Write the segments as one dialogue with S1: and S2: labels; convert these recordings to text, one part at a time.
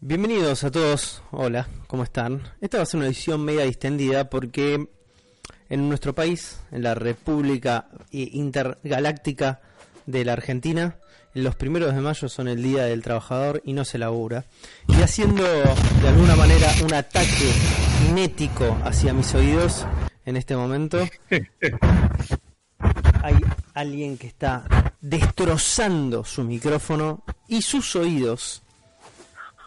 S1: Bienvenidos a todos, hola, ¿cómo están? Esta va a ser una edición media distendida porque en nuestro país, en la República eh, Intergaláctica de la Argentina, los primeros de mayo son el Día del Trabajador y no se labura. Y haciendo de alguna manera un ataque nético hacia mis oídos en este momento, hay alguien que está destrozando su micrófono y sus oídos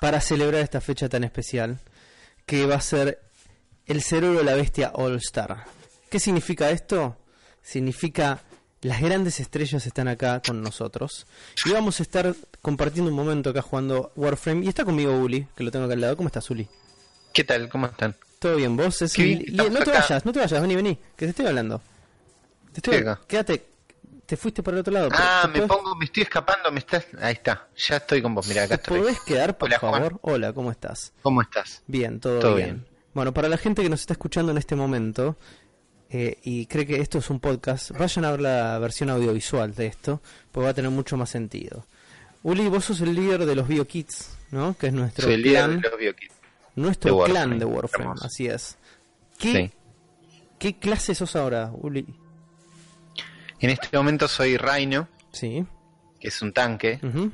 S1: para celebrar esta fecha tan especial, que va a ser el cerebro de la bestia All Star. ¿Qué significa esto? Significa las grandes estrellas están acá con nosotros y vamos a estar compartiendo un momento acá jugando Warframe y está conmigo Uli, que lo tengo acá al lado. ¿Cómo estás Uli?
S2: ¿Qué tal? ¿Cómo están?
S1: ¿Todo bien? ¿Vos? Es
S2: Qué
S1: el-
S2: bien que
S1: li-
S2: estamos
S1: no te
S2: acá.
S1: vayas, no te vayas, vení, vení, que te estoy hablando. Te estoy-
S2: Venga.
S1: Quédate, te fuiste para el otro lado. pero
S2: Ah,
S1: te podés-
S2: me pongo, me estoy escapando, me estás, ahí está, ya estoy con vos, mira, acá
S1: ¿Te
S2: estoy.
S1: podés quedar, por
S2: Hola, Juan.
S1: favor? Hola, ¿cómo estás?
S2: ¿Cómo estás?
S1: Bien, todo,
S2: Todo
S1: bien.
S2: bien.
S1: Bueno, para la gente que nos está escuchando en este momento eh, y cree que esto es un podcast, vayan a ver la versión audiovisual de esto, pues va a tener mucho más sentido. Uli, vos sos el líder de los BioKits, ¿no? Que es nuestro
S2: Soy el líder
S1: clan,
S2: de los BioKids.
S1: nuestro
S2: de
S1: clan
S2: Warframe,
S1: de Warframe,
S2: hermoso.
S1: así es. ¿Qué,
S2: Sí.
S1: ¿Qué clase sos ahora, Uli?
S2: En este momento soy Rhino,
S1: Sí.
S2: que es un tanque,
S1: ujú.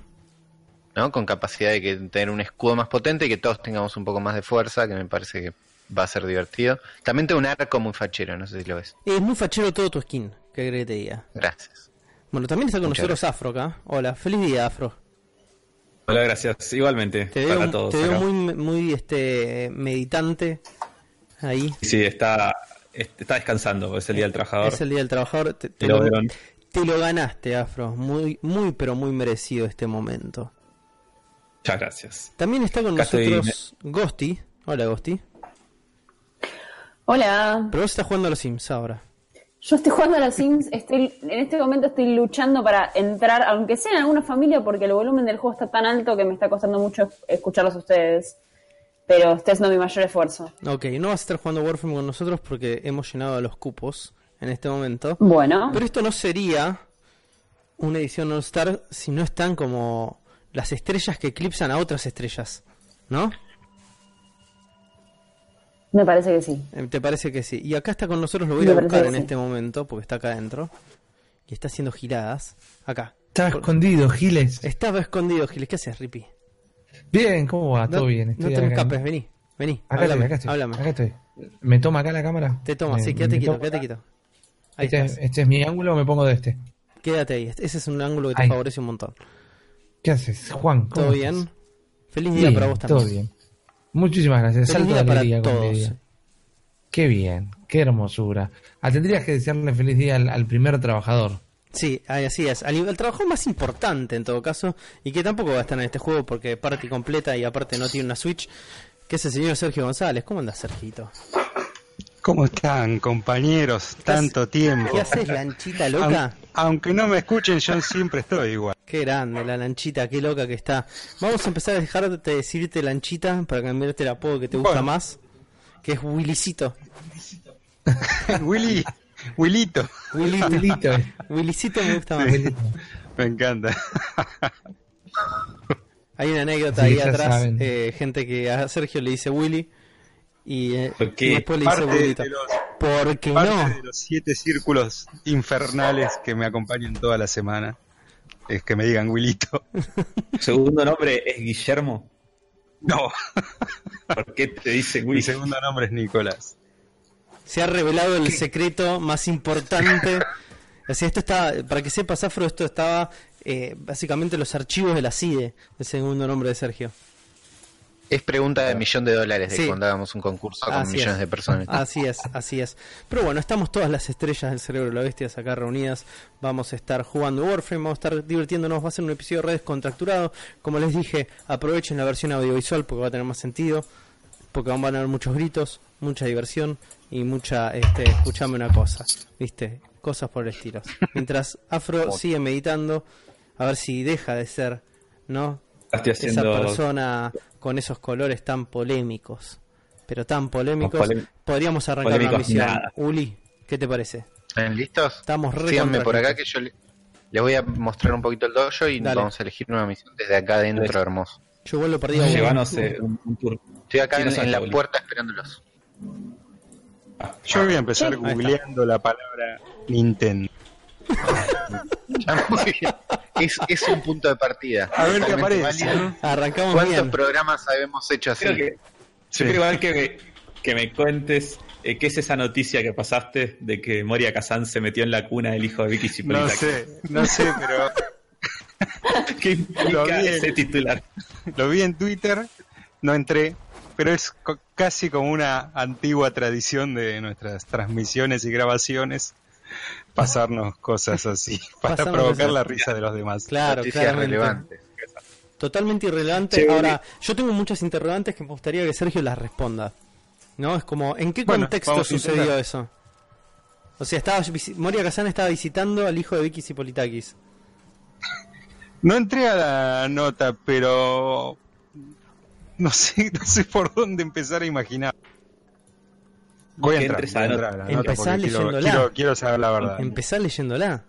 S2: ¿no? Con capacidad de que tener un escudo más potente y que todos tengamos un poco más de fuerza, que me parece que va a ser divertido. También tengo un arco muy fachero, no sé si lo ves.
S1: Es muy fachero todo tu skin, que querés que te diga.
S2: Gracias.
S1: Bueno, también está con
S2: Muchas
S1: nosotros Afro acá. Hola, feliz día, Afro.
S3: Hola, gracias. Igualmente,
S1: Te
S3: para
S1: veo,
S3: todos.
S1: te veo
S3: acá.
S1: muy, muy este, meditante ahí.
S3: Sí, está, está descansando, es el Día del Trabajador.
S1: Es el Día del Trabajador. Te, te
S3: Y lo
S1: lo,
S3: vieron.
S1: te lo ganaste, Afro. Muy, muy, pero muy merecido este momento.
S3: Muchas gracias.
S1: También está con
S3: Acá estoy-
S1: nosotros Gosti. Hola, Gosti.
S4: Hola,
S1: Pero vos estás jugando a los Sims ahora.
S4: yo estoy jugando a los Sims, estoy, en este momento estoy luchando para entrar, aunque sea en alguna familia, porque el volumen del juego está tan alto que me está costando mucho escucharlos a ustedes. Pero este es no mi mayor esfuerzo.
S1: Ok, no vas a estar jugando Warframe con nosotros porque hemos llenado los cupos en este momento.
S4: Bueno,
S1: Pero esto no sería una edición All Star si no están como las estrellas que eclipsan a otras estrellas. ¿No?
S4: me parece que sí.
S1: Eh, ¿Te parece que sí? Y acá está con nosotros, lo voy a ir
S4: Me
S1: a
S4: parece
S1: buscar
S4: que
S1: en
S4: sí.
S1: este momento, porque está acá adentro. Y está haciendo giradas. Acá.
S5: Estaba
S1: Por-
S5: escondido, Giles.
S1: Estaba escondido, Giles. ¿Qué haces, Rippy?
S5: Bien, ¿cómo va?
S1: No,
S5: Ah, Todo bien.
S1: no
S5: Estoy
S1: te me
S5: acá.
S1: escapes, vení. Vení.
S5: Acá
S1: háblame,
S5: estoy, acá estoy.
S1: háblame.
S5: Acá estoy. ¿Me toma acá la cámara?
S1: Te toma,
S5: Me-
S1: sí, quédate
S5: me
S1: quieto,
S5: toma
S1: quédate
S5: acá.
S1: quieto. Ahí
S5: este,
S1: estás.
S5: este es mi ángulo, me pongo de este.
S1: Quédate ahí. Ese es un ángulo que te
S5: Ahí.
S1: favorece un montón.
S5: ¿Qué haces, Juan? ¿Cómo
S1: ¿Todo
S5: estás?
S1: bien? Feliz día para vos también.
S5: Todo bien. Muchísimas gracias.
S1: Feliz
S5: Salto
S1: día
S5: de
S1: para
S5: alegría con mi
S1: todos.
S5: día. Qué bien, qué hermosura. Ah, tendrías que desearle feliz día al, al primer trabajador.
S1: Sí, ahí, así es. Al- El, trabajo más importante en todo caso, y que tampoco va a estar en este juego porque parte completa y aparte no tiene una Switch, que es el señor Sergio González. ¿Cómo andas, Sergito?
S6: ¿Cómo están, compañeros? Tanto tiempo.
S1: ¿Qué haces, lanchita
S6: Aun-
S1: loca?
S6: aunque no me escuchen, yo siempre estoy igual.
S1: Qué grande, la lanchita, qué loca que está. Vamos a empezar a dejarte decirte lanchita para cambiarte el apodo que te gusta
S6: Bueno.
S1: más, que es Willycito.
S6: Willy, Willito,
S1: Willito.
S5: Gilito, eh.
S1: Willycito me gusta más.
S5: Gilito.
S6: me encanta.
S1: Hay una anécdota
S5: Sí,
S1: ahí
S5: ya
S1: atrás,
S5: saben.
S1: eh, gente que a Sergio le dice Willy y, eh,
S3: ¿Por qué?
S1: y después le dice
S6: Parte,
S1: Willito.
S6: de los,
S1: Porque
S6: parte
S1: no.
S6: de los siete círculos infernales que me acompañan toda la semana es que me digan Willito.
S3: ¿Tu segundo nombre es Guillermo?
S6: No,
S3: ¿Por qué te dicen
S6: mi
S3: Guillermo?
S6: segundo nombre es Nicolás.
S1: Se ha revelado el secreto más importante. Así, esto está, para que sepas, Afro, esto estaba eh, básicamente en los archivos de la CIDE, E, el segundo nombre de Sergio.
S2: Es pregunta de millón de dólares de
S1: Sí.
S2: cuando hagamos un concurso con
S1: Así
S2: millones
S1: es.
S2: de personas.
S1: Así es, así es. Pero bueno, estamos todas las estrellas del cerebro de la bestia acá reunidas. Vamos a estar jugando Warframe, vamos a estar divirtiéndonos. Va a ser un episodio de redes contracturado. Como les dije, aprovechen la versión audiovisual porque va a tener más sentido. Porque van a haber muchos gritos, mucha diversión y mucha, este, escuchame una cosa, ¿viste? Cosas por el estilo. Mientras Afro sigue meditando, a ver si deja de ser, ¿no?
S3: Estoy
S1: esa
S3: haciendo...
S1: persona con esos colores tan polémicos, pero tan polémicos,
S3: Más polé-
S1: podríamos arrancar la
S3: polémicos
S1: misión.
S3: nada.
S1: Uli, ¿qué te parece?
S2: ¿Están listos?
S1: Estamos re
S2: Síganme
S1: contra
S2: por acá
S1: listos.
S2: que yo le- les voy a mostrar un poquito el dojo y
S1: Dale.
S2: vamos a elegir una misión desde acá adentro,
S3: Dale.
S2: hermoso.
S1: Yo igual lo perdí. a uno.
S3: Llévanos eh, un, un tour.
S2: Estoy acá
S3: Sí,
S2: en,
S3: no sabes,
S2: en la
S3: boludo.
S2: puerta esperándolos.
S6: Yo voy a empezar
S4: Sí.
S6: googleando la palabra Nintendo.
S2: Ya, muy bien. Es, es un punto de partida.
S6: A ver qué
S2: Totalmente
S6: aparece,
S2: válido.
S1: Arrancamos
S2: ¿Cuántos
S1: bien.
S2: programas habíamos hecho así?
S3: Creo que,
S6: Sí.
S3: Yo creo igual que me, que me cuentes eh, qué es esa noticia que pasaste de que Moria Kazan se metió en la cuna del hijo de Vicky Cipolita.
S6: No sé, no sé, pero
S3: ¿Qué implica
S6: Lo vi en-
S3: ese titular?
S6: lo vi en Twitter, no entré, pero es co- casi como una antigua tradición de nuestras transmisiones y grabaciones pasarnos cosas así para
S1: Pasarnos
S6: provocar
S1: cosas.
S6: la risa de los demás.
S1: Claro,
S2: Noticias
S1: claramente.
S2: relevantes.
S1: Totalmente irrelevante. Ahora, yo tengo muchas interrogantes que me gustaría que Sergio las responda. ¿No? Es como, ¿en qué
S6: Bueno,
S1: contexto
S6: vamos a
S1: sucedió
S6: intentar.
S1: eso? O sea, estaba visi- Moria Kazan estaba visitando al hijo de Vicky Sipolitakis.
S6: No entré a la nota, pero no sé, no sé por dónde empezar a imaginar. Voy a
S3: Que
S6: entrar,
S3: entres a
S6: voy a
S3: la
S6: entrar a la nota
S1: Empezá Em-
S6: porque quiero,
S1: leyéndola.
S6: quiero, quiero saber la verdad.
S1: Empezá leyéndola.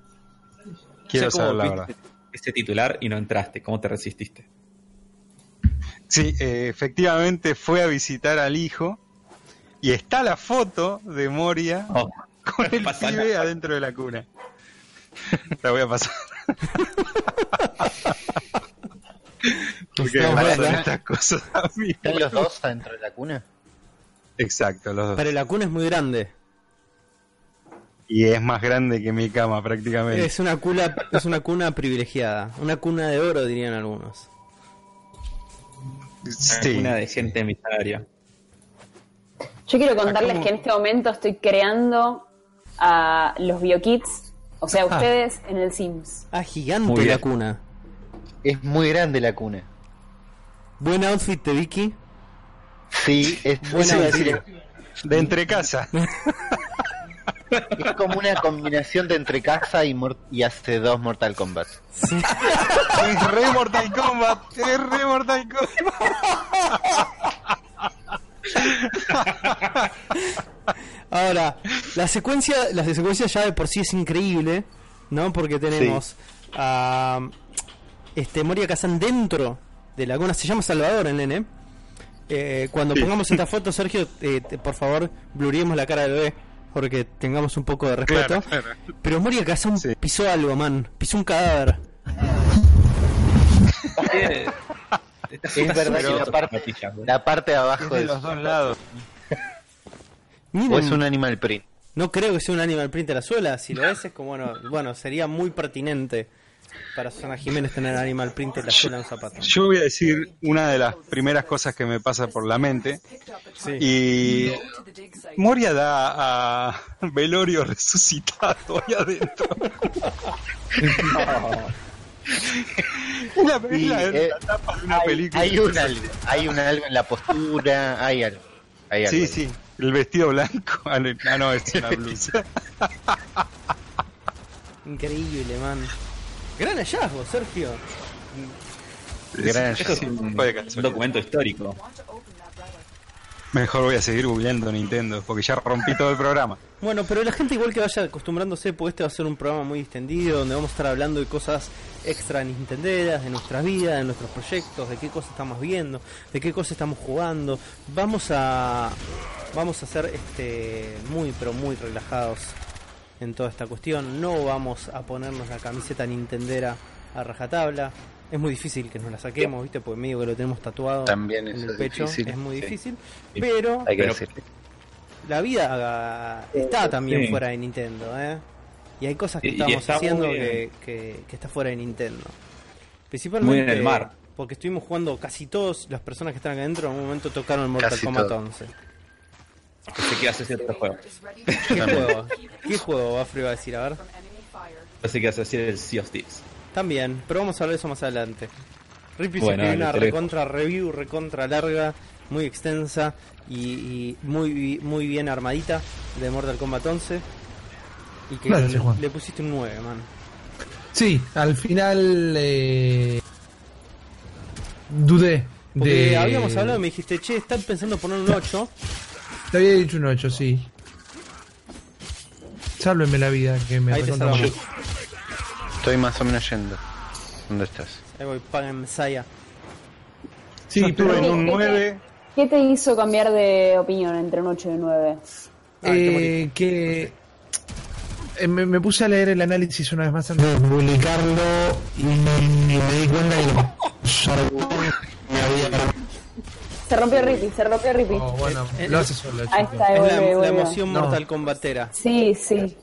S6: Quiero
S3: O sea,
S6: saber
S3: ¿cómo
S6: la
S3: viste
S6: verdad.
S3: Ese titular y no entraste, ¿cómo te resististe?
S6: Sí, eh, efectivamente fue a visitar al hijo y está la foto de Moria
S3: Oh,
S6: con el
S3: Pasala.
S6: pibe adentro de la cuna. La voy a pasar. Porque me
S1: Estamos
S6: pasan
S1: acá.
S6: estas cosas a mí.
S2: ¿Están los dos adentro de la cuna?
S6: Exacto, los dos.
S1: Pero la cuna es muy grande.
S6: Y es más grande que mi cama prácticamente.
S1: Es una, cuna, es una cuna privilegiada. Una cuna de oro, dirían algunos.
S6: sí.
S3: Una de gente millonaria.
S4: Yo quiero contarles
S6: ¿cómo?
S4: que en este momento estoy creando a los biokits, o sea, ustedes en el Sims.
S1: Ah, gigante
S3: Muy bien.
S1: la cuna.
S2: Es muy grande la cuna.
S1: Buen outfit de Vicky.
S2: Sí, es,
S1: Buena
S2: eso iba a
S1: idea.
S2: decir,
S6: De entre casa.
S2: es como una combinación de entre casa y, mor- y hace dos Mortal Kombat.
S6: es re Mortal Kombat. Es re Mortal Kombat.
S1: Ahora, la secuencia, la secuencia ya de por sí es increíble, ¿no? Porque tenemos a este Moria Kazan dentro de la cuna, se llama Salvador el nene. Eh, cuando pongamos esta foto, Sergio, eh, te- por favor, bluriemos la cara del bebé, porque tengamos un poco de respeto.
S6: Claro, claro.
S1: Pero Moria Kazan
S6: Sí.
S1: pisó algo, man, pisó un cadáver.
S2: Es verdad que la parte, la parte de
S6: Es
S2: abajo
S6: de
S2: de
S6: los dos lados.
S1: Miren,
S2: o es un animal print.
S1: No creo que sea un animal print de la suela, si lo es es como bueno, bueno, sería muy pertinente para Susana Jiménez tener animal print de la suela en un zapato.
S6: Yo voy a decir una de las primeras cosas que me pasa por la mente.
S1: Sí.
S6: Y Moria da a Velorio resucitado ahí adentro. Es la, es la-
S2: Y, eh,
S6: la tapa de una
S2: hay,
S6: película.
S2: Hay un algo, hay un algo en la postura, hay algo. Hay algo
S6: sí, sí, el vestido blanco. Ah, no, ah, no, es una blusa.
S1: Increíble, man. Gran hallazgo, Sergio.
S2: Gran
S6: Eso sí, fue de casualidad.
S3: Un documento histórico.
S6: Mejor voy a seguir googleando Nintendo, porque ya rompí todo el programa.
S1: Bueno, pero la gente igual que vaya acostumbrándose, porque este va a ser un programa muy extendido, donde vamos a estar hablando de cosas extra nintenderas, de nuestras vidas, de nuestros proyectos, de qué cosas estamos viendo, de qué cosas estamos jugando. Vamos a vamos a ser este muy pero muy relajados en toda esta cuestión. No vamos a ponernos la camiseta nintendera a rajatabla. Es muy difícil que nos la saquemos, ¿viste? Porque medio que lo tenemos tatuado
S2: También
S1: en
S2: eso
S1: el
S2: es
S1: pecho,
S2: difícil,
S1: es muy
S2: sí.
S1: difícil,
S3: Sí.
S1: pero
S2: Hay que
S3: Pero-
S2: decirlo.
S1: la vida ah, está también
S3: Sí.
S1: fuera de Nintendo, ¿eh? Y hay cosas que
S3: Y- y
S1: estamos
S3: está
S1: haciendo
S3: muy
S1: que,
S3: bien.
S1: que, que está fuera de Nintendo. Principalmente
S3: Muy en el mar.
S1: porque estuvimos jugando casi todos las personas que están acá adentro en un momento tocaron el Mortal
S2: Casi
S1: Kombat
S2: todos.
S1: 11.
S3: Que se queda hace cierto juego.
S1: ¿Qué juego? ¿Qué juego Bafri va a decir? A ver.
S3: Así que hace así el Sea of Thieves.
S1: También, pero vamos a hablar de eso más adelante. Ripley
S3: Bueno,
S1: se escribió
S3: dale,
S1: una
S3: te lo dejo.
S1: recontra review, recontra larga, muy extensa y, y muy, muy bien armadita de Mortal Kombat 11. Y que
S5: Gracias,
S1: le,
S5: Juan.
S1: le pusiste un 9, man.
S5: Sí, al final eh, dudé.
S1: Porque
S5: de-
S1: habíamos hablado, me dijiste, che, están pensando poner un 8.
S5: Te había dicho un 8, sí. Sálvenme la vida, que me
S1: Ahí te
S5: recontra
S1: salvamos. Ah,
S5: molesta.
S2: Estoy más o menos yendo. ¿Dónde estás?
S1: Ahí voy, pagan Saya.
S6: Yo estuve en
S4: pero-
S6: un 9.
S4: ¿Qué te hizo cambiar de opinión entre un 8 y un 9?
S1: Ah, este
S5: Eh, que eh, me, me puse a leer el análisis una vez más antes de publicarlo y me, me di cuenta que lo- me había...
S4: Se rompió Rippy, se rompió Rippy.
S5: Oh, bueno,
S1: Eh,
S5: lo hace solo.
S4: Ahí
S5: chico.
S4: está,
S1: Es la,
S4: vuelve,
S1: la
S4: vuelve.
S1: emoción
S5: No.
S1: mortal combatera.
S4: Sí, sí.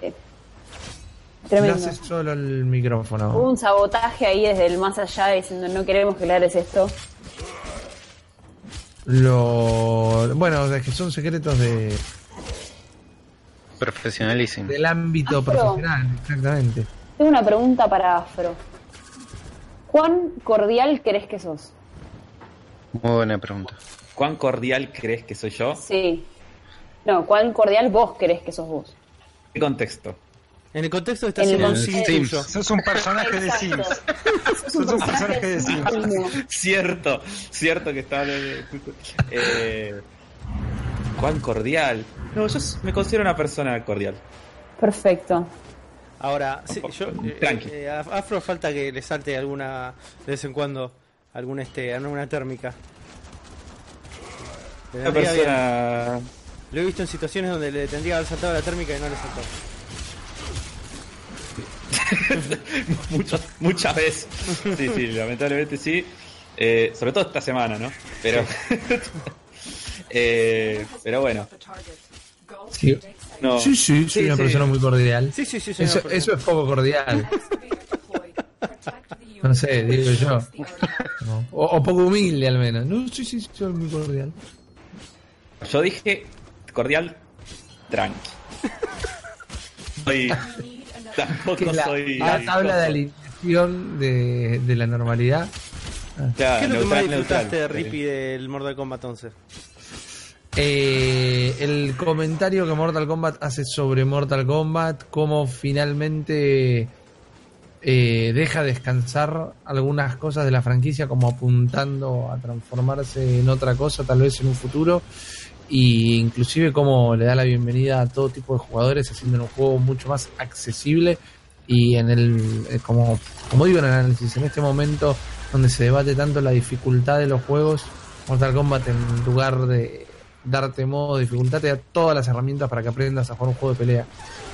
S4: Eh,
S5: Lo
S4: Tremendo.
S5: hace solo el micrófono.
S4: Hubo un sabotaje ahí desde el más allá diciendo no queremos que le hagas esto.
S5: Lo bueno, es que son secretos de,
S2: Profesionalísimo.
S5: del ámbito
S4: Afro.
S5: profesional, exactamente.
S4: Tengo una pregunta para Afro. ¿Cuán cordial crees que sos?
S2: Muy buena pregunta.
S3: ¿Cuán cordial crees que soy yo?
S4: Sí. No, ¿cuán cordial vos crees que sos vos?
S3: ¿Qué contexto?
S1: En el contexto está
S4: En el
S1: siendo un
S4: contexto.
S1: sim
S2: Sims.
S1: tuyo.
S6: Sos un personaje de Sims.
S4: Sos un
S6: Sos un
S4: personaje de
S6: personaje
S4: sí mismo.
S3: Cierto, cierto que estaba hablando de- Eh, ¿Cuán cordial? No, yo s- me considero una persona cordial.
S4: Perfecto.
S1: Ahora, sí, yo, eh,
S3: Tranqui.
S1: eh, a- Afro falta que le salte alguna de vez en cuando alguna este, alguna térmica. Le
S3: Una
S1: daría bien.
S3: persona...
S1: Lo he visto en situaciones donde le tendría que haber saltado la térmica y no le saltó.
S3: Muchas, muchas veces. Sí, sí, lamentablemente sí. Eh, sobre todo esta semana, ¿no? Pero... Eh, pero bueno,
S5: Sí,
S3: no.
S5: sí, sí, soy
S1: Sí,
S5: una
S1: sí.
S5: persona muy cordial.
S1: Sí, sí, sí, soy una
S5: Eso,
S1: persona.
S5: eso es poco cordial. No sé, digo yo. No. O, o poco humilde al menos. No, sí, sí, soy muy cordial.
S3: Yo dije cordial, tranqui. Soy,
S5: Que
S3: tampoco
S5: la,
S3: soy.
S5: la tabla de alineación de, de la normalidad.
S1: ¿Qué
S3: Claro,
S1: es lo que más
S3: Ah, neutral,
S1: disfrutaste de
S3: neutral.
S1: Rippy del Mortal Kombat 11?
S5: Eh, el comentario que Mortal Kombat hace sobre Mortal Kombat, cómo finalmente eh, deja descansar algunas cosas de la franquicia, como apuntando a transformarse en otra cosa, tal vez en un futuro, y inclusive cómo le da la bienvenida a todo tipo de jugadores, haciendo un juego mucho más accesible y en el, eh, como, como digo en el análisis, en este momento donde se debate tanto la dificultad de los juegos, Mortal Kombat en lugar de darte modo de dificultad te da todas las herramientas para que aprendas a jugar un juego de pelea.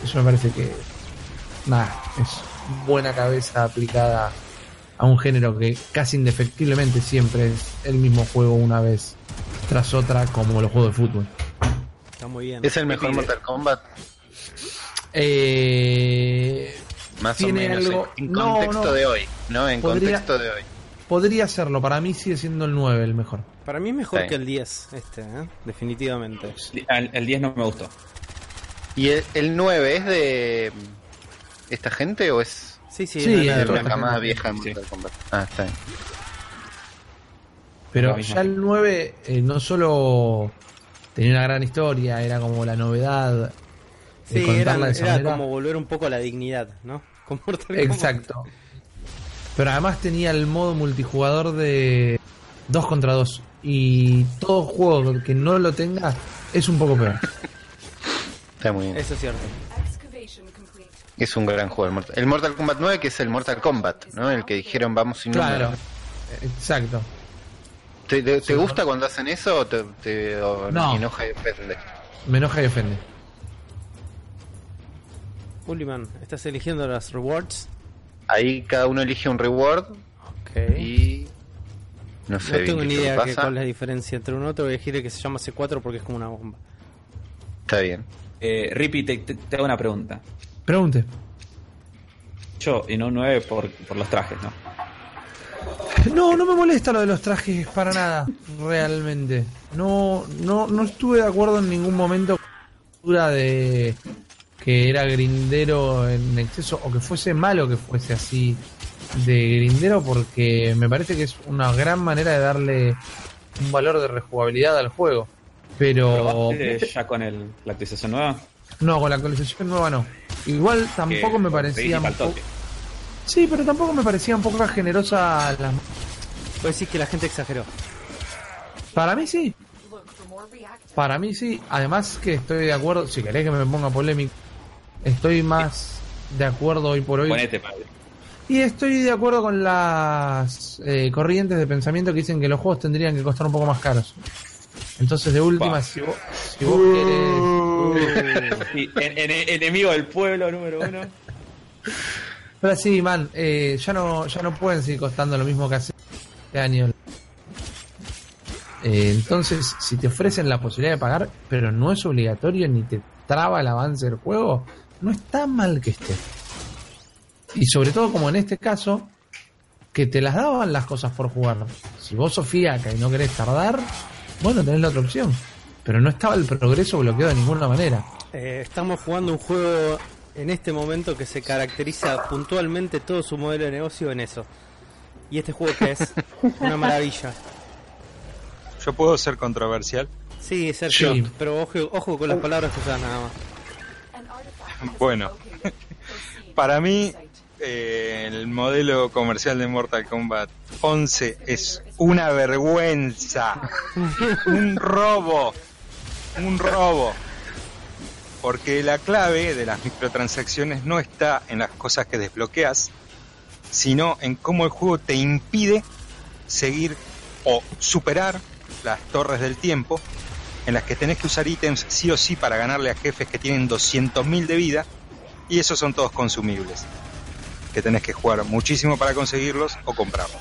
S5: Eso me parece que, nada, es buena cabeza aplicada a un género que casi indefectiblemente siempre es el mismo juego una vez tras otra como los juegos de fútbol.
S1: Está muy bien.
S2: ¿Es el mejor Mortal Kombat?
S5: Eh,
S2: Más o
S5: Tiene
S2: menos. en-
S5: algo-
S2: En
S5: no,
S2: contexto
S5: no.
S2: de hoy. ¿No? En
S5: Podría-
S2: contexto de hoy.
S5: podría serlo, para mí sigue siendo el 9 el mejor.
S1: Para mí es mejor
S2: Sí.
S1: que el 10, este, ¿eh? definitivamente.
S3: Al- El 10 no me gustó.
S2: ¿Y el, el 9 es de esta gente o es
S1: Sí, sí,
S5: Sí,
S1: no, no,
S5: eh,
S2: de
S1: no.
S2: una
S5: otra
S2: camada
S5: gente.
S2: vieja de Mortal Kombat? Ah, está bien.
S5: Pero
S3: La misma
S5: ya el 9 eh, no solo tenía una gran historia, era como la novedad. de
S1: Sí, era,
S5: contarla de esa
S1: era
S5: manera.
S1: como volver un poco a la dignidad, ¿no? Con Mortal Kombat.
S5: Exacto. Pero además tenía el modo multijugador de 2 contra 2. Y todo juego que no lo tenga es un poco peor.
S2: Está muy bien.
S1: Eso es cierto.
S2: Es un gran juego. El Mortal, el Mortal Kombat 9, que es el Mortal Kombat, ¿no? El que dijeron vamos sin
S5: Claro.
S2: número.
S5: Exacto.
S2: ¿Te, te- te gusta cuando hacen eso o te, te- o
S5: No.
S2: enoja y ofende?
S5: Me enoja y ofende.
S1: Bullyman, ¿estás eligiendo las rewards?
S2: Ahí cada uno elige un reward
S1: Ok.
S2: y. No sé
S1: no
S2: bien
S1: tengo
S2: qué
S1: ni
S2: es lo que
S1: idea que-
S2: pasa.
S1: cuál es la diferencia entre un otro. Voy a elegir el que se llama C4 porque es como una bomba.
S2: Está bien.
S3: Eh, Rippy, te, te- te hago una pregunta.
S5: Pregunte.
S3: Yo, y no un 9 por, por los trajes, ¿no?
S5: No, no me molesta lo de los trajes para nada, realmente. No, no, no estuve de acuerdo en ningún momento con la postura de que era grindero en exceso o que fuese malo que fuese así de grindero porque me parece que es una gran manera de darle un valor de rejugabilidad al juego. Pero
S3: ¿Probaste ya con el, la actualización nueva?
S5: no, con la actualización nueva no. Igual tampoco
S3: Que
S5: me
S3: lo
S5: parecía
S3: pedís al toque.
S5: Sí, pero tampoco me parecían poco generosa las
S1: Voy a decir que la gente exageró.
S5: Para mí sí. Para mí sí. Además que estoy de acuerdo, si querés que me ponga polémico, estoy más de acuerdo hoy por hoy
S3: Ponete, padre.
S5: Y estoy de acuerdo con las eh, corrientes de pensamiento que dicen que los juegos tendrían que costar un poco más caros. Entonces, de última,
S3: Pa.
S5: si vos, si vos querés.
S3: Sí, en- en- enemigo del pueblo número uno.
S5: Pero sí, man, eh, ya, no, ya no pueden seguir costando lo mismo que hace años. Eh, entonces, si te ofrecen la posibilidad de pagar, pero no es obligatorio ni te traba el avance del juego, no está mal que esté. Y sobre todo, como en este caso, que te las daban las cosas por jugar. Si vos sos fiaca y no querés tardar, bueno, tenés la otra opción. Pero no estaba el progreso bloqueado de ninguna manera.
S1: Eh, estamos jugando un juego en este momento que se caracteriza puntualmente todo su modelo de negocio en eso. Y este juego que es una maravilla.
S6: Yo puedo ser controversial.
S1: Sí, Sergio,
S5: Sí.
S1: pero ojo, ojo
S2: Oh.
S1: con las palabras que usas nada más.
S6: Bueno, para mí eh, el modelo comercial de Mortal Kombat 11 es una vergüenza, un robo, un robo. Porque la clave de las microtransacciones no está en las cosas que desbloqueas, sino en cómo el juego te impide seguir o superar las torres del tiempo en las que tenés que usar ítems sí o sí para ganarle a jefes que tienen 200.000 de vida y esos son todos consumibles que tenés que jugar muchísimo para conseguirlos o comprarlos.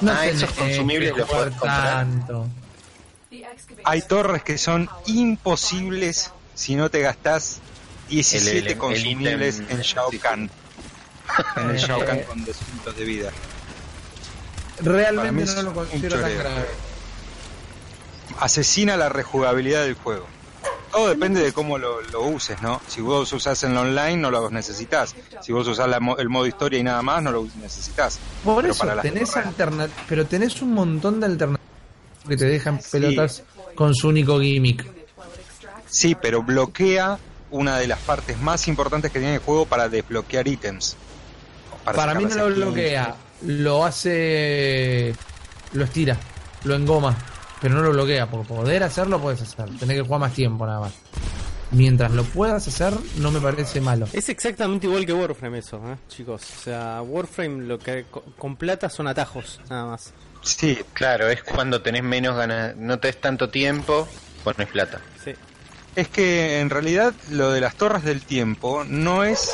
S5: No
S2: Ah, esos
S5: tenés que
S2: consumibles los
S5: jugar
S2: podés comprar.
S5: tanto.
S6: Hay torres que son imposibles si no te gastás 17
S2: El- el- el
S6: consumibles
S2: ítem-
S6: en Shao
S2: sí.
S6: Kahn. En el Shao Kahn
S5: Eh,
S6: con 200 de vida. Para mí
S5: Realmente
S6: es
S5: no lo
S6: un
S5: considero tan
S6: choreo.
S5: grave.
S6: Asesina la rejugabilidad del juego. Todo depende de cómo lo, lo uses, ¿no? Si vos usás en lo online, no lo necesitas. Si vos usás la mo- el modo historia y nada más, no lo necesitas.
S5: Por
S6: Pero
S5: eso
S6: para las
S5: tenés
S6: torres-
S5: alterna- pero tenés un montón de alternativas que te dejan pelotas con su único gimmick.
S6: Sí, pero bloquea una de las partes más importantes que tiene el juego para desbloquear ítems.
S5: Para,
S6: sacar
S5: mí no
S6: las
S5: lo
S6: skins.
S5: bloquea, lo hace lo estira, lo engoma, pero no lo bloquea, por poder hacerlo puedes hacer, tenés que jugar más tiempo nada más. Mientras lo puedas hacer, no me parece malo.
S1: Es exactamente igual que Warframe eso, ¿eh, chicos. O sea, Warframe lo que co- con plata son atajos, nada más.
S6: Sí,
S2: Claro, es cuando tenés menos ganas, no tenés tanto tiempo, pones plata.
S1: Sí.
S6: es que en realidad lo de las torres del tiempo no es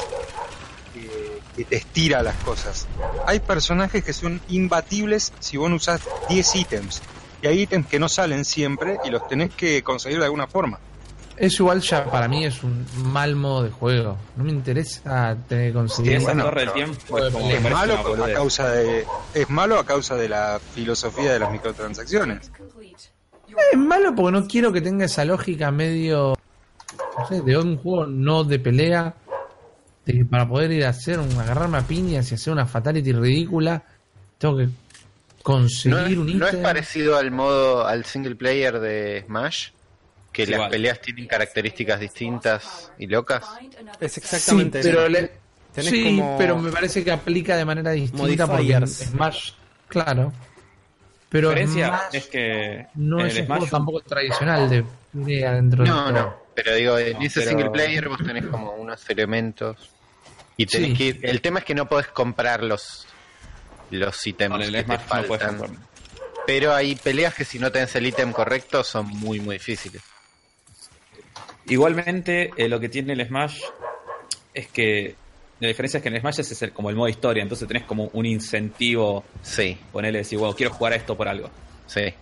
S6: eh, que te estira las cosas. Hay personajes que son imbatibles si vos no usás 10 ítems. Y hay ítems que no salen siempre y los tenés que conseguir de alguna forma.
S5: Eso igual ya para mí es un mal modo de juego. No me interesa tener que
S3: Y
S5: conseguir
S3: esa
S6: bueno,
S3: torre del
S6: pero-
S3: tiempo es como que
S6: Es
S3: parece
S6: malo,
S3: una
S6: a
S3: boludez.
S6: causa de, es malo a causa de la filosofía de las microtransacciones.
S5: Es malo porque no quiero que tenga esa lógica medio. No sé, de un juego no de pelea. De que para poder ir a hacer, un, agarrarme a piñas y hacer una fatality ridícula, tengo que
S2: ¿No es,
S5: conseguir un ítem.
S2: no es parecido al modo, al single player de Smash? Que
S3: Es
S2: las
S3: igual.
S2: peleas tienen características distintas y locas.
S1: Es
S5: Sí,
S1: exactamente
S5: pero,
S1: eso.
S5: le-
S1: Tenés
S5: sí,
S1: como-
S5: pero me parece que aplica de manera distinta porque en
S1: Modifiers.
S5: Smash, claro. Pero
S3: La diferencia
S5: Smash
S3: es que
S5: no
S3: en
S5: es un
S3: el
S5: juego
S3: Smash
S5: tampoco tradicional de pelea dentro
S2: No,
S5: de
S2: no. Pero digo, en
S3: No,
S2: ese
S3: pero-
S2: single player vos tenés como unos elementos. Y tenés
S5: Sí.
S2: que ir- El tema es que no podés comprar los, los ítems
S3: con el
S2: que te
S3: Smash no puedes
S2: faltan.
S3: comprar.
S2: pero hay peleas que si no tenés el ítem correcto son muy, muy difíciles.
S3: Igualmente, eh, lo que tiene el Smash es que la diferencia es que en el Smash es el- como el modo historia, entonces tenés como un incentivo,
S2: Sí,
S3: ponerle decir, wow, quiero jugar a esto por algo.
S2: sí.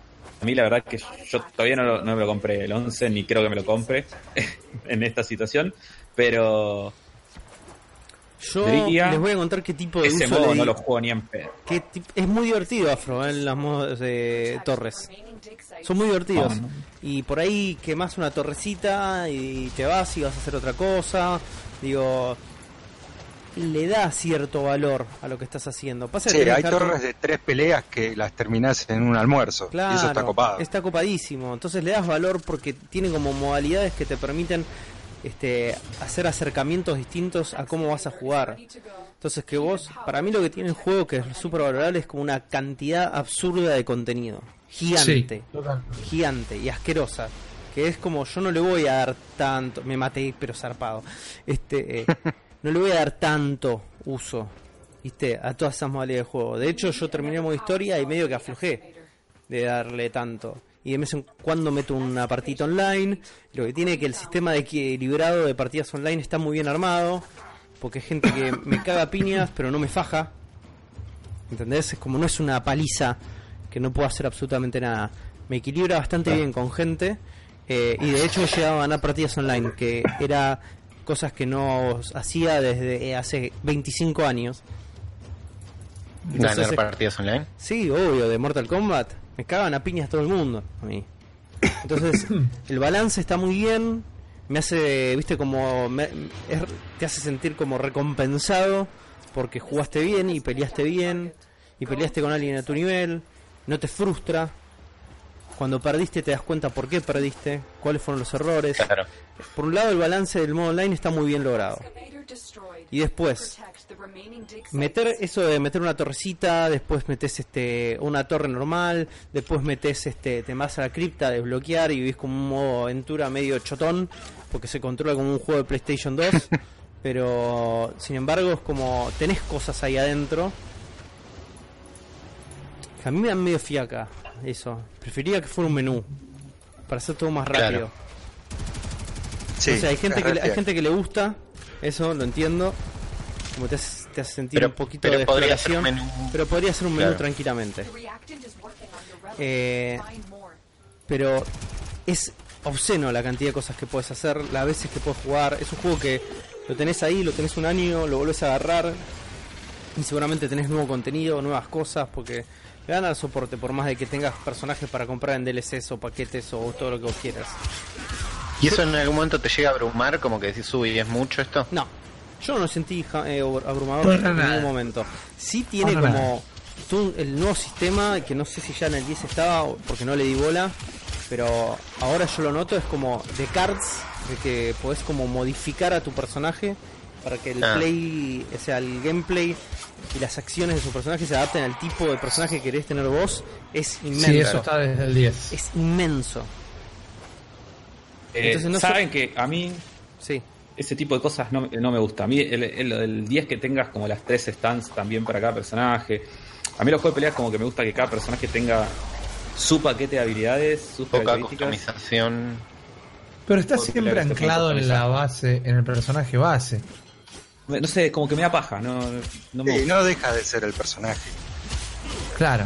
S3: A mí la verdad que yo todavía no, lo- no me lo compré el 11, ni creo que me lo compre en esta situación, pero
S1: Yo
S3: diría-
S1: les voy a contar qué tipo de
S3: ese
S1: uso
S3: modo
S1: le
S3: no
S1: di-
S3: lo juego ni en pedo.
S1: qué tip- Es muy divertido, Afro, en los modos de torres. Son muy divertidos.
S3: Ah.
S1: Y por ahí quemás una torrecita y te vas y vas a hacer otra cosa. Digo, le da cierto valor a lo que estás haciendo. Pasa que
S6: Sí,
S1: tenés
S6: hay
S1: que darte-
S6: torres de tres peleas que las terminás en un almuerzo.
S1: Claro,
S6: y eso está copado.
S1: está copadísimo. Entonces le das valor porque tiene como modalidades que te permiten este, hacer acercamientos distintos a cómo vas a jugar. Entonces que vos, para mí lo que tiene el juego que es súper valorable es como una cantidad absurda de contenido. Gigante
S5: Sí, total.
S1: gigante y asquerosa. Que es como, yo no le voy a dar tanto. Me maté, pero zarpado. Este, eh, no le voy a dar tanto uso. viste, a todas esas modalidades de juego. De hecho, yo terminé modo historia y medio que aflojé de darle tanto. Y de vez en cuando meto una partita online. Lo que tiene que el sistema de equilibrado de partidas online está muy bien armado. Porque hay gente que me caga a piñas, pero no me faja. ¿Entendés? Es como no es una paliza que no puedo hacer absolutamente nada. Me equilibra bastante bien con gente. eh, y de hecho he llegado a ganar partidas online, que era cosas que no hacía desde eh, hace 25 años.
S2: Ganar
S1: Entonces,
S2: partidas online.
S1: Sí, obvio, de Mortal Kombat. Me cagan a piñas todo el mundo a mí. Entonces, el balance está muy bien. Me hace, viste, como. me- es- te hace sentir como recompensado porque jugaste bien y peleaste bien. Y peleaste con alguien a tu nivel. No te frustra. Cuando perdiste, te das cuenta por qué perdiste. Cuáles fueron los errores.
S2: Claro.
S1: Por un lado, el balance del modo online está muy bien logrado.
S7: Y después,
S1: Meter eso de meter una torrecita, después metes este una torre normal, después metes este te vas a la cripta a desbloquear y ves como un modo aventura medio chotón, porque se controla como un juego de PlayStation 2, pero sin embargo es como tenés cosas ahí adentro. Que a mí me dan medio fiaca eso. Preferiría que fuera un menú para hacer todo más
S2: Claro.
S1: rápido.
S6: Sí,
S1: o sea, hay gente
S6: es
S1: que le- hay
S6: refiero.
S1: gente que le gusta eso, lo entiendo. Como te hace, te hace sentir
S2: Pero-
S1: un poquito
S2: pero
S1: de
S2: podría ser
S1: exploración,
S2: un menú.
S1: pero podría ser un menú
S2: Claro.
S1: tranquilamente.
S7: eh,
S1: Pero es obsceno la cantidad de cosas que puedes hacer, las veces que puedes jugar. Es un juego que lo tenés ahí, lo tenés un año, lo volvés a agarrar y seguramente tenés nuevo contenido, nuevas cosas, porque le dan al soporte por más de que tengas personajes para comprar en DLCs o paquetes o todo lo que vos quieras.
S2: ¿Y eso en algún momento te llega a abrumar? Como que decís, uy, ¿es mucho esto?
S1: No, yo no lo sentí ja- eh, abru- abrumador
S5: Para
S1: en
S5: nada.
S1: ningún momento. Sí tiene
S5: Para nada.
S1: como tú- el nuevo sistema, que no sé si ya en el 10 estaba, o- porque no le di bola, pero ahora yo lo noto, es como de cards, de que podés como modificar a tu personaje para que el
S2: Ah.
S1: play, o sea, el gameplay y las acciones de su personaje se adapten al tipo de personaje que querés tener vos, es inmenso.
S5: Sí, eso está desde el 10.
S1: Es inmenso.
S3: Eh,
S1: Entonces no sé-
S3: Saben que a mí
S1: Sí.
S3: ese tipo de cosas no, no me gusta. A mí el, el- lo del 10 que tengas como las tres stands también para cada personaje. A mí los juegos de peleas como que me gusta que cada personaje tenga su paquete de habilidades, sus
S2: Poca
S3: características.
S2: customización.
S5: Pero está
S3: Porque
S5: siempre
S3: la que se
S5: anclado en
S3: puntualiza.
S5: la base, en el personaje base.
S3: Me- No sé, como que me da paja, no, no me
S6: Sí,
S3: gusta.
S6: no deja de ser el personaje.
S5: Claro.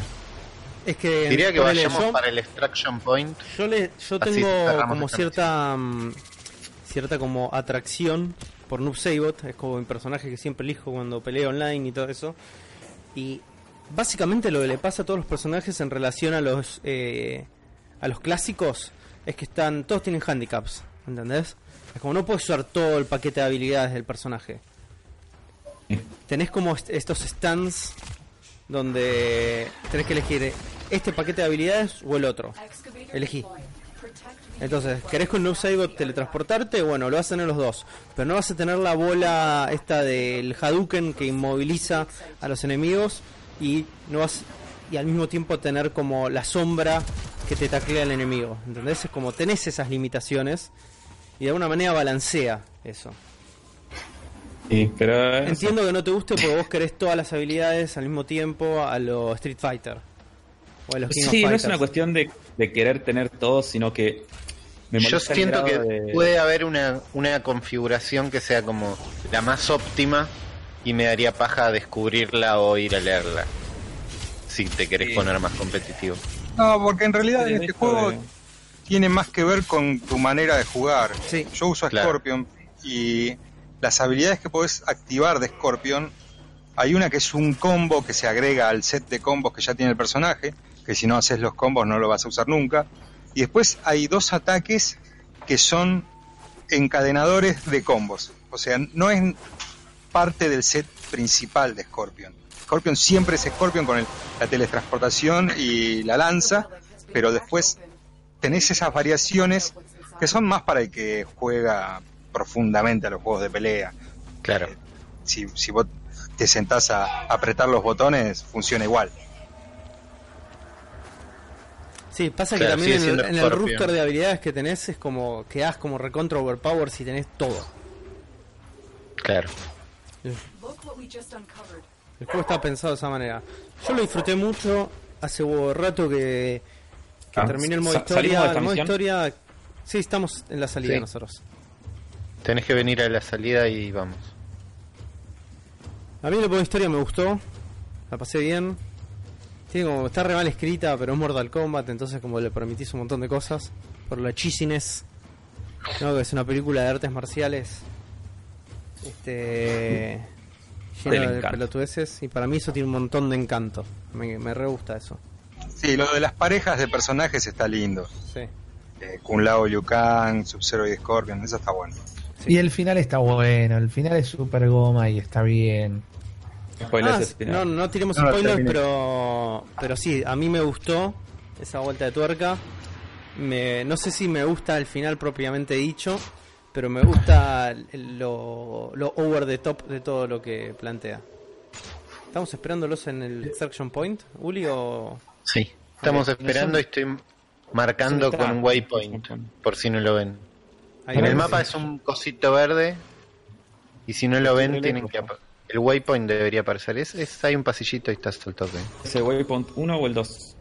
S1: Es que
S2: Diría que
S1: ponele,
S2: vayamos
S1: yo-
S2: para el extraction point.
S1: Yo le, yo
S2: Así
S1: tengo
S2: cerramos
S1: como
S2: esta
S1: cierta mm, cierta como atracción por Noob Saibot, es como un personaje que siempre elijo cuando peleo online y todo eso. Y básicamente lo que le pasa a todos los personajes en relación a los eh, a los clásicos es que están todos tienen handicaps, ¿entendés? Es como no puedes usar todo el paquete de habilidades del personaje. Tenés como est- estos stands donde tenés que elegir eh, este paquete de habilidades o el otro.
S7: elegí.
S1: Entonces, ¿querés con Noob Saibot teletransportarte? Bueno, lo hacen en los dos. Pero no vas a tener la bola esta del Hadouken que inmoviliza a los enemigos y no vas y al mismo tiempo tener como la sombra que te taclea el enemigo. ¿Entendés? Es como tenés esas limitaciones y de alguna manera balancea eso.
S3: Sí, pero eh,
S1: Entiendo que no te guste porque vos querés todas las habilidades al mismo tiempo a los Street Fighter. O a los King of
S3: Sí, no es
S1: Fighters.
S3: una cuestión de, de querer tener todo, sino que me
S2: Yo
S3: molesta el
S2: siento que
S3: grado de-
S2: puede haber una, una configuración que sea como la más óptima y me daría paja descubrirla o ir a leerla. Si te querés
S6: Sí.
S2: poner más competitivo.
S6: No, porque en realidad
S3: Sí,
S6: en este
S3: esto
S6: juego
S3: de-
S6: tiene más que ver con tu manera de jugar.
S1: Sí.
S6: Yo uso a
S2: Claro.
S6: Scorpion y las habilidades que podés activar de Scorpion, hay una que es un combo que se agrega al set de combos que ya tiene el personaje, que si no haces los combos no lo vas a usar nunca. Y después hay dos ataques que son encadenadores de combos. O sea, no es parte del set principal de Scorpion. Scorpion siempre es Scorpion con el- la teletransportación y la lanza, pero después tenés esas variaciones que son más para el que juega profundamente a los juegos de pelea.
S2: Claro.
S6: Si, si vos te sentás a apretar los botones, funciona igual.
S1: Sí, pasa
S2: Claro,
S1: que
S2: sigue
S1: también en el,
S2: siendo
S1: en el
S2: Scorpion.
S1: roster de habilidades que tenés es como quedás como recontra overpower si tenés todo.
S2: Claro.
S1: El juego está pensado de esa manera. Yo lo disfruté mucho hace un rato que, que
S3: Ah,
S1: terminé el modo
S3: sa- ¿salimos
S1: historia.
S3: de esta
S1: El modo
S3: misión?
S1: historia. Sí, estamos en la salida
S2: Sí.
S1: nosotros.
S2: Tenés que venir a la salida y vamos.
S1: A mí el modo historia me gustó. La pasé bien. Tiene como, está re mal escrita, pero es Mortal Kombat, entonces como le permitís un montón de cosas. Por la cheesiness. No, que es una película de artes marciales. Este.
S3: Mm. Del
S1: Llena de
S3: encanto.
S1: pelotudeces. Y para mí eso tiene un montón de encanto. Me, me re gusta eso.
S6: Sí, lo de las parejas de personajes está lindo.
S1: Sí.
S6: Eh, Kun Lao, Liu Kang, Sub-Zero y Scorpion, eso está bueno.
S1: Sí.
S5: Y el final está bueno, el final es super goma y está bien.
S3: Spoilers
S1: Ah,
S3: al
S1: sí,
S3: final.
S1: no, no tiremos
S6: No, no,
S1: spoilers,
S6: terminé.
S1: pero, pero sí, a mí me gustó esa vuelta de tuerca. Me- no sé si me gusta el final propiamente dicho, pero me gusta el- lo, lo over the top de todo lo que plantea. ¿Estamos esperándolos en
S6: Eh.
S1: el extraction point, Uli? O...
S2: Sí. Estamos
S1: Ok,
S2: esperando y estoy marcando
S3: son
S2: con
S3: trabas,
S2: un waypoint,
S3: son-
S2: por si no lo ven.
S1: Ahí
S2: en el
S1: vamos.
S2: mapa es un cosito verde y si no lo ven tienen que... apa- El waypoint debería aparecer. Es, es- hay un pasillito y estás al toque.
S3: ¿Es el Waypoint 1 o el 2?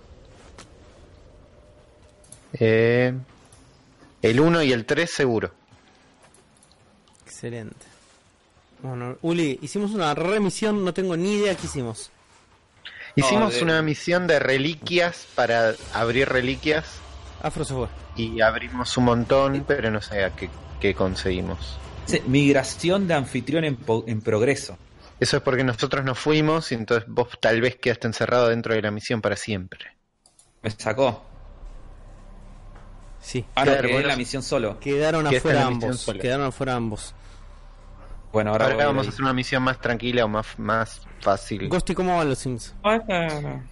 S2: Eh, el 1 y el 3 seguro.
S1: Excelente. Bueno, Uli, hicimos una remisión, no tengo ni idea qué hicimos.
S2: Hicimos
S3: Ah, de-
S2: una misión de reliquias para abrir reliquias
S1: Afro Software.
S2: y abrimos un montón, pero no sé a qué, qué conseguimos.
S3: Dice, Migración de anfitrión en, po- en progreso.
S2: Eso es porque nosotros nos fuimos y entonces vos tal vez quedaste encerrado dentro de la misión para siempre.
S3: Me sacó.
S1: Sí.
S3: Ah, no,
S2: Claro,
S3: quedé en
S2: bueno.
S3: la misión solo.
S1: Quedaron
S2: Que esta es
S1: afuera
S2: la misión
S1: ambos.
S2: sola.
S1: Quedaron afuera ambos.
S3: Bueno, ahora,
S2: Ahora
S3: voy
S2: vamos
S3: ahí.
S2: a hacer una misión más tranquila o más, más fácil.
S1: Ghosti, ¿cómo van los Sims?
S3: Ah, esta- no.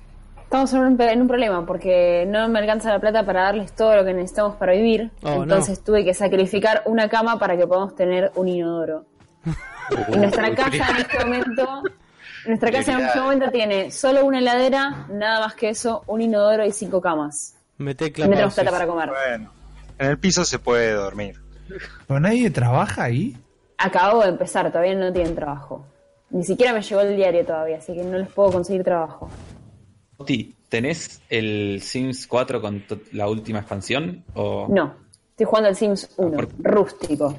S4: Estamos en un, en un problema porque no me alcanza la plata para darles todo lo que necesitamos para vivir.
S1: Oh,
S4: entonces tuve que sacrificar una cama para que podamos tener un inodoro. y nuestra casa en este momento, nuestra casa en este
S2: Prioridades.
S4: momento tiene solo una heladera, nada más que eso, un inodoro y cinco camas.
S1: Mete
S4: Y no
S1: clapados.
S4: tenemos plata para comer.
S6: Bueno, en el piso se puede dormir.
S5: ¿Pero nadie trabaja ahí?
S4: Acabo de empezar, todavía no tienen trabajo. Ni siquiera me llegó el diario todavía, así que no les puedo conseguir trabajo.
S3: Toti, ¿tenés el Sims 4 con to- la última expansión? O...
S4: No, estoy jugando al Sims 1,
S3: ¿Por qué?
S4: rústico.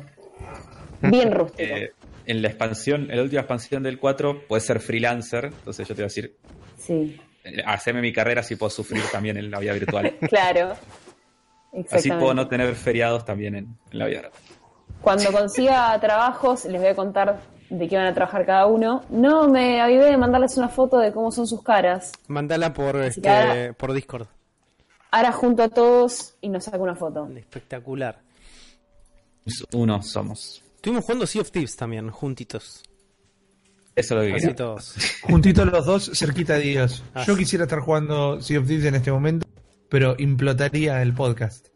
S4: Bien rústico.
S3: Eh, en la expansión, en la última expansión del 4, puedes ser freelancer. Entonces yo te voy a decir,
S4: Sí,
S3: eh, haceme mi carrera si puedo sufrir también en la vida virtual.
S4: claro. Exactamente.
S3: Así puedo no tener feriados también en, en la vida real.
S4: Cuando consiga trabajos, les voy a contar de qué van a trabajar cada uno. No, me avivé de mandarles una foto de cómo son sus caras.
S1: Mandala por, este,
S4: que ahora-
S1: por Discord.
S4: Ahora junto a todos y nos saco una foto.
S1: Espectacular.
S3: Sims 1 somos.
S1: Estuvimos jugando Sea of Thieves también, juntitos.
S3: Eso es lo que
S1: Así
S3: quería.
S1: todos.
S5: Juntitos los dos, cerquita de Dios.
S1: Ah,
S5: Yo
S1: sí.
S5: quisiera estar jugando Sea of Thieves en este momento, pero implotaría el podcast.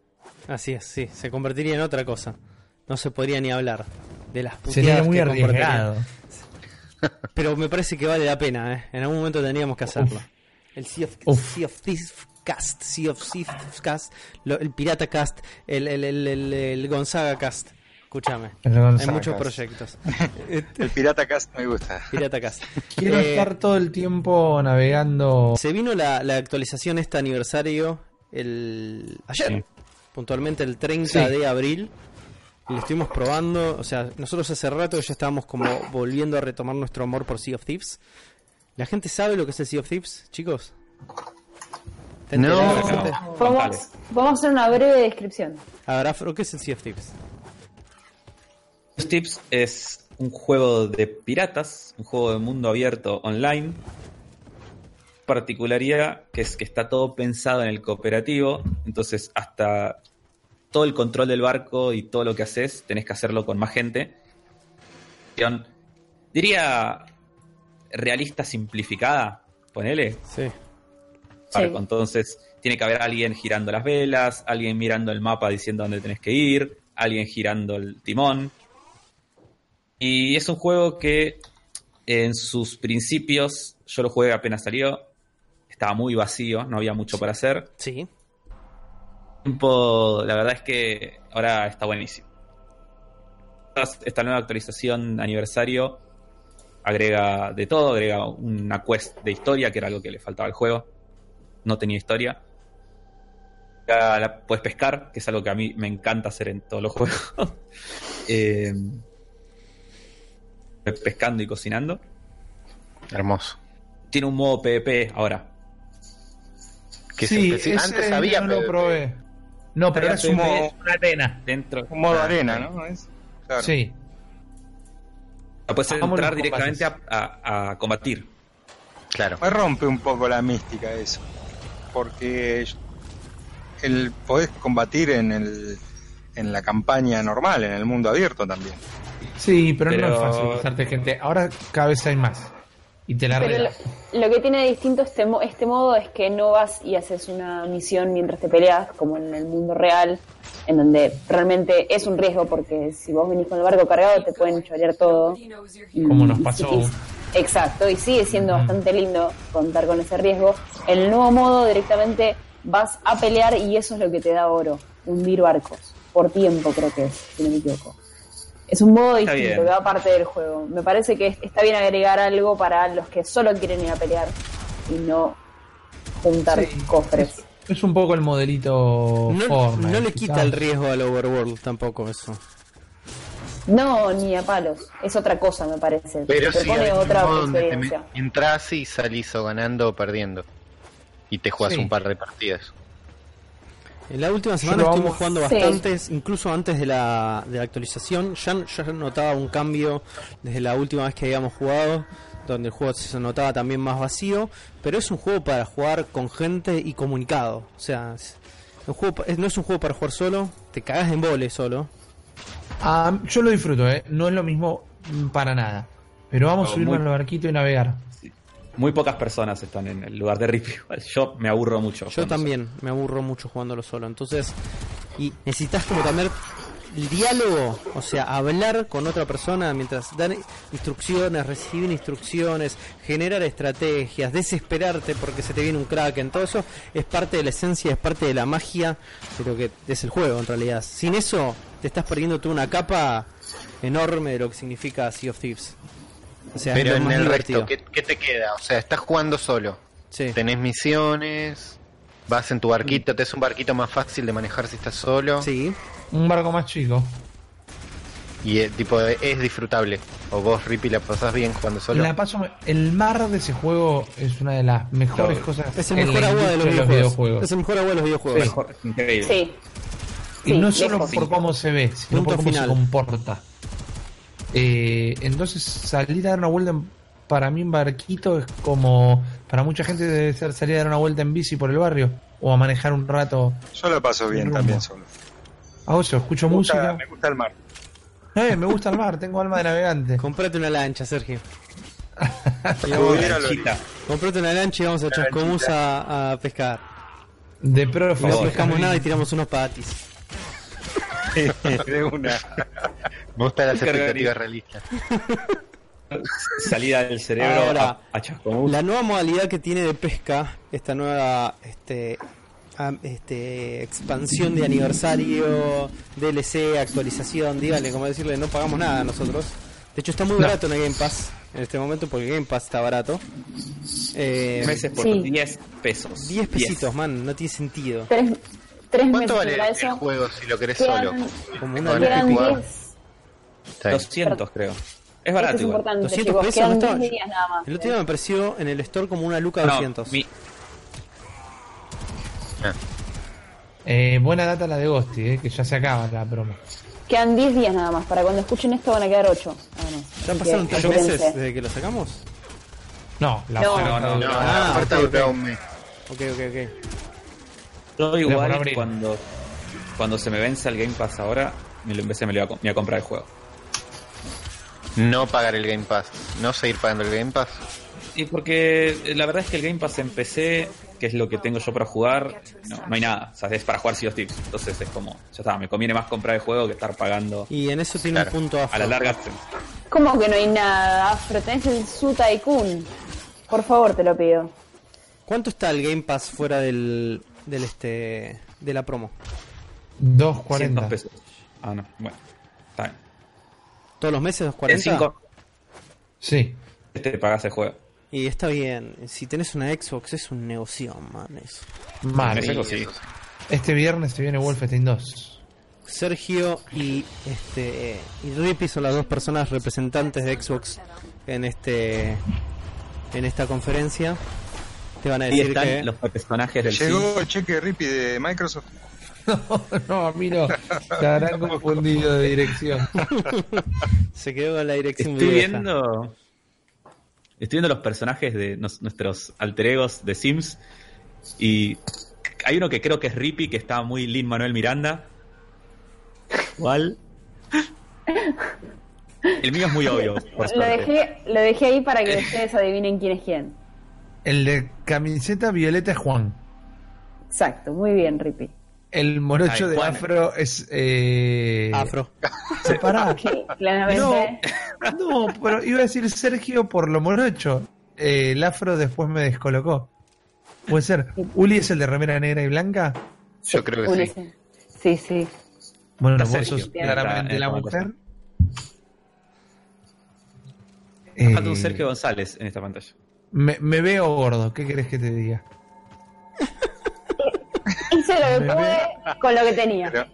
S1: Así es, sí. Se convertiría en otra cosa. No se podría ni hablar de las puteadas
S5: Sería muy
S1: que comportaría.
S5: arriesgado.
S1: Pero me parece que vale la pena, ¿eh? En algún momento tendríamos que hacerlo. El Sea of,
S5: Uf.
S1: sea of Thieves Cast, Sea of Thieves Cast, lo- el Pirata Cast, el, el, el, el- el Gonzaga Cast. Escúchame.
S5: El
S1: Hay
S5: Gonzaga
S1: muchos
S5: Cast.
S1: proyectos.
S6: El Pirata Cast me gusta.
S1: Pirata Cast.
S5: Quiero
S1: Eh,
S5: estar todo el tiempo navegando.
S1: Se vino la, la actualización este aniversario el ayer, puntualmente el 30
S5: Sí.
S1: de abril. Lo estuvimos probando, o sea, nosotros hace rato ya estábamos como volviendo a retomar nuestro amor por Sea of Thieves. ¿La gente sabe lo que es el Sea of Thieves, chicos? ¿Te
S2: No.
S1: enterás,
S3: No.
S1: gente?
S3: Contale.
S4: Podemos, podemos hacer una breve descripción.
S1: A ver, Afro, ¿qué es el Sea of Thieves?
S3: Los Tips es un juego de piratas, un juego de mundo abierto online. Particularidad que es que está todo pensado en el cooperativo, entonces hasta todo el control del barco y todo lo que haces tenés que hacerlo con más gente. Cuestión, Diría realista simplificada, ponele,
S1: Sí.
S3: barco.
S4: Sí.
S3: Entonces, tiene que haber alguien girando las velas, alguien mirando el mapa diciendo dónde tenés que ir, alguien girando el timón. Y es un juego que en sus principios, yo lo jugué apenas salió, estaba muy vacío, no había mucho para hacer.
S1: Sí.
S3: Tiempo, la verdad es que ahora está buenísimo. Esta nueva actualización de aniversario agrega de todo, agrega una quest de historia, que era algo que le faltaba al juego. No tenía historia. Ya la puedes pescar, que es algo que a mí me encanta hacer en todos los juegos. Eh, pescando y cocinando.
S2: Hermoso.
S3: Tiene un modo PvP ahora.
S2: Que
S5: Sí,
S2: se empecé-
S5: ese
S2: antes había
S5: no lo
S2: PvP.
S5: probé. No, pero era
S6: Ahora es un
S5: PvP,
S6: modo-
S5: es una arena.
S3: Dentro.
S6: Un modo
S3: Ah,
S6: arena,
S3: sí.
S6: ¿no? Es- claro.
S5: Sí.
S3: La puedes
S5: Hagamos
S3: entrar
S5: los
S3: directamente a, a- a combatir.
S2: Claro.
S6: Me rompe un poco la mística eso. Porque el, podés combatir en, el, en la campaña normal, en el mundo abierto también.
S5: Sí, pero,
S3: Pero-
S5: no es fácil pasarte gente. Ahora cada vez hay más. Y te la
S4: Pero
S5: regas.
S4: lo, lo que tiene de distinto este, mo- este modo es que no vas y haces una misión mientras te peleas, como en el mundo real, en donde realmente es un riesgo, porque si vos venís con el barco cargado te pueden chorear todo. Y-
S5: Como nos
S4: y
S5: pasó.
S4: sí- exacto, y sigue siendo
S5: Ujú.
S4: bastante lindo contar con ese riesgo. En el nuevo modo directamente vas a pelear y eso es lo que te da oro, hundir barcos. Por tiempo creo que es, si no me equivoco. Es un modo
S3: Está
S4: distinto,
S3: bien.
S4: que va parte del juego. Me parece que es- está bien agregar algo para los que solo quieren ir a pelear y no juntar
S5: Sí.
S4: cofres.
S5: Es un poco el modelito
S1: No,
S5: Fortnite,
S1: no le quita
S5: quizás.
S1: el riesgo al Overworld tampoco eso.
S4: No, ni a palos. Es otra cosa, me parece.
S2: Pero
S4: Te
S2: sí,
S4: pone
S2: hay un
S4: otra
S2: modo donde te
S4: experiencia.
S2: me- entras y salís o ganando o perdiendo. Y te jugás
S5: Sí.
S2: un par de partidas.
S1: En la última semana
S5: lo
S1: estuvimos
S5: amo.
S1: jugando
S4: Sí.
S1: bastantes, incluso antes de la, de la actualización. Ya, ya notaba un cambio desde la última vez que habíamos jugado, donde el juego se notaba también más vacío. Pero es un juego para jugar con gente y comunicado. O sea, es un juego pa- es- no es un juego para jugar solo, te cagás en vole solo.
S5: Ah, yo lo disfruto, ¿eh? No es lo mismo mm, para nada. Pero vamos
S3: No,
S5: a subirnos
S3: muy-
S5: al barquito y navegar.
S3: Muy pocas personas están en el lugar de Rip. Igual Yo me aburro mucho.
S1: Yo
S3: cuando-
S1: también me aburro mucho jugándolo solo. Entonces, y necesitas como también el diálogo, o sea, hablar con otra persona mientras dan instrucciones, recibir instrucciones, generar estrategias, desesperarte porque se te viene un kraken, todo eso es parte de la esencia, es parte de la magia de lo que es el juego en realidad. Sin eso, te estás perdiendo tú una capa enorme de lo que significa Sea of Thieves. O sea, es
S2: Pero
S1: lo
S2: en
S1: más
S2: el
S1: divertido.
S2: resto, ¿qué, qué te queda? O sea, estás jugando solo.
S1: Sí.
S2: Tenés misiones. Vas en tu barquito. Te es un barquito más fácil de manejar si estás solo.
S1: Sí.
S5: Un barco más chico.
S2: Y eh, tipo, es disfrutable. O vos, Rippy, la pasás bien jugando solo.
S5: La paso, el mar de ese juego es una de las mejores
S3: No,
S5: cosas.
S1: Es el
S5: en la
S1: mejor agua de los
S5: industria
S1: videojuegos. Es el mejor agua de los videojuegos.
S3: Mejor, increíble.
S4: Sí.
S5: Y
S4: Sí,
S5: no solo
S4: lejos.
S5: por cómo se ve,
S1: Punto
S5: sino por cómo
S1: final.
S5: se comporta. Eh, entonces, salir a dar una vuelta en- para mí en barquito es como. Para mucha gente debe ser salir a dar una vuelta en bici por el barrio o a manejar un rato.
S6: Yo la paso bien
S5: Rumbo.
S6: también solo.
S5: A vos, escucho
S6: Me gusta,
S5: música.
S6: me gusta el mar.
S5: Eh, me gusta el mar, tengo alma de navegante.
S1: Comprate una lancha, Sergio. Y vamos-
S6: Pudiera lo
S3: Chita.
S1: Comprate una lancha y vamos a Chascomús a, a pescar.
S5: De
S1: Y No
S5: profe,
S1: pescamos nada y tiramos unos patis.
S6: de una.
S2: Me gustan las
S3: Cargaría.
S2: expectativas realistas.
S3: Salida del cerebro
S1: Ahora,
S3: a, a Chascomús.
S1: La nueva modalidad que tiene de pesca, esta nueva este, am- este, expansión de aniversario, DLC, actualización, díganle, como decirle, no pagamos nada nosotros. De hecho, está muy barato en el Game Pass en este momento porque Game Pass está barato. Eh,
S3: meses por
S4: Sí.
S3: 10 pesos.
S1: 10 pesitos, man, no tiene sentido.
S4: Tres, tres
S2: ¿Cuánto
S4: meses
S2: vale
S4: para
S2: el
S4: eso.
S2: juego si lo querés solo?
S4: Quedan,
S1: Como una
S2: Ahora
S4: quedan
S2: estoy jugando.
S4: 10.
S2: Está bien.
S3: 200, creo. Es
S4: Esto
S3: barato
S4: es
S3: igual.
S4: importante,
S1: 200
S4: chicos.
S1: pesos no
S4: Quedan
S1: estaba.
S4: dos días nada más.
S1: El otro día me pareció en el store como una luca
S3: No,
S1: 200.
S3: mi-
S2: Ah,
S5: Eh, buena data la de Gosti, eh, que ya se acaba la broma.
S4: Quedan 10 días nada más. Para cuando escuchen esto van a quedar Ah, 8.
S1: ¿Ya pasaron tres meses desde que lo sacamos?
S5: No, la
S4: No.
S5: oferta
S4: No,
S2: No,
S5: dura.
S1: Ah,
S2: la oferta
S1: ok,
S2: duraba
S1: ok.
S2: un mes.
S1: Ok, ok, ok.
S3: Yo
S5: por
S3: igual
S5: abrir.
S3: cuando, cuando se me vence el Game Pass ahora, me lo empecé, me lo iba a, com- me iba a comprar el juego.
S2: No pagar el Game Pass. No seguir pagando el Game Pass.
S3: Y porque eh, la verdad es que el Game Pass en PC, que es lo que tengo yo para jugar, no, no hay nada. O sea, es para jugar si of Tips. Entonces es como, ya está, me conviene más comprar el juego que estar pagando.
S1: Y en eso tiene
S2: Claro.
S1: un punto afro.
S3: A la larga,
S4: ¿Cómo que no hay nada, Afro? Tenés el Su Tycoon. Por favor, te lo pido.
S1: ¿Cuánto está el Game Pass fuera del, del este de la promo?
S5: 2.40.
S3: 200 pesos. Ah, no, bueno, está bien.
S1: ¿Todos los meses
S3: En
S1: 240?
S3: cinco-
S5: Sí.
S3: te pagas el juego.
S1: Y está bien, si tenés una Xbox es un negocio, man. eso.
S5: Mal.
S3: En ese caso, sí.
S5: Este viernes se viene Wolfenstein 2.
S1: Sergio y este y Rippy son las dos personas representantes de Xbox en este en esta conferencia. Te van a
S3: Ahí
S1: decir
S3: están
S1: que
S3: los personajes del
S6: Llegó el cheque Rippy de Microsoft.
S5: no, a mí no. Te habrán confundido de dirección.
S1: se quedó con la dirección
S3: Estoy
S1: vieja.
S3: viendo. Estoy viendo los personajes de nos- nuestros alter egos de Sims. Y hay uno que creo que es Rippy, que está muy Lin Manuel Miranda. ¿Cuál? El mío es muy obvio. por
S4: Lo
S3: suerte.
S4: dejé, lo dejé ahí para que ustedes adivinen quién es quién.
S5: El de camiseta violeta es Juan.
S4: Exacto, muy bien, Rippy.
S5: El morocho
S3: Ay,
S5: de
S3: Juan.
S5: afro es. Eh...
S1: Afro.
S5: Pará.
S4: Sí, claramente.
S5: No,
S3: ¿eh?
S5: no, pero iba a decir Sergio por lo morocho. Eh, el afro después me descolocó. Puede ser. Uli es el de remera negra y blanca.
S2: Yo creo que sí.
S4: Ulises. Sí, sí.
S5: Bueno,
S3: Está
S5: vos
S3: Sergio,
S5: sos
S4: en
S5: claramente
S3: esta-
S5: la
S3: en esta
S5: mujer.
S3: Me falta
S5: Eh,
S3: un Sergio González en esta pantalla.
S5: Me, me veo gordo, ¿qué querés que te diga?
S4: Hice lo que
S5: Bebé.
S4: pude con lo que tenía.
S6: Pero,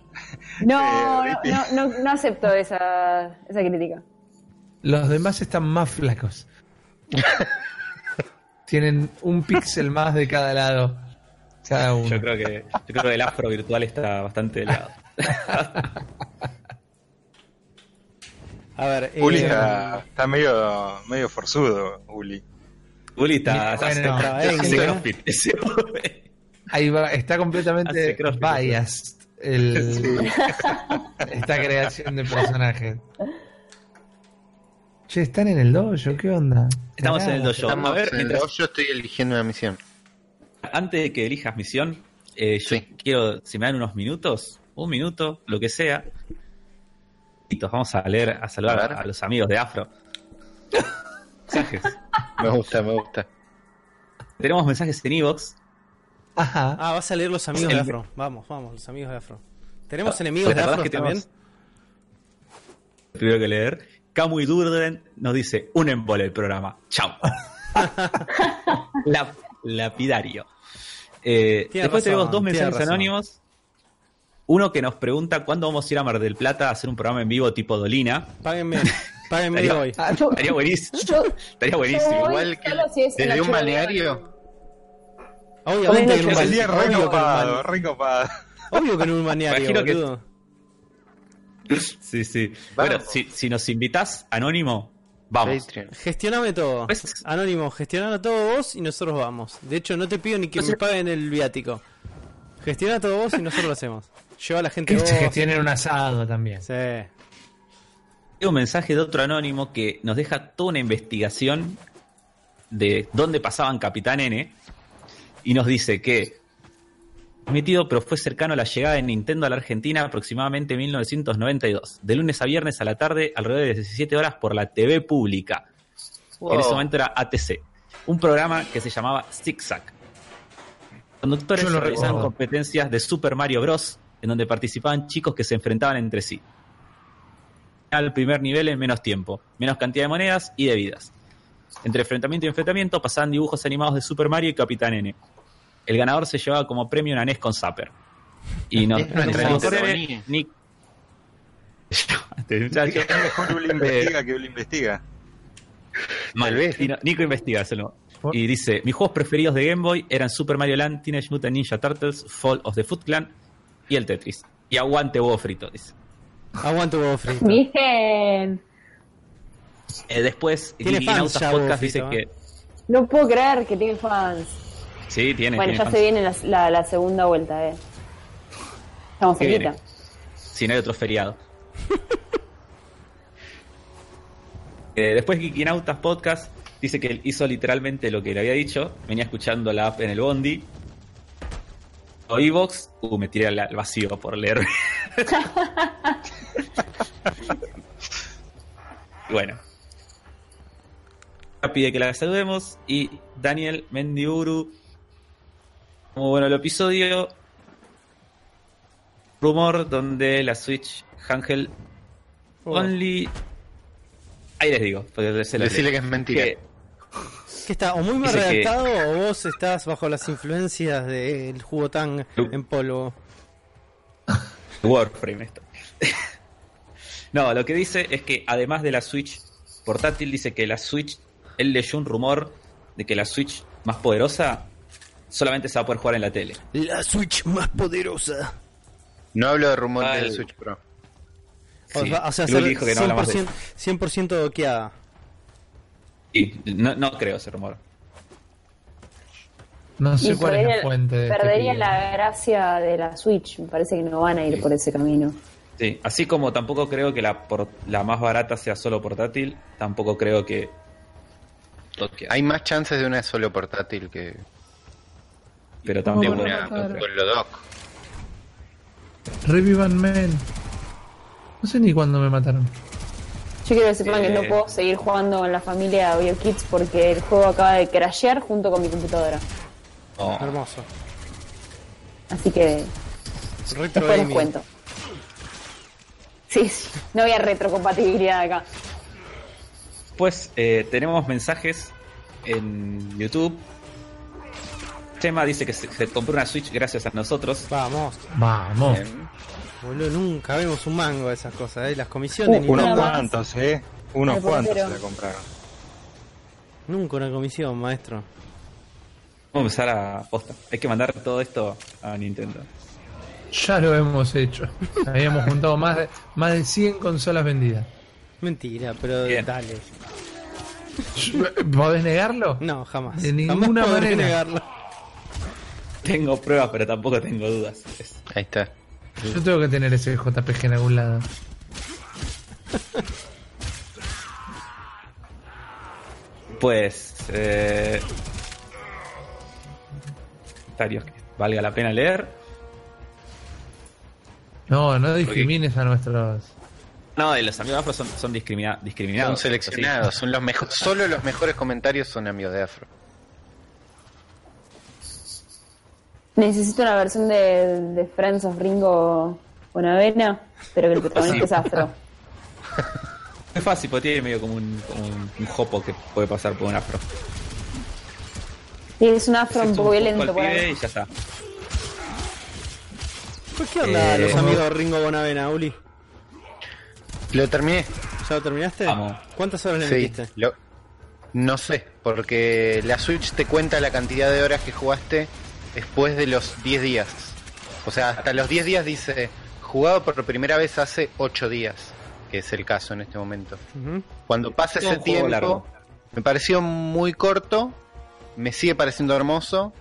S4: No,
S6: eh,
S4: no,
S6: Rippy.
S4: no, no, no acepto esa, esa crítica.
S5: Los demás están más flacos. Tienen un píxel más de cada lado. Cada
S3: Yo
S5: uno.
S3: creo que, yo creo que el afro virtual está bastante helado.
S1: A ver, eh,
S6: Uli está, está medio, medio forzudo, Uli.
S3: Uli está-
S5: Mira,
S3: hace-
S5: bueno,
S3: hace
S1: venga.
S3: crossfit, ese hombre.
S5: Ahí va, está
S3: Hace
S5: completamente
S3: crossfit.
S5: biased el- esta creación de personajes. Che, ¿están en el dojo? ¿Qué onda?
S3: Estamos en el
S5: Cagada.
S3: dojo.
S2: Estamos
S3: a ver,
S2: en el
S3: mientras-
S2: dos, yo estoy eligiendo una misión.
S3: Antes de que elijas misión, eh, yo
S2: Sí.
S3: quiero, si me dan unos minutos, un minuto, lo que sea. Y todos vamos a leer, a saludar
S2: A
S3: a,
S2: ver.
S3: los amigos de Afro. mensajes.
S2: Me gusta, me gusta.
S3: Tenemos mensajes en Evox.
S5: Ajá.
S1: Ah, vas a leer los amigos de
S3: El- Ah,
S1: Afro. Vamos, vamos, los amigos de Afro. ¿Tenemos enemigos de Afro Ah, también?
S3: Primero que leer. Camu y Durden nos dice un embole el programa. Chao. La- lapidario. Eh,
S1: Tiene razón,
S3: después tenemos dos
S1: tiene
S3: mensajes
S1: razón.
S3: anónimos. Uno que nos pregunta cuándo vamos a ir a Mar del Plata a hacer un programa en vivo tipo Dolina.
S1: Páguenme, páguenme
S3: Estaría-
S1: hoy.
S4: Ah, Yo-
S3: Estaría buenísimo.
S4: yo-
S3: Estaría buenísimo.
S4: yo voy
S2: igual que
S4: solo si es
S2: desde
S4: en la
S2: un
S4: ciudad.
S2: balneario.
S1: Obviamente que en un
S6: Es el
S1: bal-
S6: día
S1: obvio que en un
S6: recopado,
S1: bal-
S6: recopado.
S1: obvio que en un balneario,
S3: Imagino que-
S1: boludo.
S3: Sí, sí.
S2: Vamos.
S3: Bueno, si, si nos invitas anónimo, vamos.
S2: Patreon.
S1: Gestioname todo.
S3: Pues-
S1: Anónimo, gestionalo todo vos y nosotros vamos. De hecho, no te pido ni que
S3: Pues
S1: me paguen el viático. Gestiona todo vos y nosotros lo hacemos. Lleva a la gente
S5: Que,
S1: vos.
S5: que tienen un asado también.
S1: Sí.
S3: Hay un mensaje de otro anónimo que nos deja toda una investigación de dónde pasaban Capitán N y nos dice que emitido pero fue cercano a la llegada de Nintendo a la Argentina aproximadamente 1992, de lunes a viernes a la tarde alrededor de 17 horas por la TV pública. En ese momento era ATC, un programa que se llamaba Zigzag. Conductores
S5: Yo lo
S3: realizaban
S5: recuerdo.
S3: competencias de Super Mario Bros. en donde participaban chicos que se enfrentaban entre sí al primer nivel en menos tiempo, menos cantidad de monedas y de vidas. Entre enfrentamiento y enfrentamiento pasaban dibujos animados de Super Mario y Capitán N. El ganador se llevaba como premio una NES con Zapper. Y no,
S2: Es nuestra
S3: entre ni
S2: sinfonía.
S3: Tere, ni- Este muchacho.
S6: Es mejor Uli investiga que Uli investiga.
S3: Mal. Y no- Nico investiga, se lo-
S1: Oh.
S5: Por-
S3: Y dice, mis juegos preferidos de Game Boy eran Super Mario Land, Teenage Mutant Ninja Turtles, Fall of the Foot Clan y el Tetris. Y aguante huevo frito, dice.
S1: Aguanto huevo frito.
S4: Bien.
S3: Eh, después,
S1: Tiene
S3: Geeky
S1: fans
S3: Nautas
S1: ya,
S3: Podcast dice
S1: huevo frito, ¿eh?
S3: que...
S4: No puedo creer que tiene fans.
S3: Sí, tiene,
S4: Bueno,
S3: tiene
S4: ya
S3: fans.
S4: se viene la, la- la segunda vuelta, eh. Estamos
S3: ¿Qué
S4: cerquita.
S3: viene? Si no hay otro feriado. Eh, después Geekinautas Podcast dice que él hizo literalmente lo que le había dicho. Venía escuchando la app en el bondi. O iVox. Uh, me tiré al, al vacío por leer. Y bueno. Pide que la saludemos. Y Daniel Mendiuru. Muy bueno el episodio rumor donde la Switch Hangel
S1: Oh.
S3: Only. Ahí les digo. Porque se los
S2: Decirle
S3: leo.
S2: que es mentira.
S3: Que-
S1: Que está o muy mal
S3: Dice que-
S1: redactado o vos estás bajo las influencias del jugo tan
S3: Lu-
S1: en polvo.
S3: Warframe esto. no, lo que dice es que además de la Switch portátil, dice que la Switch, él leyó un rumor de que la Switch más poderosa solamente se va a poder jugar en la tele.
S1: La Switch más poderosa.
S2: No hablo de rumor
S3: Ay.
S2: del Switch Pro.
S1: O,
S3: Sí,
S1: va- o sea,
S3: Luli
S1: ser
S3: dijo que no habla más de
S1: 100%, 100% doqueada.
S3: Y no, no creo ese rumor.
S5: No sé
S4: Y
S5: cuál es la
S4: perdería-
S5: fuente. de este
S4: perdería
S5: pibe.
S4: la gracia de la Switch. Me parece que no van a ir por ese camino.
S3: Sí, así como tampoco creo que la, por- la más barata sea solo portátil, tampoco creo que... Tokio.
S2: Hay más chances de una solo portátil que
S3: pero
S2: de
S3: tampoco...
S5: Vamos a
S2: una
S5: matar.
S2: solo dock.
S5: Revivan Men. No sé ni cuándo me mataron.
S4: Yo quiero que sepan que
S3: Eh.
S4: no puedo seguir jugando en la familia Bio Kids porque el juego acaba de crashear junto con mi computadora.
S3: no.
S1: Hermoso.
S4: Así que
S1: Retro
S4: después les
S1: gaming.
S4: cuento. Sí, sí, no había retrocompatibilidad acá.
S3: Pues eh, tenemos mensajes en YouTube. Chema dice que se, se compró una Switch gracias a nosotros. Em,
S1: Vamos,
S5: Vamos.
S1: boludo, nunca vemos un mango de esas cosas, ¿eh? Las
S6: Uh,
S1: comisiones, ni
S6: unos
S4: una más.
S6: cuantos, ¿eh? Unos
S4: Al
S6: cuantos se
S4: portero.
S6: la compraron.
S1: nunca una comisión, maestro.
S3: Vamos a empezar a posta. Hay que mandar todo esto a Nintendo.
S5: Ya lo hemos hecho. Habíamos juntado más de, más de 100 consolas vendidas.
S1: Mentira, pero
S3: Bien.
S1: dale.
S5: ¿Podés negarlo?
S1: No, jamás.
S5: De
S1: jamás
S5: ninguna
S1: podré
S5: manera.
S1: negarlo.
S3: Tengo pruebas, pero tampoco tengo dudas. Es-
S2: Ahí está.
S5: Yo tengo que tener ese JPG en algún lado.
S3: Pues. Eh, comentarios que valga la pena leer.
S5: No, no discrimines a nuestros.
S3: No, y los amigos afro son, son discrimina- discriminados.
S2: Son
S3: Sí.
S2: seleccionados, son los mejores. Solo los mejores comentarios son amigos de Afro.
S4: Necesito una versión de, de Friends of Ringo Bonavena, pero que el protagonista es Astro.
S3: Es fácil, porque tiene medio como un, como un, un jopo que puede pasar por un afro.
S4: Y es un Afro
S3: Es
S4: un poco
S3: al
S4: violento por
S3: pibe
S4: ahí.
S3: Y ya está.
S1: ¿Por qué onda
S3: Eh,
S1: los
S3: como-
S1: amigos de Ringo Bonavena, Uli?
S2: Lo terminé.
S1: ¿Ya lo terminaste?
S3: Vamos.
S1: ¿Cuántas horas le
S2: Sí,
S1: metiste?
S2: lo- no sé, porque la Switch te cuenta la cantidad de horas que jugaste después de los 10 días. O sea, hasta los 10 días dice, jugado por primera vez hace 8 días, que es el caso en este momento.
S1: Ujú.
S2: Cuando pasa
S3: Es
S2: ese
S3: un juego
S2: tiempo,
S3: largo.
S2: me pareció muy corto, me sigue pareciendo hermoso.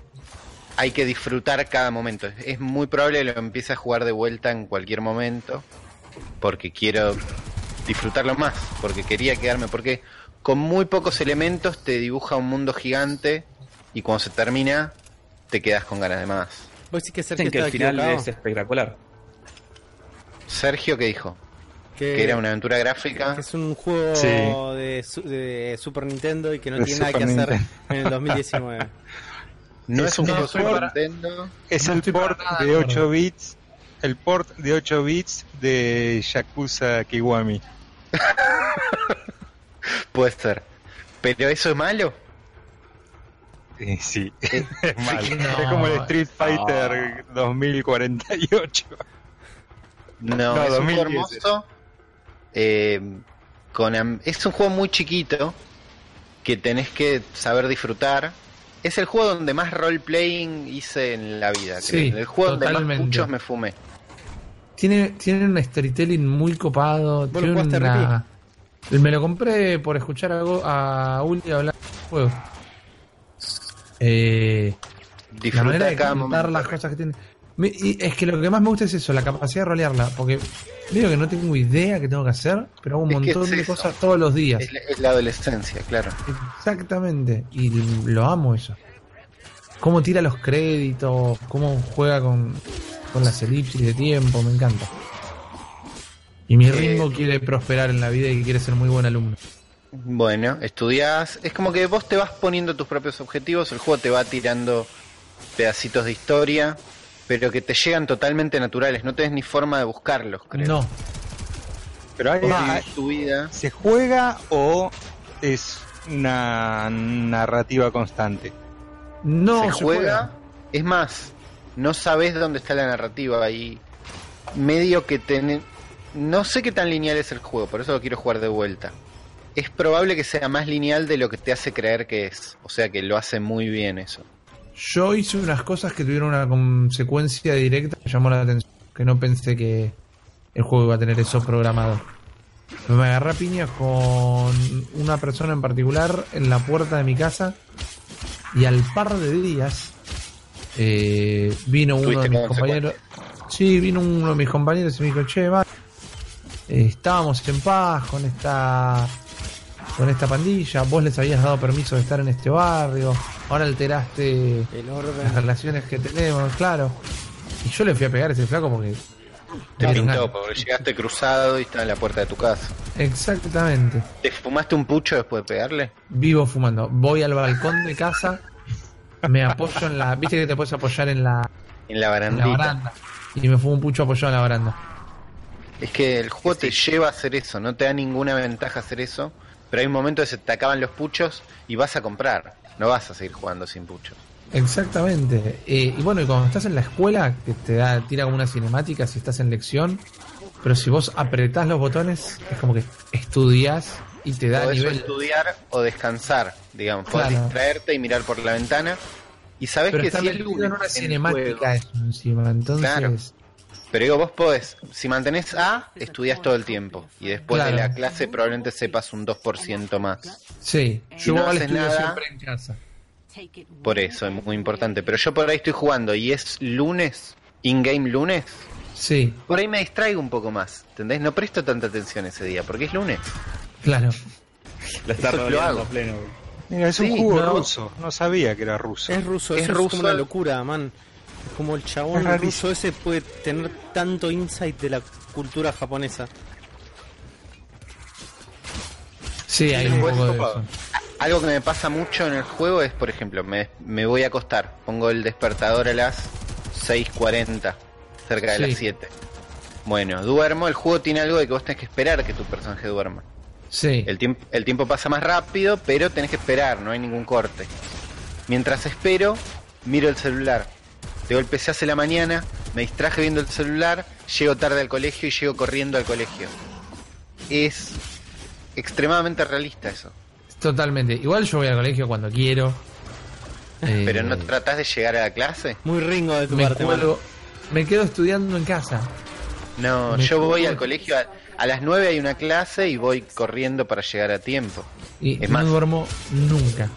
S2: Hay que disfrutar cada momento. Es- Es muy probable que lo empiece a jugar de vuelta en cualquier momento, porque quiero disfrutarlo más, porque quería quedarme, porque con muy pocos elementos te dibuja un mundo gigante y cuando se termina te quedas con ganas de más.
S1: Vos decís que Sergio
S3: Dicen que
S1: está
S3: el final
S1: equivocado.
S3: es espectacular.
S2: Sergio, ¿qué dijo?
S1: que,
S2: Que era una aventura gráfica.
S1: que Eh, es un juego
S6: Sí.
S1: de, su- de Super Nintendo y que no
S6: De
S1: tiene nada que
S6: Super
S1: hacer
S6: Nintendo.
S1: en el 2019.
S2: No es un
S6: es
S2: juego
S6: un
S2: Super
S6: juego-
S2: Nintendo.
S6: Es
S5: No
S6: el
S5: estoy para
S6: port
S5: nada
S6: de
S5: de
S6: 8
S5: acuerdo.
S6: bits. El port de 8 bits de Yakuza Kiwami.
S2: Puede ser. Pero eso es malo.
S6: Eh, Ah. Sí, es malo.
S5: No,
S6: es como el Street Fighter 2048.
S2: No,
S6: No,
S2: es un
S6: 2010
S2: juego hermoso. eh, con, am- es un juego muy chiquito que tenés que saber disfrutar. Es el juego donde más role-playing hice en la vida.
S5: Sí,
S2: creo. El juego donde más
S5: totalmente.
S2: muchos me fumé.
S5: Tiene, tiene un storytelling muy copado.
S1: lo
S5: tiene
S1: jugaste,
S5: una- Me lo compré por escuchar a, Go- a Uli hablar del juego. Eh, la
S2: Disfruta
S5: manera de
S2: cada
S5: contar
S2: momento.
S5: las cosas que tiene. Me- y es que lo que más me gusta es eso, la capacidad de rolearla. Porque veo que no tengo idea que tengo que hacer, pero hago un
S2: Es que
S5: montón
S2: es
S5: de
S2: eso.
S5: cosas todos los días.
S2: Es la, es la adolescencia, claro.
S5: Exactamente, y lo amo eso. Cómo tira los créditos, cómo juega con, con las elipsis de tiempo, me encanta. Y mi
S2: Eh,
S5: Ringo quiere prosperar en la vida y quiere ser muy buen alumno.
S2: Bueno, estudiás. Es como que vos te vas poniendo tus propios objetivos. El juego te va tirando pedacitos de historia. Pero que te llegan totalmente naturales. No tenés ni forma de buscarlos, creo.
S5: No,
S6: Pero hay,
S2: Ah, tu vida.
S6: ¿Se juega o es una narrativa constante?
S5: No
S2: se, juega. Es más, no sabes dónde está la narrativa y medio que ten... No sé qué tan lineal es el juego, por eso lo quiero jugar de vuelta. Es probable que sea más lineal de lo que te hace creer que es. O sea que lo hace muy bien eso.
S5: Yo hice unas cosas que tuvieron una consecuencia directa que llamó la atención. Que no pensé que el juego iba a tener eso programado. Me agarré a piñas con una persona en particular en la puerta de mi casa. Y al par de días eh, vino uno de
S2: Tuviste
S5: mis
S2: consecuencias.
S5: compañeros. Sí, vino uno de mis compañeros y me dijo, che, va, eh, estábamos en paz con esta con esta pandilla, vos les habías dado permiso de estar en este barrio, ahora alteraste
S1: El
S5: las
S1: orden.
S5: relaciones que tenemos, claro. Y yo le fui a pegar a ese flaco porque.
S2: Te
S5: Claro.
S2: pintó, porque llegaste cruzado y está en la puerta de tu casa.
S5: Exactamente.
S2: ¿Te fumaste un pucho después de pegarle?
S5: Vivo fumando. Voy al balcón de casa, me apoyo en la. ¿Viste que te puedes apoyar en
S2: En
S5: la,
S2: la
S5: en la
S2: barandita.
S5: baranda? Y me fumo un pucho apoyado en la baranda.
S2: Es que el juego te lleva a hacer eso, no te da ninguna ventaja hacer eso, pero hay un momento que se te acaban los puchos y vas a comprar, no vas a seguir jugando sin puchos.
S5: Exactamente. Eh, y bueno, y cuando estás en la escuela, que te da, tira como una cinemática si estás en lección, pero si vos apretás los botones, es como que estudias y te da
S2: Podés o
S5: nivel.
S2: estudiar o descansar, digamos, podés
S5: Claro.
S2: distraerte y mirar por la ventana. Y sabes
S5: Pero
S2: que
S5: está
S2: si el
S5: metido
S2: lunes
S5: en una
S2: el
S5: cinemática
S2: juego-
S5: eso encima, entonces.
S2: Claro. Pero digo, vos podés, si mantenés A, estudias todo el tiempo. Y después de
S5: Claro.
S2: la clase probablemente sepas un 2% más.
S5: Sí,
S2: Si
S5: yo
S2: Eh, no
S5: igual
S2: haces
S5: estudio
S2: nada-
S5: siempre en casa.
S2: Por eso es muy importante. Pero yo por ahí estoy jugando y es lunes, in-game lunes.
S5: Sí,
S2: Por ahí me distraigo un poco más, ¿entendés? No presto tanta atención ese día, porque es lunes.
S5: claro.
S3: La está
S2: Eso lo
S3: rodeando
S2: hago.
S3: pleno.
S6: Mira, es
S2: Sí,
S6: un juego
S5: no.
S6: ruso. No sabía que era ruso.
S1: Es ruso,
S2: Es
S1: eso es,
S2: ruso.
S1: como una locura, man. Es como el
S6: Es
S1: chabón ruso
S6: rarísimo.
S1: ese puede tener tanto insight de la cultura japonesa.
S5: Sí, hay un
S2: Después,
S5: poco de
S2: copado.
S5: eso.
S2: Algo que me pasa mucho en el juego es, por ejemplo, me, me voy a acostar, pongo el despertador a las 6.40, cerca de
S5: Sí.
S2: las 7. Bueno, duermo, el juego tiene algo de que vos tenés que esperar que tu personaje duerma.
S5: Sí,
S2: El, tiemp- el tiempo pasa más rápido, pero tenés que esperar, no hay ningún corte. Mientras espero, miro el celular. De golpe se hace la mañana, me distraje viendo el celular, llego tarde al colegio y llego corriendo al colegio. Es extremadamente realista eso.
S5: totalmente. Igual yo voy al colegio cuando quiero. Eh,
S2: Pero no tratás de llegar a la clase.
S1: Muy ringo de tu
S5: me,
S1: parte, man.
S5: cuelgo- me quedo estudiando en casa.
S2: No,
S5: Me
S2: yo voy
S5: juro.
S2: al colegio a, a las 9 hay una clase y voy corriendo para llegar a tiempo.
S5: Y
S2: Es
S5: no
S2: más.
S5: duermo nunca.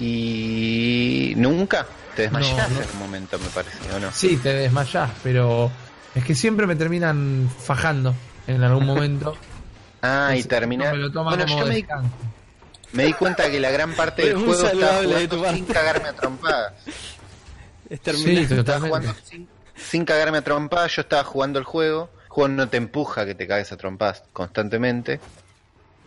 S2: Y nunca te desmayás
S5: No, no.
S2: en un momento, me parece, ¿o no?
S5: Sí, te desmayás, pero es que siempre me terminan fajando en algún momento.
S2: Ah, y
S5: Entonces,
S2: terminar.
S5: Me lo toma
S2: Bueno,
S5: como
S2: yo me,
S5: descanso.
S2: me di cuenta que la gran parte del
S1: Muy
S2: juego estaba
S1: saludable de tu
S2: jugando sin
S1: parte.
S2: cagarme a trompadas.
S1: Es
S5: Sí,
S1: terminar.
S2: Estaba
S5: totalmente.
S2: jugando sin, sin cagarme a trompadas, yo estaba jugando el juego. El juego no te empuja que te cagues a trompadas constantemente.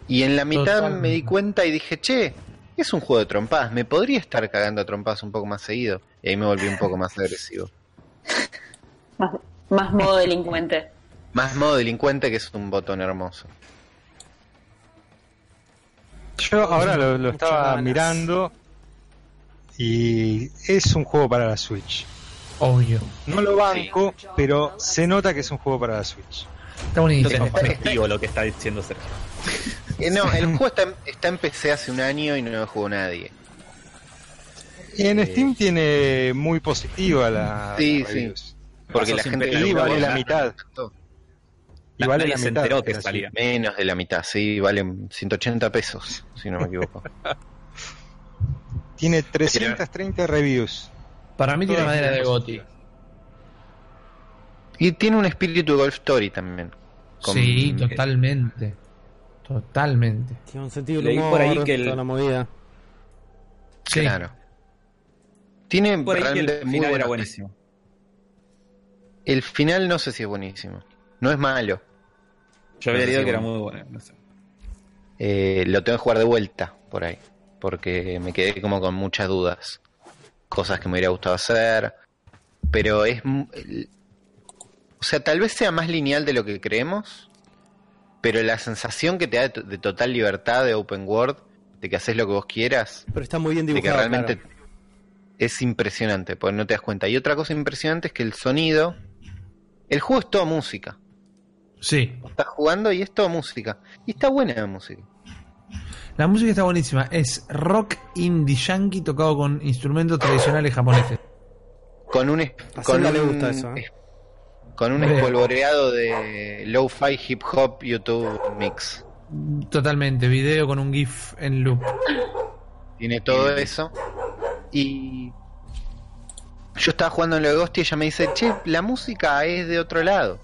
S2: Y en la mitad me di
S5: Totalmente.
S2: cuenta y dije, che, es un juego de trompadas, me podría estar cagando a trompadas un poco más seguido. Y ahí me volví un poco más agresivo.
S4: Más, más modo delincuente.
S2: Más modo delincuente que es un botón hermoso.
S6: Yo ahora lo, lo
S1: Muchas
S6: estaba
S1: ganas.
S6: mirando y es un juego para la Switch.
S5: Obvio.
S6: No lo banco, pero se nota que es un juego para la Switch.
S5: Está buenísimo.
S3: Entonces, es efectivo lo que está diciendo Sergio.
S2: Eh, no, el juego está, en- está en PC hace un año y no lo jugó nadie.
S6: Y en Steam tiene muy positiva
S2: Eh.
S6: la.
S2: Sí,
S6: la
S2: sí.
S6: reviews.
S2: Porque
S3: Pasó
S2: la
S3: sin
S2: gente...
S3: pena
S2: que
S6: Y
S2: lo
S6: vale
S2: jugó,
S6: la
S2: nada,
S6: mitad.
S2: tanto.
S6: Y vale
S3: Nadie
S6: la
S3: se
S6: mitad.
S3: enteró que
S6: Era así.
S3: salía.
S2: Menos de la mitad, sí, valen 180 pesos, si no me equivoco.
S6: Tiene 330 reviews.
S2: eh,
S5: Para mí tiene
S6: Todas
S5: madera de
S6: bien
S5: goti.
S2: Y tiene un espíritu de Golf Story también. Con-
S5: Sí, totalmente. Totalmente.
S1: Tiene un sentido del
S3: Leí
S1: humor,
S3: por ahí que el-
S1: toda la movida.
S5: Sí.
S2: Claro. Tiene
S3: Por ahí que el
S2: realmente
S3: final
S2: muy
S3: era
S2: buenas-
S3: buenísimo.
S2: El final no sé si es buenísimo. No es malo.
S3: Yo había
S2: Sí,
S3: leído que era
S2: bueno.
S3: muy bueno. no sé.
S2: Eh, lo tengo que jugar de vuelta por ahí. Porque me quedé como con muchas dudas. Cosas que me hubiera gustado hacer. Pero es. mu- el- O sea, tal vez sea más lineal de lo que creemos, pero la sensación que te da de, to- de total libertad de open world, de que haces lo que vos quieras,
S1: Pero está muy bien
S2: de que
S1: dibujado.
S2: realmente
S1: claro.
S2: es impresionante, porque no te das cuenta. Y otra cosa impresionante es que el sonido, el juego es toda música.
S5: Sí.
S2: Estás jugando y es toda música. Y está buena la música.
S5: La música está buenísima. Es rock indie yankee tocado con instrumentos tradicionales japoneses.
S2: Con un es-
S1: A
S2: con
S1: Zelda
S2: un,
S1: le gusta eso, ¿eh?
S2: es- con un
S5: Bien.
S2: espolvoreado de lo-fi hip hop YouTube mix.
S5: Totalmente. Video con un GIF en loop.
S2: Tiene todo eso. Y yo estaba jugando en lo de Ghost y ella me dice, che, la música es de otro lado.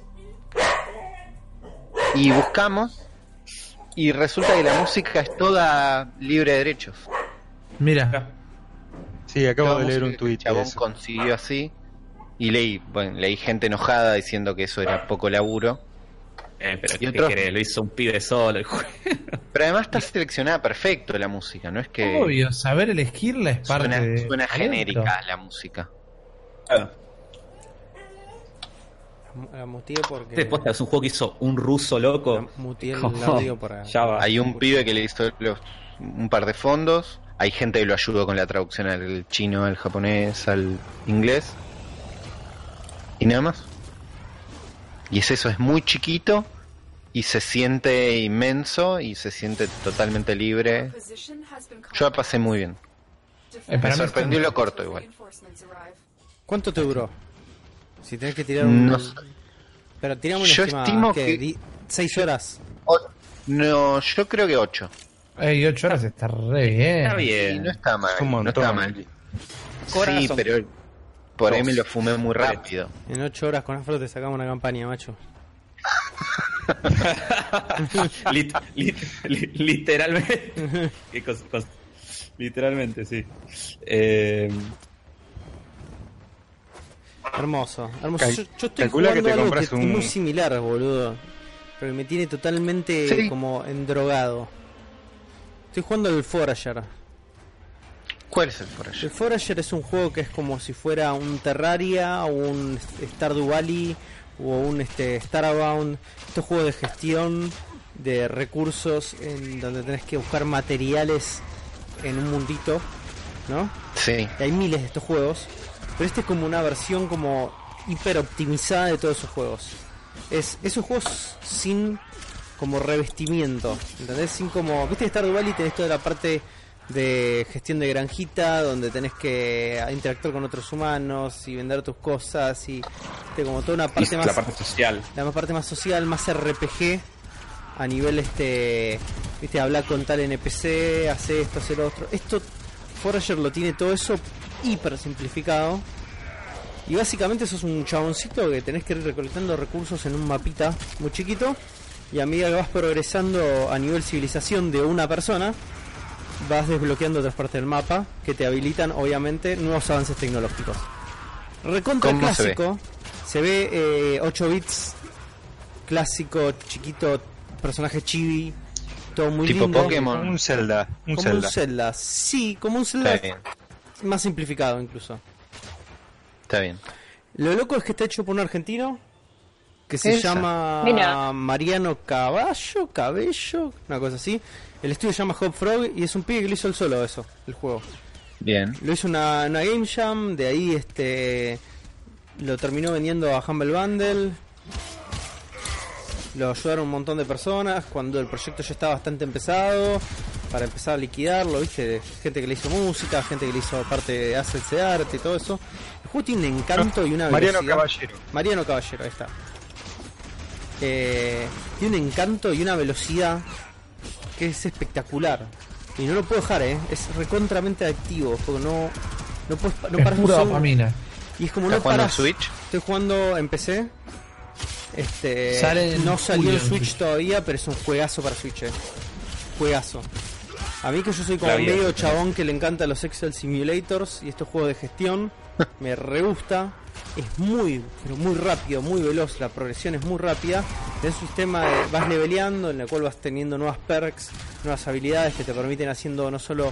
S2: Y buscamos y resulta que la música es toda libre de derechos.
S5: Mira.
S6: Sí, acabo
S2: Toda
S6: de leer
S2: música
S6: un
S2: que
S6: tuit.
S2: El
S6: de
S2: chabón
S6: eso.
S2: consiguió así. Y leí, bueno, leí gente enojada diciendo que eso era poco laburo.
S3: Eh, pero
S2: ¿Y
S3: ¿qué
S2: otro?
S3: querés? Lo hizo un pibe solo. el juego.
S2: Pero además está seleccionada perfecto la música, no es que
S5: Obvio, saber elegirla es parte
S2: suena,
S5: de.
S2: suena
S5: talento.
S2: genérica la música.
S3: Claro.
S1: La muteé porque.
S3: Este posta es un juego que hizo un ruso
S1: la
S3: loco.
S1: muteé el audio para.
S3: Ya va.
S2: Hay un pibe que le hizo los- un par de fondos. Hay gente que lo ayudó con la traducción al chino, al japonés, al inglés. Y nada más. Y es eso, es muy chiquito y se siente inmenso y se siente totalmente libre. Yo la pasé muy bien.
S5: Eh, para
S2: Me
S5: mí
S2: sorprendió
S5: está-
S2: lo corto igual.
S1: ¿Cuánto te duró? Si tenés que tirar un.
S2: No sé.
S1: Pero tiramos
S2: Yo estimo que-
S1: 6 horas.
S2: O- No, yo creo que 8.
S5: Ey, ocho horas está re bien.
S3: Está
S2: Y no
S3: bien.
S2: está mal.
S6: Es un
S2: No está
S6: montón.
S2: mal. Sí,
S3: Corazón.
S2: pero por ahí
S3: Dos.
S2: me lo fumé muy rápido.
S1: En 8 horas con Afro te sacamos una campaña, macho.
S3: Lit- lit- li- literalmente. Qué cosa- cosa- literalmente, sí. Eh,
S1: Hermoso. hermoso.
S6: Cal-
S1: Yo, yo estoy
S6: calcula que
S1: jugando
S6: te
S1: algo
S6: compras
S1: que
S6: un-
S1: es muy similar, boludo. Pero me tiene totalmente
S2: Sí.
S1: como endrogado. Estoy jugando el Forager.
S2: ¿Cuál es el por allá?
S1: El Forager es un juego que es como si fuera un Terraria o un Stardew Valley o un este, Starbound. Estos juegos de gestión de recursos en donde tenés que buscar materiales en un mundito, ¿no?
S2: Sí.
S1: Y hay miles de estos juegos, pero este es como una versión como hiper optimizada de todos esos juegos. Es, es un juego s- sin como revestimiento, ¿entendés? Sin como, viste Stardew Valley tenés toda la parte de gestión de granjita, donde tenés que interactuar con otros humanos y vender tus cosas y viste, como toda una
S3: y
S1: parte más
S3: la parte social.
S1: la más parte más social, más RPG, a nivel este, viste, hablar con tal NPC, hace esto, hace lo otro. Esto, Forager lo tiene todo eso hiper simplificado. Y básicamente sos un chaboncito que tenés que ir recolectando recursos en un mapita muy chiquito. Y a medida que vas progresando a nivel civilización de una persona, vas desbloqueando otras partes del mapa que te habilitan, obviamente, nuevos avances tecnológicos. Recontra
S2: ¿Cómo se ve?
S1: clásico, se ve, eh, 8 bits, clásico, chiquito, personaje chibi, todo muy
S2: Tipo
S1: lindo.
S2: Pokémon.
S6: Un Zelda. Un
S1: Como
S6: Zelda.
S1: un Zelda, sí, como un Zelda
S2: Está bien,
S1: más simplificado incluso.
S2: está bien.
S1: Lo loco es que está hecho por un argentino que se
S2: Esa.
S1: llama
S4: Mira.
S1: Mariano Caballo, Cabello, una cosa así. El estudio se llama Hop Frog y es un pibe que lo hizo el solo eso, el juego.
S2: Bien.
S1: Lo hizo una, una Game Jam, de ahí este lo terminó vendiendo a Humble Bundle. Lo ayudaron un montón de personas cuando el proyecto ya estaba bastante empezado para empezar a liquidarlo, ¿viste? Gente que le hizo música, gente que le hizo parte de assets de arte y todo eso. El juego tiene un encanto y una
S6: Mariano
S1: velocidad.
S6: Caballero.
S1: Mariano Caballero, ahí está. Eh, tiene un encanto y una velocidad que es espectacular. Y no lo puedo dejar, ¿eh? Es recontramente activo. Porque no, no, puedes, pa- no
S5: es
S1: paras un
S5: pura
S1: segundo.
S5: dopamina.
S1: Y es como
S2: ¿Estás
S1: no
S2: jugando en
S1: paras.
S2: Switch?
S1: Estoy jugando en PC. Este,
S5: Sale en
S1: no salió
S5: julio
S1: en
S5: en
S1: Switch
S5: Switch.
S1: todavía, pero es un juegazo para Switch. eh. Juegazo. A mí que yo soy como
S3: La vida.
S1: medio chabón que le encanta los Excel Simulators y estos juegos de gestión, me re gusta. Es muy, pero muy rápido, muy veloz, la progresión es muy rápida. Es un sistema de vas leveleando, en el cual vas teniendo nuevas perks, nuevas habilidades que te permiten haciendo no solo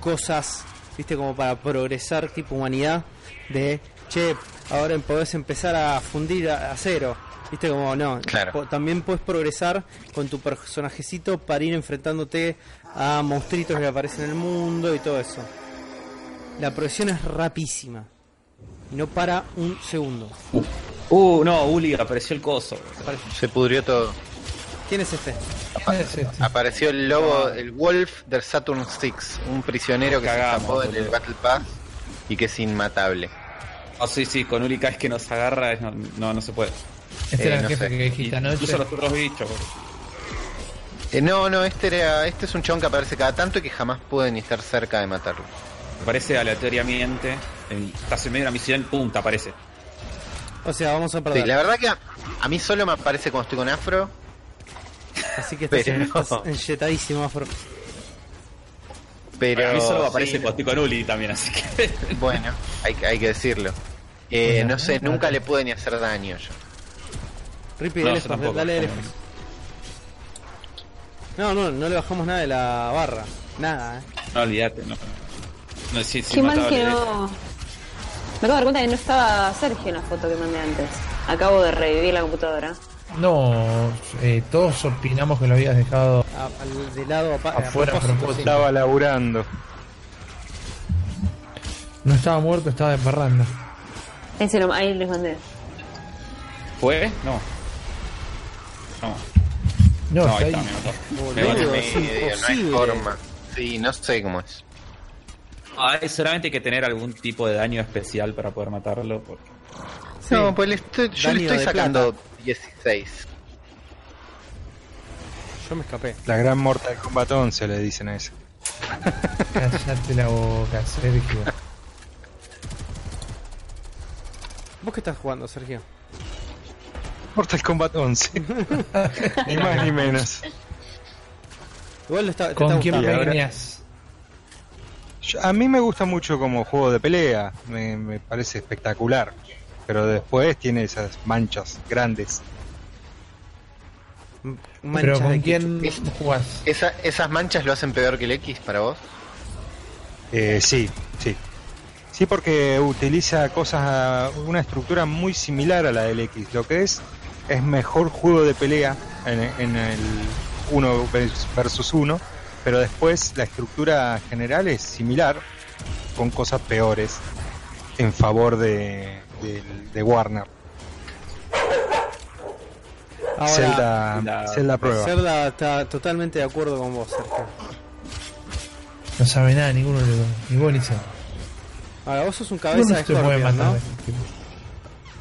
S1: cosas viste, como para progresar tipo humanidad, de, che, ahora podés empezar a fundir a, a cero. Viste como no,
S2: Claro.
S1: po- también puedes progresar con tu personajecito para ir enfrentándote a monstruitos que aparecen en el mundo y todo eso. La progresión es rapidísima y no para un segundo.
S3: Uh, no, Uli, apareció el coso.
S2: Se pudrió todo.
S1: ¿Quién es este?
S5: Es este.
S2: Apareció el lobo, el Wolf del Saturn 6, un prisionero que
S3: Cagamos,
S2: se escapó en el
S3: boludo.
S2: Battle Pass y que es inmatable.
S3: Ah, sí, sí, con Uli cada vez que nos agarra es- no, no, no se puede.
S5: Este
S2: Eh,
S5: era el
S2: no
S5: jefe
S2: sé.
S5: que dijiste
S3: Incluso
S5: anoche.
S3: los otros bichos.
S2: Eh, no, no, este era, este es un chabón que aparece cada tanto y que jamás puede ni estar cerca de matarlo.
S3: Aparece aleatoriamente. en- Estás en medio de una misión, pum, te aparece.
S1: O sea, vamos a
S2: Sí,
S1: perder.
S2: la verdad que a, a mí solo me aparece cuando estoy con afro.
S1: Así que estás,
S2: Pero no.
S1: estás enyetadísimo, Afro.
S2: Pero
S3: a mí solo
S2: sí,
S3: aparece cuando estoy con Uli también, así que.
S2: Bueno, hay, que- hay que decirlo. Eh,
S5: Bueno,
S2: no sé,
S5: no,
S2: nunca
S5: no.
S2: le pude ni hacer daño yo.
S1: Ripi,
S3: No,
S1: de
S3: yo
S1: lejos,
S3: tampoco.
S1: dale de lejos. No, no, no le bajamos nada de la barra. Nada, eh.
S3: No, olvídate, no. No, sí, sí,
S4: Qué mal
S3: mataba
S4: que
S3: a Uli.
S4: no. Me acabo de dar cuenta que no estaba Sergio en la foto que mandé antes. Acabo de revivir la computadora.
S5: No, eh, todos opinamos que lo habías dejado
S1: A- al- de lado a pa- a
S5: afuera a
S1: propósito,
S5: propósito.
S6: Estaba laburando.
S5: No estaba muerto, estaba desparrando.
S4: Ese lo- ahí les mandé.
S3: ¿Fue? No. No,
S5: No,
S3: no, ahí está,
S5: está ahí.
S3: me mató. Me mató.
S1: Boludo,
S2: Bueno,
S1: es
S2: medio, no hay
S1: imposible.
S2: forma. Sí, no sé cómo es.
S3: Ah, es solamente hay que tener algún tipo de daño especial para poder matarlo. porque-
S1: Sí.
S2: No, pues le estoy- yo
S1: Daño
S2: le estoy
S1: de
S2: sacando 16.
S1: Yo me escapé.
S6: La gran Mortal Kombat 11 le dicen a eso.
S5: Cállate la boca, Sergio.
S1: ¿Vos qué estás jugando, Sergio?
S6: Mortal Kombat 11. ni más ni menos.
S1: Igual lo está, te
S5: ¿Con
S1: está
S5: quién
S1: gustando.
S6: ahora?
S5: peleas?
S6: Yo- a mí me gusta mucho como juego de pelea. Me, me parece espectacular. Pero después tiene esas manchas grandes.
S1: M- manchas
S5: ¿Pero con
S1: eh. de
S5: quién
S2: ketchup.
S5: jugás?
S2: Esa, esas manchas lo hacen peor que el X para vos.
S6: Eh, sí, sí. Sí, porque utiliza cosas, una estructura muy similar a la del X. Lo que es, es mejor juego de pelea en, en el 1 versus 1, pero después la estructura general es similar, con cosas peores en favor de, del- de Warner.
S1: ketchup. Ahora,
S6: Zelda,
S3: la-
S6: Zelda prueba.
S1: Zelda está totalmente de acuerdo con vos, Sergio.
S5: No sabe nada, ninguno le Ni vos ni Sergio.
S1: Ahora, vos sos un
S5: Uno
S1: cabeza de
S5: se puede
S1: Scorpion,
S5: matar.
S1: ¿no?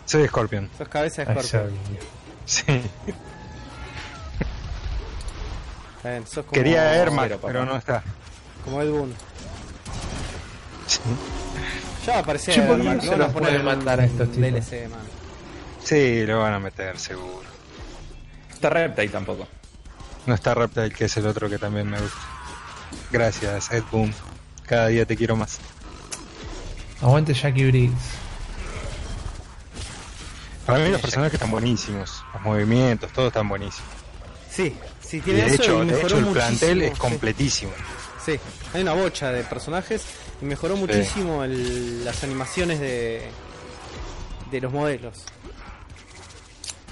S6: Soy Scorpion.
S1: Sos cabeza de
S5: Ay,
S1: Scorpion.
S5: Sergio.
S6: Sí.
S1: Está bien, sos como,
S6: Quería Ermac,
S3: cero, papá.
S6: pero no está.
S1: Como Ed Boon.
S6: Sí.
S1: Ya aparecía
S5: Che, ¿por qué
S1: Ermac,
S5: no se
S1: van
S5: los
S1: a poner
S5: puede
S1: en
S5: matar a estos tipos?
S1: DLC, man.
S6: Sí, lo van a meter seguro.
S3: Está Reptile tampoco.
S6: No está Reptile, que es el otro que también me gusta. Gracias, Ed Boom. Cada día te quiero más.
S5: Aguante Jackie Briggs.
S6: Para mí los personajes están buenísimos. Los movimientos, todo están buenísimos.
S1: Sí, sí,
S6: Y
S1: tiene
S6: de
S1: eso
S6: hecho,
S1: y
S6: de
S1: mejoró
S6: hecho el
S1: muchísimo,
S6: plantel es
S1: sí.
S6: completísimo.
S1: Sí, hay una bocha de personajes y mejoró muchísimo el- las animaciones de, de los modelos.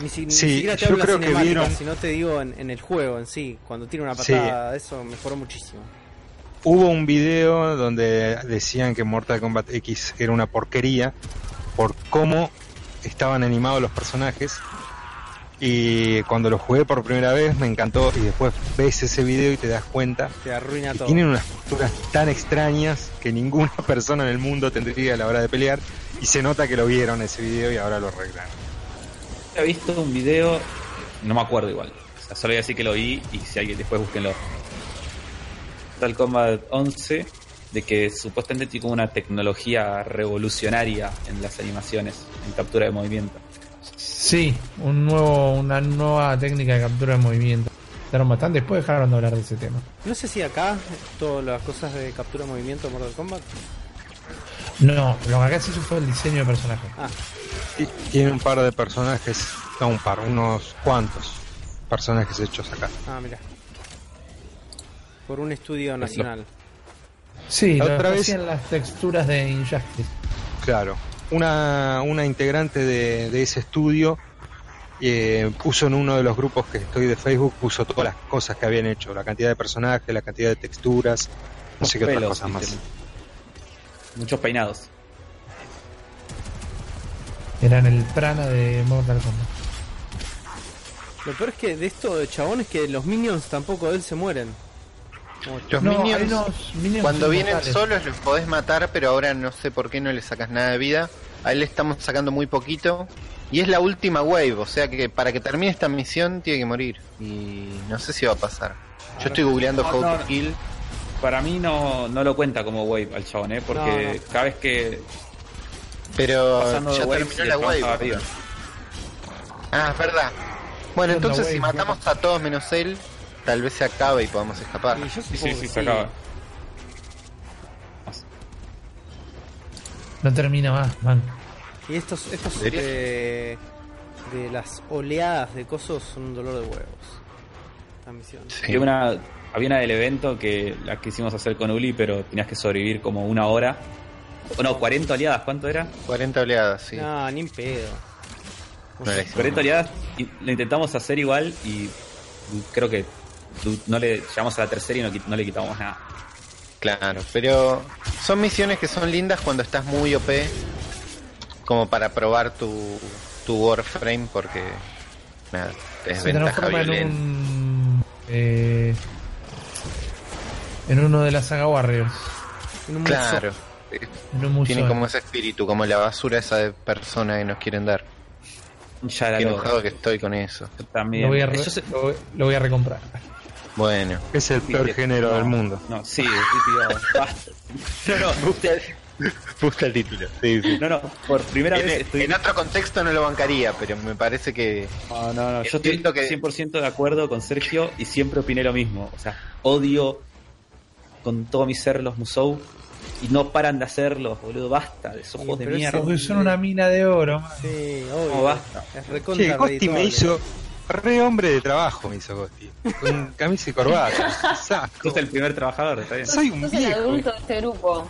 S1: Ni, si- ni
S6: Sí,
S1: siquiera te
S6: yo
S1: hablo de
S6: creo que
S1: cinemática,
S6: vieron-
S1: sino te digo en, en el juego en sí. Cuando tira una
S6: Sí.
S1: patada, eso mejoró muchísimo.
S6: Hubo un video donde decían que Mortal Kombat X era una porquería por cómo estaban animados los personajes. Y cuando lo jugué por primera vez me encantó y después ves ese video y te das cuenta
S1: Te arruina
S6: Y
S1: todo.
S6: tienen unas posturas tan extrañas que ninguna persona en el mundo tendría a la hora de pelear. Y se nota que lo vieron ese video y ahora lo arreglan.
S3: He visto un video, no me acuerdo igual. O sea, solo voy a decir que lo vi y si alguien después búsquenlo. Tal Kombat 11, de que supuestamente tiene como una tecnología revolucionaria en las animaciones, en captura de movimiento.
S5: Sí, un nuevo, una nueva técnica de captura de movimiento. Daron bastante, después dejaron de hablar de ese tema.
S1: No sé si acá, todas las cosas de captura de movimiento de Mortal Kombat.
S5: No, lo que acá se hizo fue el diseño de personaje.
S1: Ah,
S6: Y tiene un par de personajes, no un par, unos cuantos personajes hechos acá.
S1: ah mira. Por un estudio nacional.
S5: Sí,
S6: La
S5: lo
S6: otra vez-
S5: hacían las texturas de Injustice.
S6: Claro. Una, una integrante de, de ese estudio eh, puso en uno de los grupos que estoy de Facebook, puso todas las cosas que habían hecho, la cantidad de personajes, la cantidad de texturas, no sé qué otras
S3: Pelos,
S6: cosas más.
S3: viste. Muchos peinados.
S5: Eran el prana de Mortal Kombat.
S1: Lo peor es que de esto de chabón es que los minions tampoco de él se mueren. Como-
S2: Los
S5: No,
S2: minions,
S5: hay unos minions
S2: cuando vienen
S5: inmortales.
S2: solos los podés matar, pero ahora no sé por qué no le sacas nada de vida. A él le estamos sacando muy poquito. Y es la última wave, o sea que para que termine esta misión tiene que morir. Y no sé si va a pasar. Yo estoy googleando
S3: No,
S2: How
S3: no,
S2: to
S3: no.
S2: Kill.
S3: Para mí no, no lo cuenta como wave al chabón, ¿eh? Porque
S1: No,
S3: cada vez que
S2: Pero
S3: pasando de
S2: ya
S3: wave,
S2: terminó la wave.
S3: arriba.
S2: Ah, es verdad. Bueno,
S5: Es la
S2: entonces
S5: wave,
S2: si matamos a todos menos él, tal vez se acabe y podamos escapar.
S1: Y yo supongo
S3: Sí, sí,
S1: que
S3: sí,
S1: Uh, sí.
S3: se acaba.
S5: No termina más, man.
S1: Y estos, estos
S2: ¿En serio?
S1: de, de las oleadas de cosos son un dolor de huevos. Esta misión.
S2: Sí.
S3: Había una, había una del evento que la quisimos hacer con Uli, pero tenías que sobrevivir como una hora. O no, 40 oleadas, ¿cuánto era?
S2: 40 oleadas, sí.
S1: No, ni en pedo.
S2: No la hicimos.
S3: 40 oleadas y lo intentamos hacer igual y creo que du- no le llegamos a la tercera y no, qui- no le quitamos nada.
S2: Claro, pero son misiones que son lindas cuando estás muy OP, como para probar tu, tu Warframe, porque nada, es
S5: Se
S2: ventaja
S5: transforma en
S2: violenta.
S5: un. eh, en uno de las saga Warriors.
S1: En un
S2: Claro,
S5: En un museo.
S2: tiene como ese espíritu, como la basura esa de persona que nos quieren dar.
S3: Ya era
S2: Qué
S3: lo-
S2: enojado que estoy con eso.
S3: yo también.
S5: Lo voy, a re-
S3: Eso se-
S5: lo voy- lo voy a recomprar.
S2: Bueno,
S6: Es el peor género
S3: No,
S6: del mundo.
S3: No, sí, sí, tío, basta. No, no,
S2: gusta el título. Sí, sí.
S3: no, no, por primera
S2: En,
S3: vez estoy.
S2: en otro contexto no lo bancaría, pero me parece que
S3: No, no, no, yo estoy
S2: Entiendo que-
S3: 100% de acuerdo con Sergio y siempre opiné lo mismo. O sea, odio con todo mi ser los Musou y no paran de hacerlos, boludo. Basta de esos
S1: Sí,
S3: juegos de
S1: pero
S3: mierda.
S1: eso-
S5: Porque son una mina de oro, man.
S1: Sí, obvio.
S3: No, basta.
S1: Es recontra
S6: Che, Gosti me
S1: redituable.
S6: hizo re hombre de trabajo, me hizo Gosti. Con camisa y corbata. Saco.
S3: Sos el primer trabajador, está bien.
S6: Soy un
S4: Sos el
S6: viejo. eh.
S4: adulto de este grupo.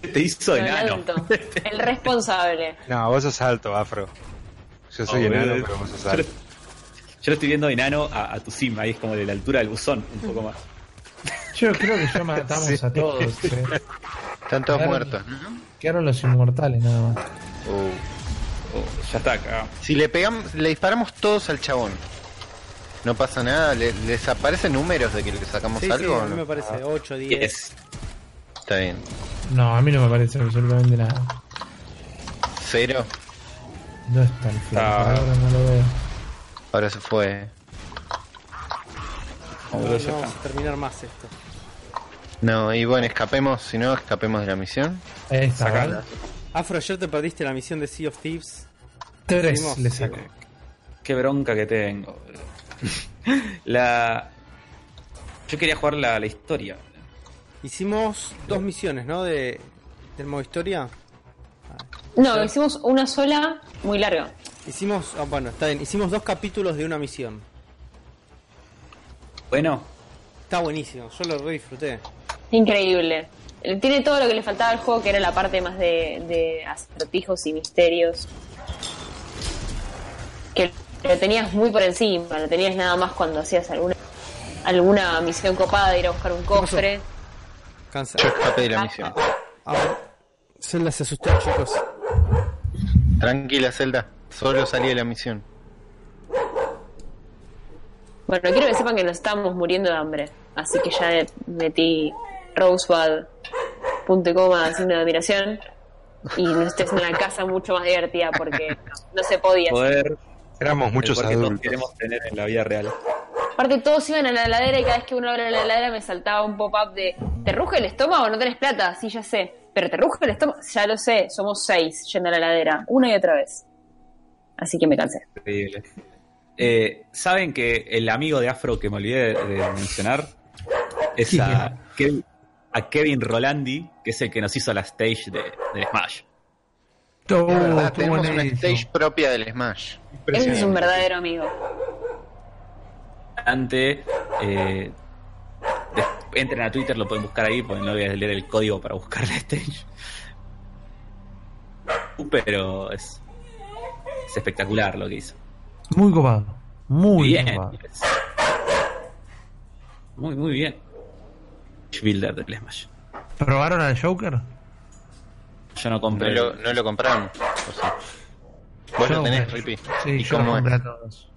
S3: Te hizo
S4: el
S3: enano.
S4: adulto. El responsable.
S6: No, vos sos alto, afro. Yo soy
S3: Oh,
S6: enano,
S3: boludo.
S6: pero vos sos
S3: Yo lo,
S6: alto.
S3: yo lo estoy viendo enano a, a tu sim, ahí es como de la altura del buzón, un poco más.
S5: Yo creo que ya matamos a todos. eh.
S2: están todos
S5: Claro.
S2: muertos. ¿no?
S5: Quedaron los inmortales nada más.
S2: Uh.
S3: Oh, ya está acá.
S2: Si le pegamos, le disparamos todos al chabón. No pasa nada, le- les aparecen números de que le sacamos
S1: Sí, sí,
S2: algo.
S1: a
S2: o
S1: mí
S2: no?
S1: me parece 8, 10.
S3: Yes.
S2: Está bien.
S5: No, a mí no me parece absolutamente nada.
S2: Cero.
S5: No es tan feo.
S3: Ah.
S5: Ahora no lo veo.
S2: Ahora se fue.
S1: No,
S3: Boludo,
S1: no
S3: ya
S1: vamos
S3: está.
S1: a terminar más esto.
S2: No, y bueno, escapemos, si no, escapemos de la misión.
S5: Ahí está,
S3: Sacala.
S5: ¿vale?
S1: Afro, ayer te perdiste la misión de Sea of Thieves.
S5: Tres
S1: Seguimos.
S5: le saco.
S3: Qué bronca que tengo. la. Yo quería jugar la, la historia.
S1: Hicimos dos misiones, ¿no? De, del modo historia.
S4: No, hicimos una sola muy larga.
S1: Hicimos, ah, bueno, está bien. Hicimos dos capítulos de una misión.
S3: Bueno,
S1: Está buenísimo, yo lo re disfruté.
S4: Increíble. Tiene todo lo que le faltaba al juego, que era la parte más de, de acertijos y misterios. Que lo tenías muy por encima, lo tenías nada más cuando hacías alguna alguna misión copada de ir a buscar un cofre.
S1: Cansa.
S2: Yo escapé de la misión.
S1: Ah, bueno. Zelda se asustó, chicos.
S2: Tranquila, Zelda. Solo salí de la misión.
S4: Bueno, quiero que sepan que nos estábamos muriendo de hambre, así que ya metí Rosebud, punto y coma, signo de admiración. Y no estés en la casa mucho más divertida porque no, no se podía.
S3: poder.
S6: Éramos muchos
S3: porque todos
S6: adultos.
S3: queremos tener en la vida real.
S4: Aparte, todos iban a la heladera y cada vez que uno abría la heladera me saltaba un pop-up de ¿te ruge el estómago? ¿No tenés plata? Sí, ya sé. ¿Pero te ruge el estómago? Ya lo sé, somos seis yendo a la heladera, una y otra vez. Así que me cansé.
S3: Increíble. Eh, Saben que el amigo de Afro que me olvidé de, de mencionar es a, Kev- a Kevin Rolandi, que es el que nos hizo la stage de, del Smash.
S5: Todo
S2: Es verdad,
S5: Oh, estuvo
S2: tenemos una
S5: en eso.
S2: stage propia del Smash.
S4: Ese es un verdadero amigo.
S3: Ante, eh, des- entren a Twitter, lo pueden buscar ahí, porque no voy a leer el código para buscar la stage. Pero es, es espectacular lo que hizo.
S5: Muy copado. Muy
S3: bien.
S5: copado.
S3: Muy, muy bien. Builder del Smash.
S5: ¿Probaron al Joker?
S3: Yo no
S2: No
S3: compré.
S2: lo, no lo compraron. O sea, vos
S5: Yo
S2: lo tenés,
S5: compré.
S2: Rippy.
S5: Sí,
S2: ¿Y
S5: yo
S2: cómo
S5: los
S2: es?
S5: compré a todos.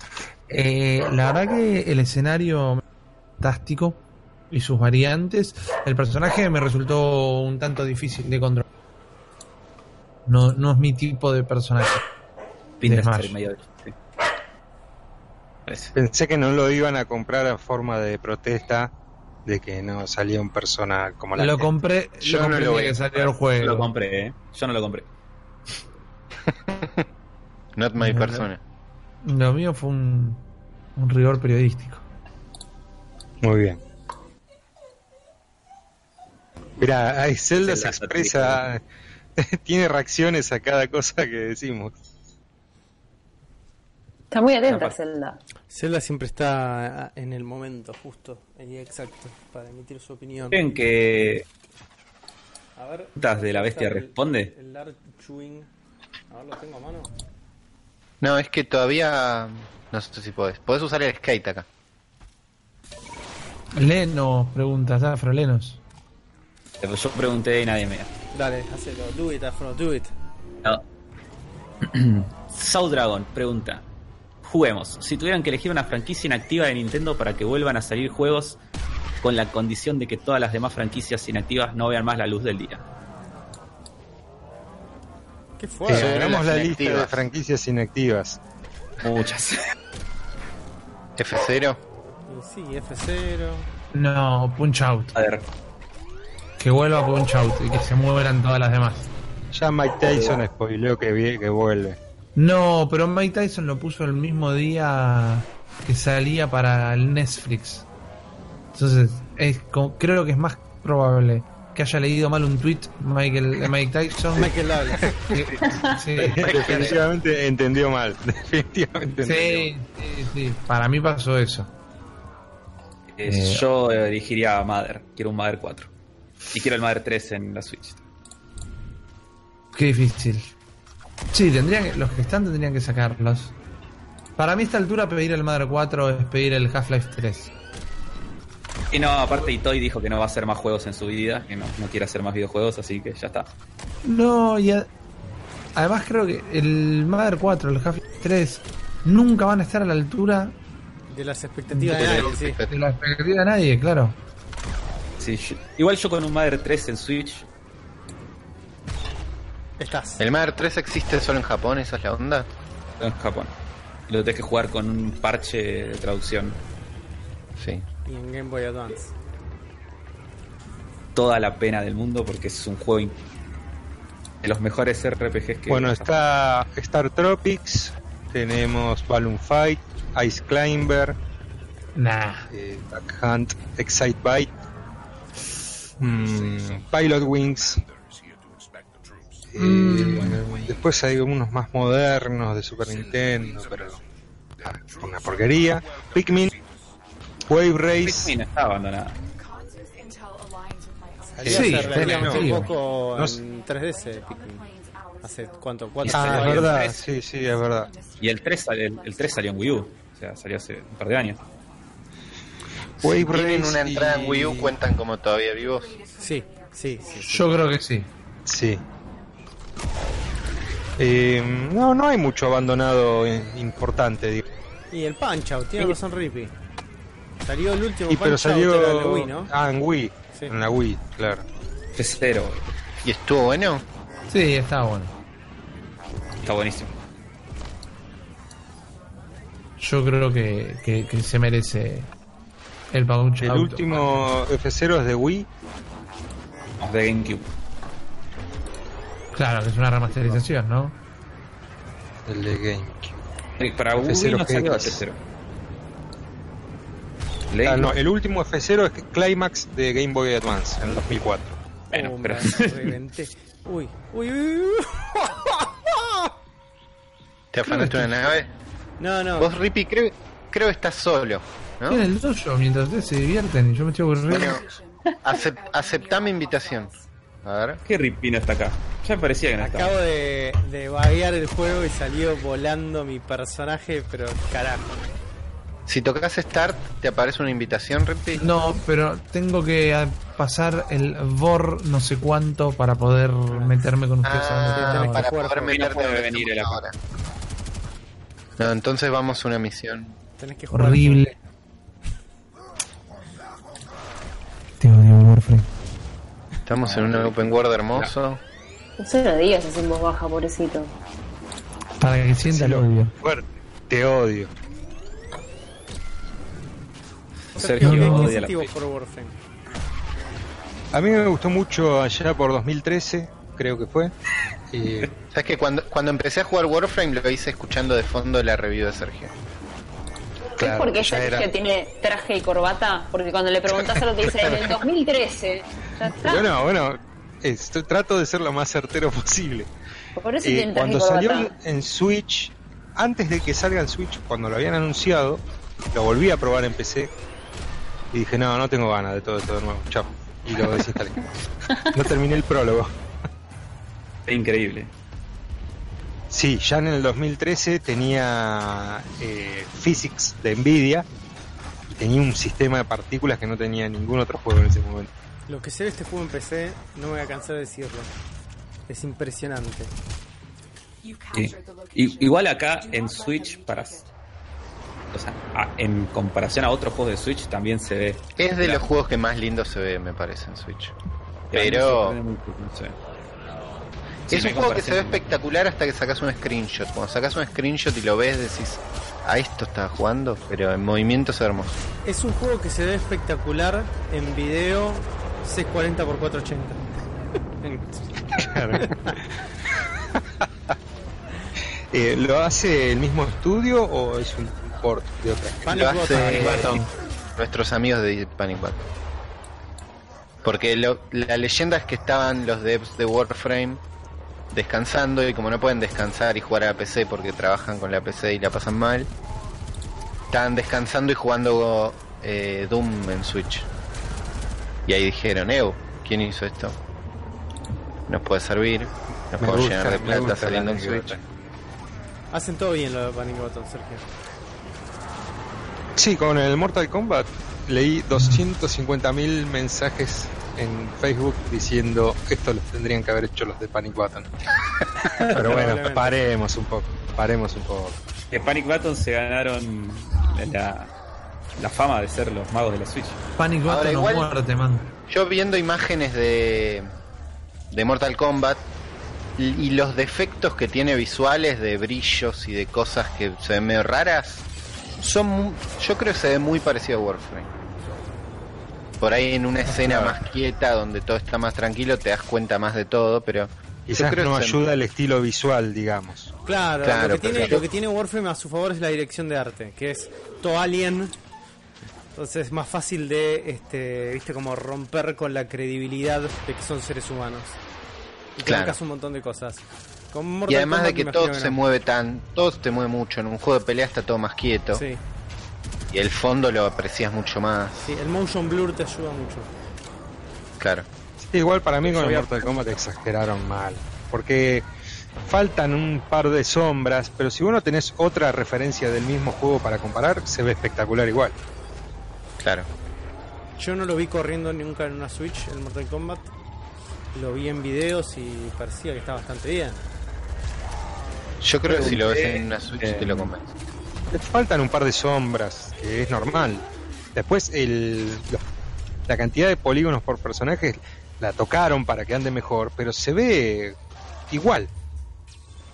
S5: Eh, la verdad que el escenario es fantástico y sus variantes. El personaje me resultó un tanto difícil de controlar. No, no es mi tipo de personaje.
S3: Pinta
S5: de Smash.
S3: ser medio. sí. Parece.
S6: Pensé que no lo iban a comprar a forma de protesta de que no salía un persona como la
S5: Lo
S6: gente.
S5: compré,
S2: eh, Yo
S5: lo
S2: no
S5: compré
S2: lo
S5: el
S2: voy
S5: día
S2: a
S5: que salió el
S3: Yo lo
S5: juego.
S3: compré, ¿eh? Yo no lo compré.
S2: Not my
S5: No, no.
S2: persona.
S5: Lo mío fue un, un rigor periodístico.
S6: Muy bien. Mira, ahí Zelda se
S3: Zelda
S6: expresa, tiene reacciones a cada cosa que decimos.
S4: Está muy atenta,
S3: Capaz.
S4: Zelda.
S1: Zelda siempre está ah, en el momento justo, el día exacto, para emitir su opinión.
S3: ¿Creen que
S1: A ver,
S3: Preguntas de la bestia
S1: está el-
S3: responde.
S1: El Archwing. A ver, lo tengo a mano.
S2: No, es que todavía. No sé si podés. Podés usar el skate acá.
S5: Lenos, preguntas, Afro Lenos.
S3: yo pregunté y nadie me
S1: Dale, hacelo. Do it, Afro, do it.
S3: No. South Dragon pregunta: Juguemos. Si tuvieran que elegir una franquicia inactiva de Nintendo para que vuelvan a salir juegos con la condición de que todas las demás franquicias inactivas no vean más la luz del día.
S1: Qué
S6: Eh,
S1: fuerte.
S6: Hagamos
S2: las
S6: la lista de
S2: inactivas.
S6: franquicias inactivas.
S3: Muchas.
S2: F0.
S1: Y Sí, F0.
S5: No, Punch Out.
S3: A ver,
S5: Que vuelva Punch Out y que se muevan todas las demás.
S6: Ya Mike Tyson spoileó que, vi- que vuelve.
S5: No, pero Mike Tyson lo puso el mismo día que salía para el Netflix. Entonces, es co- creo que es más probable que haya leído mal un tweet Michael, eh, Mike Tyson.
S1: Michael habla.
S5: Sí, sí,
S6: Definitivamente entendió mal. Definitivamente entendió
S5: sí, sí. Para mí pasó eso.
S3: eh,
S5: Eh,
S3: yo eh, elegiría Mother. Quiero un Mother 4. Y quiero el Mother 3 en la Switch.
S5: Qué difícil. Sí, tendrían que- los que están tendrían que sacarlos. Para mí a esta altura pedir el Mother 4 es pedir el Half-Life 3.
S3: Y no, aparte Itoy dijo que no va a hacer más juegos en su vida, que no, no quiere hacer más videojuegos, así que ya está.
S5: No, y a- además creo que el Mother 4, el Half-Life 3 nunca van a estar a la altura
S1: De las expectativas de nadie, sí.
S5: de la expectativa de nadie, claro.
S3: Sí, yo- igual yo con un Mother 3 en Switch
S1: Estás.
S2: ¿El Mother 3 existe solo en Japón? ¿Esa es la onda?
S3: en Japón. Lo tenés que jugar con un parche de traducción.
S2: Sí.
S1: Y en Game Boy Advance.
S3: Toda la pena del mundo porque es un juego in- de los mejores RPGs que.
S6: Bueno, está Star Tropics, tenemos Balloon Fight, Ice Climber,
S5: Nah.
S6: eh, Duck Hunt, Excite Bite, mm, Pilot Wings. eh, después hay unos más modernos de Super Nintendo, pero ah, una porquería. Pikmin, Wave Race,
S3: Pikmin está abandonada.
S1: Sí,
S6: pero no.
S1: un poco
S6: No sé.
S1: en 3DS Pikmin. Hace cuánto, cuatro
S6: Ah,
S1: años.
S6: es verdad, sí, sí, es verdad.
S3: Y el 3, sale- el, el 3 salió en Wii U. O sea, salió hace un par de años.
S6: Wave
S2: ¿Tienen
S6: Race
S2: una entrada
S6: y-
S2: en Wii U? ¿Cuentan como todavía vivos?
S1: Sí, sí, sí. sí.
S5: Yo creo que sí.
S6: Sí. Eh, no, no hay mucho abandonado eh, importante. digo.
S1: Y el Punch Out, tiene razón Rippy. Salió el último
S6: Y
S1: Punch
S6: pero
S1: Out era el
S6: salió
S1: Wii, ¿no?
S6: ah, en Wii,
S1: Sí.
S6: en la Wii, claro.
S3: Es cero.
S2: ¿Y estuvo bueno?
S5: Sí, está bueno.
S3: Está buenísimo.
S5: Yo creo que, que- que se merece el Punch
S6: El
S5: Out.
S6: último F0 es de Wii.
S3: Los de GameCube.
S5: Claro, que es una remasterización, ¿no?
S6: El de GameCube.
S3: Eh, Para Wii
S6: F0
S3: no salió
S6: GX.
S3: F0.
S6: Ah, no, el último F0 es Climax de Game Boy Advance en 2004.
S3: Bueno,
S1: Oh,
S3: pero-
S1: me reventé. Uy, uy, uy. uy.
S2: ¿Te afanaste una nave?
S1: No, no.
S2: Vos, Rippy, creo, creo que estás solo, ¿no?
S5: Tiene el dojo mientras ustedes se divierten y yo me estoy aburriendo.
S2: Bueno, Acep- aceptá mi invitación. A ver.
S3: ¿Qué ripino está acá? Ya me parecía que no estaba.
S1: Acabo de, de vaguear el juego y salió volando mi personaje, pero carajo.
S2: Si tocas Start, ¿te aparece una invitación, Rippy?
S5: No, pero tengo que ah, pasar el VOR no sé cuánto para poder meterme con ustedes.
S2: Ah,
S5: a donde
S2: para
S5: tengan.
S1: jugar,
S2: poder
S1: no
S2: meterte
S3: puede
S2: donde
S3: venir
S2: estamos
S3: el
S2: ahora. No, entonces vamos a una misión.
S1: Tenés que jugar.
S5: Horrible. Te odio, Warframe.
S2: Estamos en un open world hermoso.
S4: No se lo digas así en voz baja, pobrecito.
S5: Para que sienta el odio.
S6: Bueno, te odio.
S3: Sergio
S1: ¿qué-
S5: no,
S1: qué
S3: odia la
S1: sentís vos
S3: peli.
S1: por Warframe?
S6: A mí me gustó mucho allá por 2013, creo que fue. Y
S2: Sabes que cuando, cuando empecé a jugar Warframe lo hice escuchando de fondo la review de Sergio.
S6: Claro,
S4: es porque
S6: ya
S4: Sergio
S6: era.
S4: tiene traje y corbata, porque cuando le preguntas algo te dice en el 2013. Ya está.
S6: bueno, bueno, esto- trato de ser lo más certero posible.
S4: Por eso
S6: Eh,
S4: tiene traje y
S6: cuando
S4: corbata.
S6: salió en Switch, antes de que salga en Switch, cuando lo habían anunciado, lo volví a probar en PC y dije, no, no tengo ganas de todo esto de nuevo, chao. Y lo desinstalé. no terminé el prólogo.
S3: Increíble.
S6: Sí, ya en el 2013 tenía eh, Physics de Nvidia y tenía un sistema de partículas que no tenía ningún otro juego en ese momento.
S1: Lo que sé de este juego en PC, no me voy a cansar de decirlo. Es impresionante.
S3: Sí. Y- igual acá en Switch, para. O sea, a- en comparación a otros juegos de Switch, también se ve.
S2: Es de
S3: Claro.
S2: los juegos que más lindo se ve, me parece, en Switch.
S3: A
S2: Pero
S3: mí me sorprende mucho, no sé. Sí,
S2: es
S3: no
S2: un
S3: hay
S2: juego que se ve
S3: comparación.
S2: espectacular hasta que sacas un screenshot. Cuando sacas un screenshot y lo ves, decís, a esto estaba jugando, pero en movimiento es hermoso.
S1: Es un juego que se ve espectacular en video 640x480.
S6: Eh, ¿Lo hace el mismo estudio o es un port de otra?
S1: Panic
S2: Lo hace
S1: Button.
S2: nuestros amigos de Panic Button. Porque lo- la leyenda es que estaban los devs de Warframe descansando y como no pueden descansar y jugar a la PC porque trabajan con la PC y la pasan mal, estaban descansando y jugando eh, Doom en Switch. Y ahí dijeron, Ew, ¿quién hizo esto? Nos puede servir, nos
S6: Me
S2: podemos
S6: gusta,
S2: llenar de
S6: me
S2: plata
S6: gusta la
S2: saliendo en
S6: anécdota.
S2: Switch.
S1: Hacen todo bien lo de Panic Button, Sergio.
S6: Sí, con el Mortal Kombat leí 250.000 mensajes en Facebook diciendo esto lo tendrían que haber hecho los de Panic Button. Pero
S1: Probablemente.
S6: bueno, paremos un poco, paremos un poco.
S3: De Panic Button se ganaron la, la fama de ser los magos de la Switch.
S5: Panic
S2: Ahora
S5: Button
S2: igual-
S5: no muerte, man.
S2: Yo viendo imágenes de, de Mortal Kombat y y los defectos que tiene visuales de brillos y de cosas que se ven medio raras, son mu- yo creo que se ve muy parecido a Warframe. Por ahí en
S6: Ah,
S2: una escena más quieta donde todo está más tranquilo te das cuenta más de todo, pero yo
S6: Quizás
S2: creo
S6: no
S2: que se-
S6: ayuda el estilo visual, digamos.
S1: Claro,
S2: Claro,
S1: lo, que tiene,
S2: perfecto.
S1: lo que tiene Warframe a su favor es la dirección de arte, que es todo alien. Entonces es más fácil de, este, viste, como romper con la credibilidad de que son seres humanos. Y te
S2: Claro.
S1: marcas un montón de cosas. Con
S2: Y
S1: Mortal
S2: además de
S1: Kombat
S2: que
S1: me
S2: todo
S1: imagino
S2: se
S1: no.
S2: mueve tan, todo te mueve mucho, en un juego de pelea está todo más quieto
S1: Sí,
S2: y el fondo lo aprecias mucho más,
S1: sí, el motion blur te ayuda mucho.
S2: claro.
S6: Sí, igual para mí con el Mortal Kombat exageraron mal. Porque faltan un par de sombras, pero si uno tenés otra referencia del mismo juego para comparar, se ve espectacular igual.
S2: Claro.
S1: Yo no lo vi corriendo nunca en una Switch, el Mortal Kombat. Lo vi en videos y parecía que está bastante bien.
S2: Yo creo que si lo ves
S3: Pregunté,
S2: en una Switch
S3: eh,
S2: te lo convences.
S6: Le faltan un par de sombras, que es normal. Después, el, lo- la cantidad de polígonos por personaje la tocaron para que ande mejor, pero se ve igual.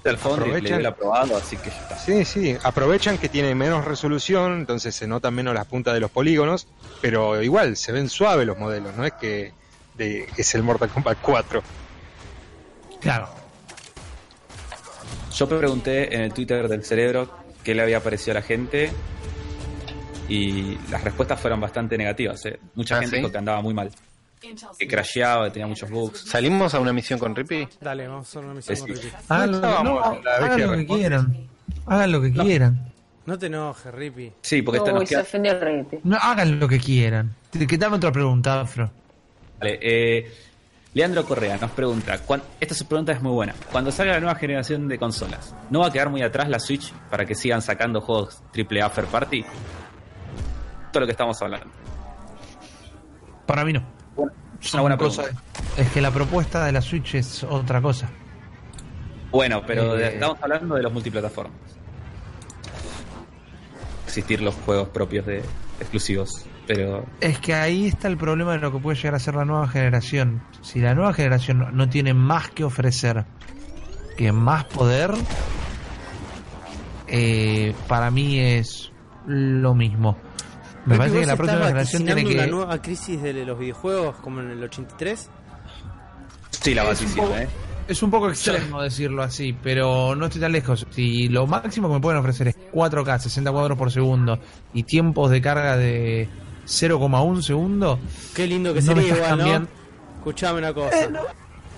S3: El fondo le
S6: Aprovechan.
S3: dio el aprobado, así que ya está.
S6: Sí, sí, aprovechan que tiene menos resolución, entonces se notan menos las puntas de los polígonos, pero igual se ven suaves los modelos, no es que de- es el Mortal Kombat 4.
S5: Claro.
S3: Yo pregunté en el Twitter del cerebro qué le había parecido a la gente y las respuestas fueron bastante negativas. ¿eh? Mucha
S2: Ah,
S3: gente
S2: ¿sí?
S3: dijo que andaba muy mal, que crasheaba, que tenía muchos bugs.
S2: ¿Salimos a una misión con Rippy?
S1: Dale, vamos a hacer una misión con Rippy.
S5: Hagan lo, que- no,
S6: estábamos, la vez
S5: hagan
S6: que
S5: lo que
S6: responde.
S5: quieran. Hagan lo que quieran.
S1: No te enojes, Rippy.
S3: Sí, porque esta
S4: Uy,
S3: nos
S4: se
S3: queda
S4: ofendió el rey.
S5: No, hagan lo que quieran. Te- Que dame otra pregunta, Afro.
S3: Vale, eh, Leandro Correa nos pregunta, cuan- esta su pregunta es muy buena. Cuando salga la nueva generación de consolas, ¿no va a quedar muy atrás la Switch para que sigan sacando juegos AAA Fair Party? Todo lo que estamos hablando.
S5: Para mí no.
S3: Es una Ah, buena
S5: cosa.
S3: pregunta.
S5: Es que la propuesta de la Switch es otra cosa.
S3: Bueno, pero de-
S5: Eh.
S3: estamos hablando de los multiplataformas. Existir los juegos propios de exclusivos, pero
S5: Es que ahí está el problema de lo que puede llegar a ser la nueva generación. Si la nueva generación no- no tiene más que ofrecer que más poder, eh, para mí es lo mismo. Me
S1: Pepe,
S5: parece que
S1: ¿vos
S5: la próxima
S1: estás
S5: generación tiene
S1: vaticinando
S5: que...
S1: una nueva crisis de los videojuegos como en el 83?
S3: sí la vaticino, ¿eh?
S5: Es un poco extremo decirlo así, pero no estoy tan lejos. Si lo máximo que me pueden ofrecer es 4K, 60 cuadros por segundo y tiempos de carga de 0,1 segundo,
S1: Qué lindo que
S5: No me
S1: sería
S5: estás
S1: igual, ¿no?
S5: cambiando.
S1: Escuchame una cosa.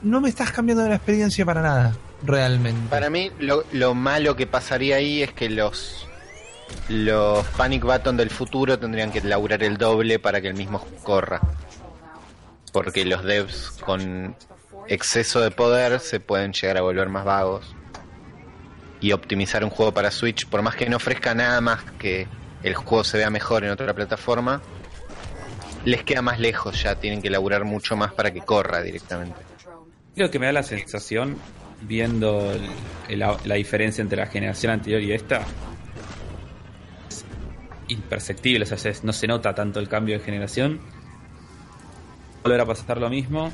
S5: no me estás cambiando la experiencia para nada, realmente.
S2: Para mí, lo, lo malo que pasaría ahí es que los los Panic Button del futuro tendrían que laburar el doble para que el mismo corra. Porque los devs con exceso de poder se pueden llegar a volver más vagos. Y optimizar un juego para Switch, por más que no ofrezca nada más que el juego se vea mejor en otra plataforma, les queda más lejos ya, tienen que laburar mucho más para que corra directamente.
S3: Creo que me da la sensación, viendo el- la, la diferencia entre la generación anterior y esta, es imperceptible, o sea, se- no se nota tanto el cambio de generación. Volver a pasar lo mismo,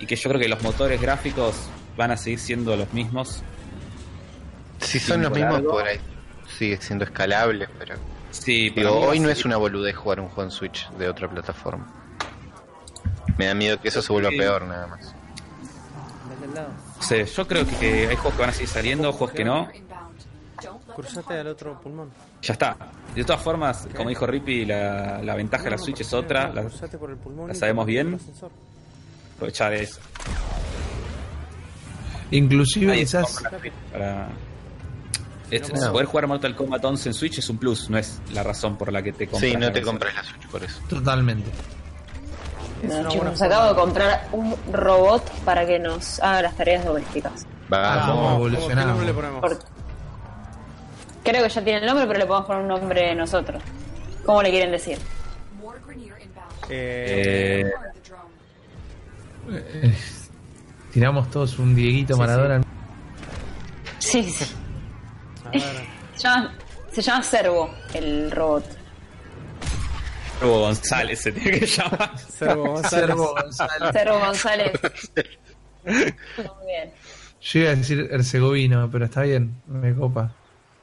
S3: y que yo creo que los motores gráficos van a seguir siendo los mismos.
S2: Si son los
S3: Tiempo
S2: mismos,
S3: largo.
S2: por ahí sigue siendo escalable, pero
S3: Sí, para
S2: digo,
S3: mí va a
S2: hoy no
S3: seguir-
S2: es una boludez jugar un juego en Switch de otra plataforma. Me da miedo que eso se vuelva
S3: Sí.
S2: peor, nada más.
S3: no sé, yo creo que hay juegos que van a seguir saliendo, juegos que no.
S1: Cruzate al otro pulmón.
S3: Ya está. De todas formas, como dijo Rippy, la, la ventaja de la Switch es otra. la-
S1: Cruzate por el pulmón
S3: la
S1: y
S3: sabemos
S1: por el
S3: bien.
S1: ascensor.
S3: aprovechar eso.
S5: Inclusive
S3: Ahí
S5: quizás...
S3: está, para- Es- es- Poder jugar Mortal Kombat 11 en Switch es un plus, no es la razón por la que te compras.
S2: Sí, no
S3: la
S2: te
S3: consola.
S2: compras la Switch por eso.
S5: Totalmente.
S1: Es
S4: No,
S1: una buena
S4: chicos,
S1: forma.
S4: acabo de comprar un robot para que nos haga las tareas domésticas.
S5: Ah,
S2: Vamos.
S5: Vamos,
S1: ¿Qué
S5: evolucionamos.
S1: nombre le ponemos?
S4: Por- Creo que ya tiene el nombre, pero le podemos poner un nombre nosotros. ¿Cómo le quieren decir?
S1: Eh,
S3: Eh,
S5: Tiramos todos un Dieguito Maradona.
S4: Sí, sí.
S1: a ver.
S4: Se llama, se llama Servo, el robot.
S3: Servo González se tiene que llamar.
S1: Servo González.
S5: Servo González.
S4: Servo González. Muy bien.
S5: Yo iba a decir Herzegovino, pero está bien, me copa.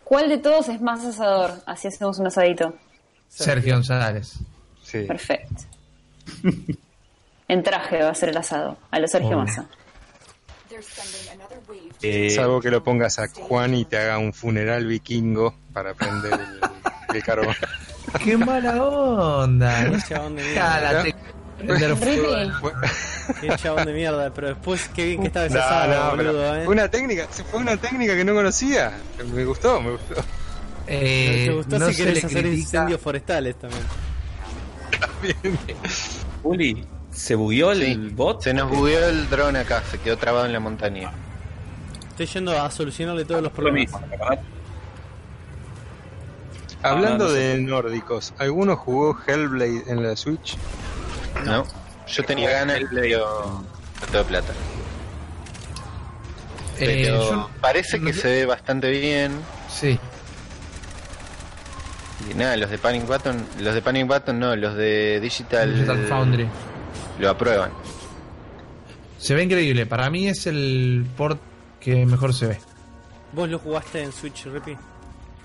S4: ¿Cuál de todos es más asador? Así hacemos un asadito.
S5: Sergio González.
S6: Sí.
S4: Perfecto. En traje va a ser el asado. A los Sergio
S5: Obvio.
S4: Massa.
S3: Eh,
S6: Salvo que lo pongas a Juan y te haga un funeral vikingo para prender el, el carbón.
S5: ¡Qué mala onda! No
S1: Qué chabón de mierda.
S5: Cálate. Prender fuego.
S4: Rippy,
S1: Qué chabón de mierda. Pero después, qué bien que estaba ese
S6: No,
S1: sábado,
S6: no, pero
S1: boludo, eh.
S6: fue una técnica, fue una técnica que no conocía. Me gustó, me gustó.
S5: Eh,
S1: Te gustó
S5: no
S1: si
S5: se
S1: querés
S5: le
S1: hacer
S5: critica- eh,
S1: incendios forestales también.
S3: Juli, ¿se bugueó el
S2: Sí.
S3: bot?
S2: Se nos bugueó el dron acá, se quedó trabado en la montaña.
S1: Estoy yendo a solucionarle todos los
S3: Por lo
S1: problemas.
S3: mismo, ¿te acordás?
S6: Hablando
S3: no sé.
S6: de nórdicos, ¿alguno jugó Hellblade en la Switch?
S2: ¿No? Yo tenía ganas, pero no tengo plata.
S5: Eh,
S2: Pero
S5: yo-
S2: parece que
S5: no-
S2: se ve bastante bien.
S5: Sí.
S2: Y nada, los de Panic Button, los de Panic Button no, los de Digital,
S5: Digital Foundry.
S2: lo aprueban.
S5: Se ve increíble. Para mí es el port que mejor se ve.
S1: ¿Vos lo jugaste en Switch, Rippy?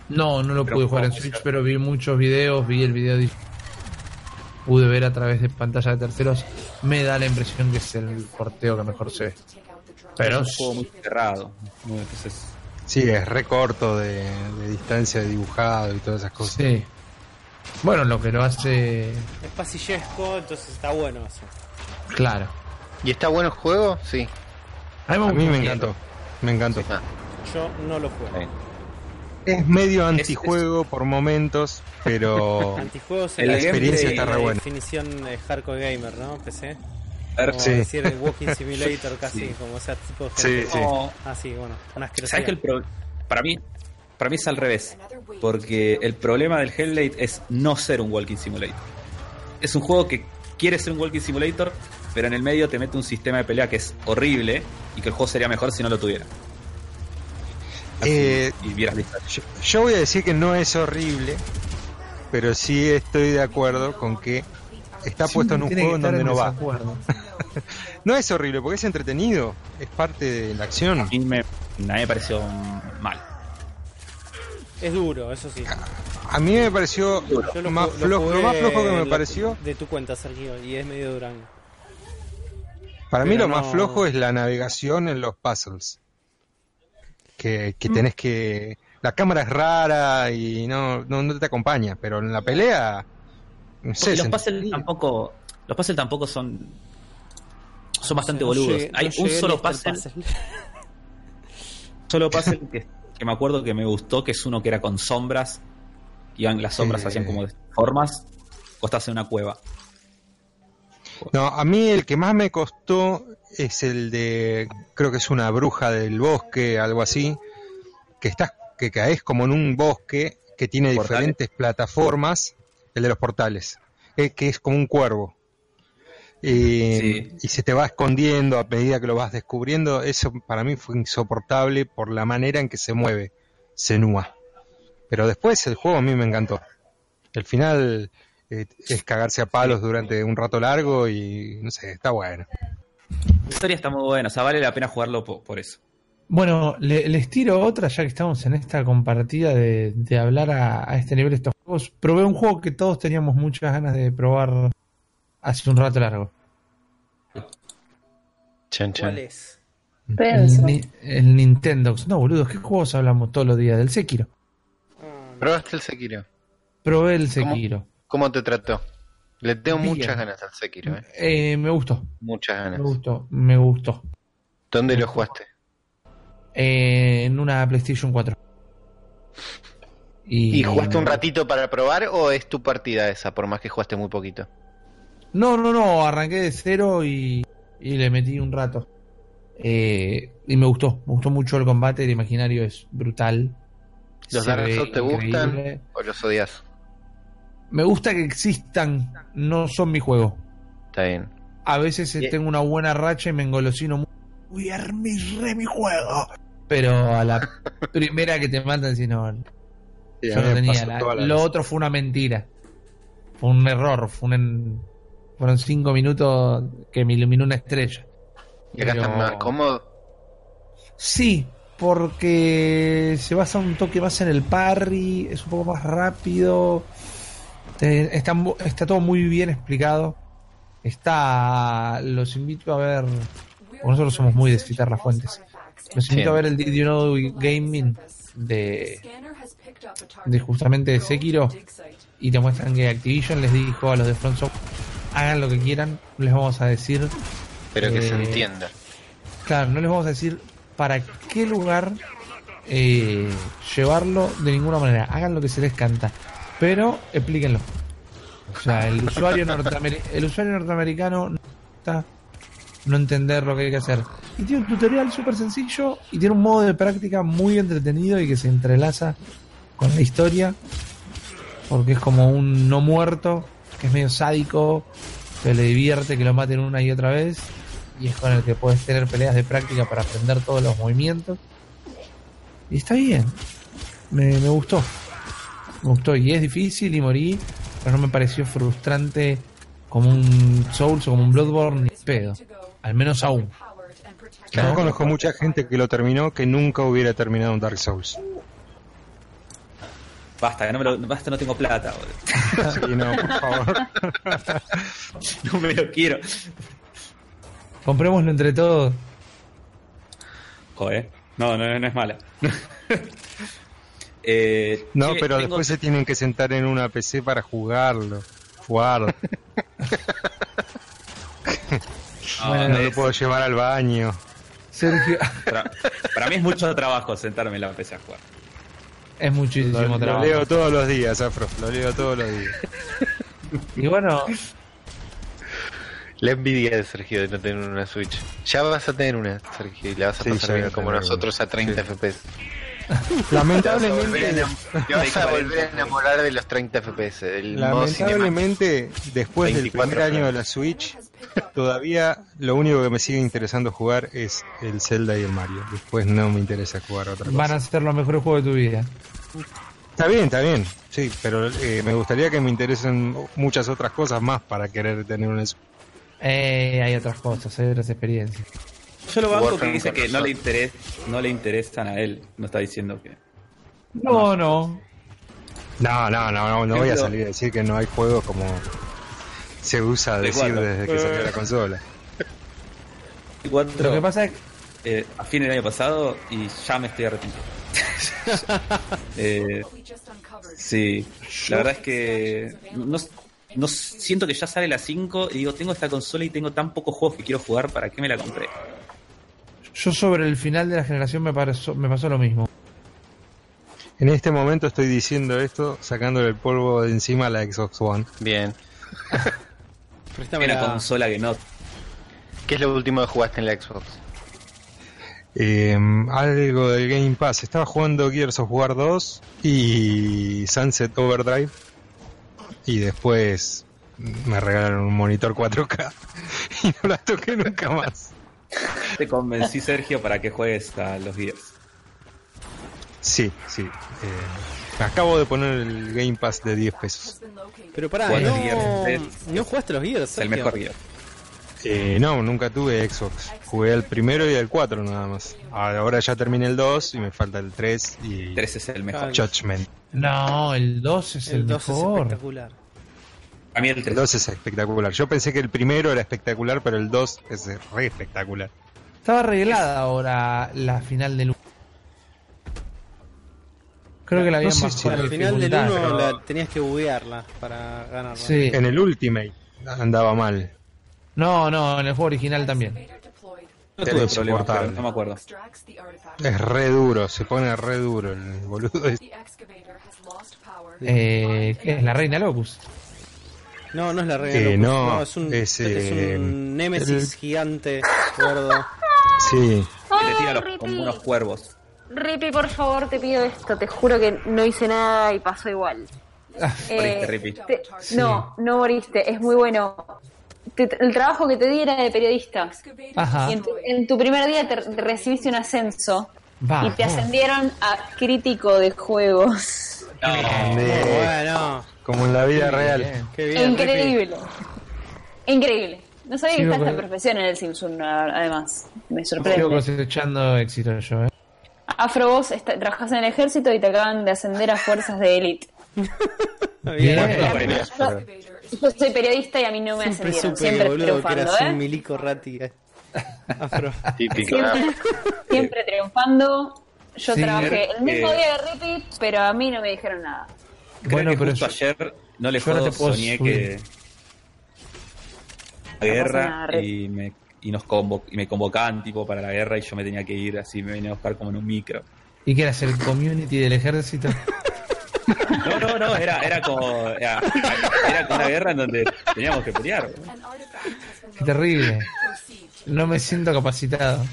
S5: No, no lo
S3: Pero
S5: pude jugar en
S3: ¿cómo
S5: Switch,
S3: se-
S5: pero vi muchos videos, vi el video. de- Pude ver a través de pantalla de terceros. Me da la impresión que es el porteo que mejor se ve. Pero
S3: Es un juego muy cerrado. Muy- entonces,
S6: Sí, es recorto de, de distancia de dibujado y todas esas cosas.
S5: sí. Bueno, lo que lo hace
S1: Es pasillesco, entonces está bueno eso.
S5: claro.
S2: ¿Y está bueno el juego? Sí.
S5: A mí me,
S6: A mí
S5: gustó
S6: me
S5: un
S6: encantó.
S5: montón.
S6: Me encantó.
S2: Ah,
S1: Yo no lo juego.
S2: bien.
S6: Es medio antijuego por momentos, pero
S1: Antijuegos
S3: El
S1: la
S3: gameplay
S1: experiencia
S6: está re
S1: la
S6: bueno.
S1: definición de hardcore gamer, ¿no? PC.
S3: ver.
S1: Como
S6: Sí.
S1: decir el Walking Simulator casi,
S3: Sí.
S1: como ese tipo de
S6: Sí,
S1: gente.
S6: sí.
S3: No,
S1: Ah, sí, bueno, una
S3: ¿sabes
S1: asquerosidad.
S3: que el pro- para mí para mí es al revés, porque el problema del Hellblade es no ser un walking simulator. Es un juego que quiere ser un walking simulator, pero en el medio te mete un sistema de pelea que es horrible y que el juego sería mejor si no lo tuviera. Así,
S6: Eh,
S3: y vieras la historia.
S6: Yo, yo voy a decir que no es horrible, pero sí estoy de acuerdo con que está puesto en un
S5: Tiene que
S6: juego en
S5: estar
S6: donde no va.
S5: desacuerdo.
S6: No es horrible, porque es entretenido, es parte de la acción.
S3: A mí me, a mí me pareció mal.
S1: Es duro, eso sí.
S6: A mí me pareció
S1: Yo lo
S6: más
S1: ju- lo
S6: flojo, lo
S1: jugué
S6: más flojo que me
S1: la-
S6: pareció,
S1: De tu cuenta, Sergio, y es medio durango.
S6: para mí
S1: pero
S6: lo más
S1: no-
S6: flojo es la navegación en los puzzles. Que,
S1: Mm.
S6: que tenés que... La cámara es rara y no, no, no te acompaña, pero en la pelea... No sé,
S3: Porque los
S6: se
S3: puzzles
S6: entendía.
S3: tampoco los puzzles tampoco son son bastante
S1: No
S3: boludos
S1: llegué- no
S3: hay un
S1: llegué
S3: solo
S1: ni hasta
S3: puzzle,
S1: el
S3: solo puzzle que, que me acuerdo que me gustó que es uno que era con sombras iban las sombras
S6: Sí.
S3: hacían como formas o estás en una cueva
S6: No, a mí el que más me costó es el de, creo que es una bruja del bosque, algo así, que estás, que caes como en un bosque que tiene
S3: ¿Portales?
S6: diferentes plataformas, el de los portales, eh, que es como un cuervo. Eh,
S3: Sí.
S6: Y se te va escondiendo a medida que lo vas descubriendo. Eso para mí fue insoportable por la manera en que se mueve, se núa. Pero después el juego a mí me encantó. El final eh, es cagarse a palos durante un rato largo y no sé, está bueno.
S3: la historia está muy buena o sea vale la pena jugarlo po- por, eso
S5: Bueno, le- les tiro otra ya que estamos en esta compartida de, de hablar a, a este nivel de estos juegos. Probé un juego que todos teníamos muchas ganas de probar hace un rato largo.
S2: Chan,
S1: ¿Cuál
S2: chan.
S1: es?
S4: Penso.
S5: El, Ni- el Nintendo. No, boludos, ¿qué juegos hablamos todos los días? Del Sekiro.
S2: ¿Probaste el Sekiro?
S5: Probé el
S2: ¿Cómo?
S5: Sekiro.
S2: ¿Cómo te trató? Le tengo
S5: Bien.
S2: muchas ganas al Sekiro, ¿eh?
S5: Eh, me gustó,
S2: Muchas
S5: me
S2: ganas.
S5: gustó, me gustó.
S2: ¿Dónde lo jugaste?
S5: Eh, en una PlayStation 4. Y,
S2: ¿Y jugaste un ratito para probar o es tu partida esa, por más que jugaste muy poquito?
S5: No, no, no, arranqué de cero y, y le metí un rato. Eh, y me gustó, me gustó mucho el combate, el imaginario es brutal.
S2: ¿Los
S5: Se
S2: Dark
S5: ve
S2: Souls te
S5: increíble.
S2: gustan o los odias?
S5: Me gusta que existan, no son mi juego.
S2: Está bien.
S5: A veces eh,
S2: Bien.
S5: tengo una buena racha y me engolosino mucho. Voy a mi re mi juego. Pero a la primera que te matan, decís, no, yo no tenía. la- lo otro fue una mentira. Fue un error. Fue un en- fueron cinco minutos que me iluminó una estrella.
S2: Y acá
S5: Pero-
S2: estás más cómodo.
S5: Sí, porque se basa un toque más en el parry, es un poco más rápido. eh, Está, mu- está todo muy bien explicado. Está. Los invito a ver. porque nosotros somos muy de citar las fuentes. Los
S2: Sí.
S5: invito a ver el Did You Know Gaming de, de justamente de Sekiro. y te muestran que Activision les dijo a los de Front Software hagan lo que quieran, no les vamos a decir,
S2: Pero que se
S5: Eh,
S2: entienda.
S5: claro, no les vamos a decir para qué lugar eh, llevarlo de ninguna manera, hagan lo que se les canta, pero explíquenlo. O sea, el usuario, norteamer- el usuario norteamericano no está no entender lo que hay que hacer. Y tiene un tutorial súper sencillo y tiene un modo de práctica muy entretenido y que se entrelaza con la historia. Porque es como un no muerto, que es medio sádico, que le divierte que lo maten una y otra vez. Y es con el que puedes tener peleas de práctica para aprender todos los movimientos. Y está bien. Me, me gustó. Me gustó. Y es difícil y morí, pero no me pareció frustrante como un Souls o como un Bloodborne ni pedo. Al menos aún.
S6: Yo conozco mucha gente que lo terminó que nunca hubiera terminado un Dark Souls.
S3: basta que no me lo- basta no tengo plata boludo.
S6: Sí, no, por favor.
S3: no me lo quiero
S5: Comprémoslo entre todos.
S3: joder no no, no es mala Eh,
S6: No,
S3: che,
S6: pero
S3: tengo-
S6: después se tienen que sentar en una PC para jugarlo. Jugarlo.
S3: Ah,
S6: No
S3: es-
S6: lo puedo llevar al baño.
S5: Sergio,
S3: Para, para mí es mucho trabajo sentarme en la PC a jugar.
S5: es muchísimo
S6: Lo,
S5: trabajo.
S6: leo todos los días, Afro. Lo leo todos los días.
S5: Y bueno,
S2: La envidia de Sergio de no tener una Switch. Ya vas a tener una, Sergio, y la vas a
S6: Sí, ya
S2: pasar bien
S6: voy a
S2: como
S6: tener
S2: nosotros a 30 FPS.
S8: Lamentablemente,
S2: Te vas a volver a enamorar de los 30 FPS. Del modo cinemático.
S6: Lamentablemente, después del
S2: 24
S6: primer año de la
S2: frames.
S6: Switch, todavía lo único que me sigue interesando jugar es el Zelda y el Mario. Después no me interesa jugar otra cosa.
S5: Van a ser los mejores juegos de tu vida.
S6: Está bien, está bien. Sí, pero eh, me gustaría que me interesen muchas otras cosas más para querer tener un Switch.
S5: Eh, hay otras cosas, hay otras experiencias.
S3: Yo lo banco que
S2: Warframe
S3: dice
S2: con
S3: que no le,
S2: nosotros.
S3: interesa, no le interesan a él. No está diciendo que.
S5: No, no.
S6: No, no, no, no, no voy a
S3: Ejemplo.
S6: salir a decir que no hay juegos como se usa
S3: De
S6: decir
S3: cuatro.
S6: desde que salió la consola.
S5: Lo
S3: Cuatro,
S5: que pasa es que
S3: eh, a fin del año pasado y ya me estoy arrepintiendo. Eh, sí, la verdad es que no, no siento que ya sale la 5 y digo, tengo esta consola y tengo tan pocos juegos que quiero jugar, ¿para qué me la compré?
S5: yo sobre el final de la generación me pasó, me pasó lo mismo.
S6: En este momento estoy diciendo esto sacándole el polvo de encima a la Xbox One.
S2: Bien.
S1: Préstame
S3: Una
S1: la-
S3: consola que no.
S2: ¿Qué es lo último que jugaste en la Xbox?
S6: Eh, algo del Game Pass. Estaba jugando Gears of War 2 y Sunset Overdrive. Y después me regalaron un monitor 4K y no la toqué nunca más.
S3: Te convencí, Sergio, para que juegues a los días.
S6: Sí, sí. eh, me acabo de poner el Game Pass de 10 pesos.
S1: Pero pará,
S3: Jugar
S1: no,
S3: los Gears.
S1: no jugaste los Gears.
S3: Es el
S1: Sergio.
S3: mejor guía.
S6: Eh, no, nunca tuve Xbox. Jugué al primero y al 4 nada más. Ahora ya terminé el 2 y me falta el 3 y
S3: 3 es el mejor.
S1: Claro.
S6: Judgment.
S5: No, el 2 es el,
S1: El 2 es
S5: mejor.
S1: espectacular.
S3: A mí el
S6: El
S3: 3.
S6: 2 es espectacular. Yo pensé que el primero era espectacular, pero el 2 es re espectacular.
S5: Estaba arreglada ahora la final del 1. Creo que la
S6: No
S5: habían
S6: sé
S5: bajado
S6: si
S5: la
S6: al
S1: Al final del
S5: dificultad.
S1: 1 la tenías que buguearla para ganarla.
S5: Sí.
S6: En el Ultimate andaba mal.
S5: No, no, en el juego original también.
S3: No
S6: Pero
S3: tuve problemas,
S6: insoportable.
S3: pero no me acuerdo.
S6: Es re duro, se pone re duro el boludo. este. ese.
S5: Eh, ¿qué es la reina Locus.
S1: No, no es la regla.
S6: Eh,
S1: Locus.
S6: no,
S1: es un,
S6: es,
S1: es un
S6: eh,
S1: Némesis
S6: el-
S1: gigante gordo.
S6: Sí,
S3: Que te tira
S4: ¡Ay,
S3: los-
S4: Ripi!
S3: como unos cuervos.
S4: Ripi, Oh, por favor, te pido esto. Te juro que no hice nada y pasó igual. Eh,
S3: Moriste, Ripi.
S4: te- No, no moriste. Es muy bueno. Te- el trabajo que te di era de periodista.
S5: Ajá.
S4: Y en, tu, en tu primer día te, te recibiste un ascenso.
S5: Va.
S4: Y te ascendieron a crítico de juegos.
S1: Muy bueno,
S6: como en la vida real.
S5: Bien.
S1: qué bien. Rippy.
S4: Increíble. Increíble. No sabía que
S5: Sigo
S4: estaba
S5: con-
S4: esta profesión en el Simpson, a- además. Me
S5: Sigo
S4: sorprende.
S5: cosechando éxito yo, eh.
S4: Afro, vos está- trabajás en el ejército y te acaban de ascender a fuerzas de élite.
S1: Bien.
S5: Bien.
S4: Yo soy periodista y a mí no me
S1: Siempre
S4: ascendieron.
S1: supe
S4: Siempre
S1: que, boludo, que
S4: triunfando,
S1: eras un
S4: ¿eh?
S1: milico rati. eh. Afro.
S2: Típico.
S4: Siempre,
S2: ¿no?
S4: siempre triunfando. Yo
S5: Sí.
S4: trabajé el mismo
S3: Eh.
S4: día de Rippy, pero a mí no me dijeron nada.
S3: Creo
S5: Bueno,
S3: que
S5: pero
S3: justo
S5: yo-
S3: ayer no le
S5: yo ahora
S3: jodo,
S5: te puedo
S3: soñé
S5: subir.
S3: que la guerra
S4: pasa nada,
S3: y me y nos convo- y me convocaban tipo para la guerra y yo me tenía que ir así me venía a buscar como en un micro.
S5: ¿Y qué eras el community del ejército?
S3: No, no, no, era, era como era, era como una guerra en donde teníamos que pelear.
S5: Qué terrible. No me siento capacitado.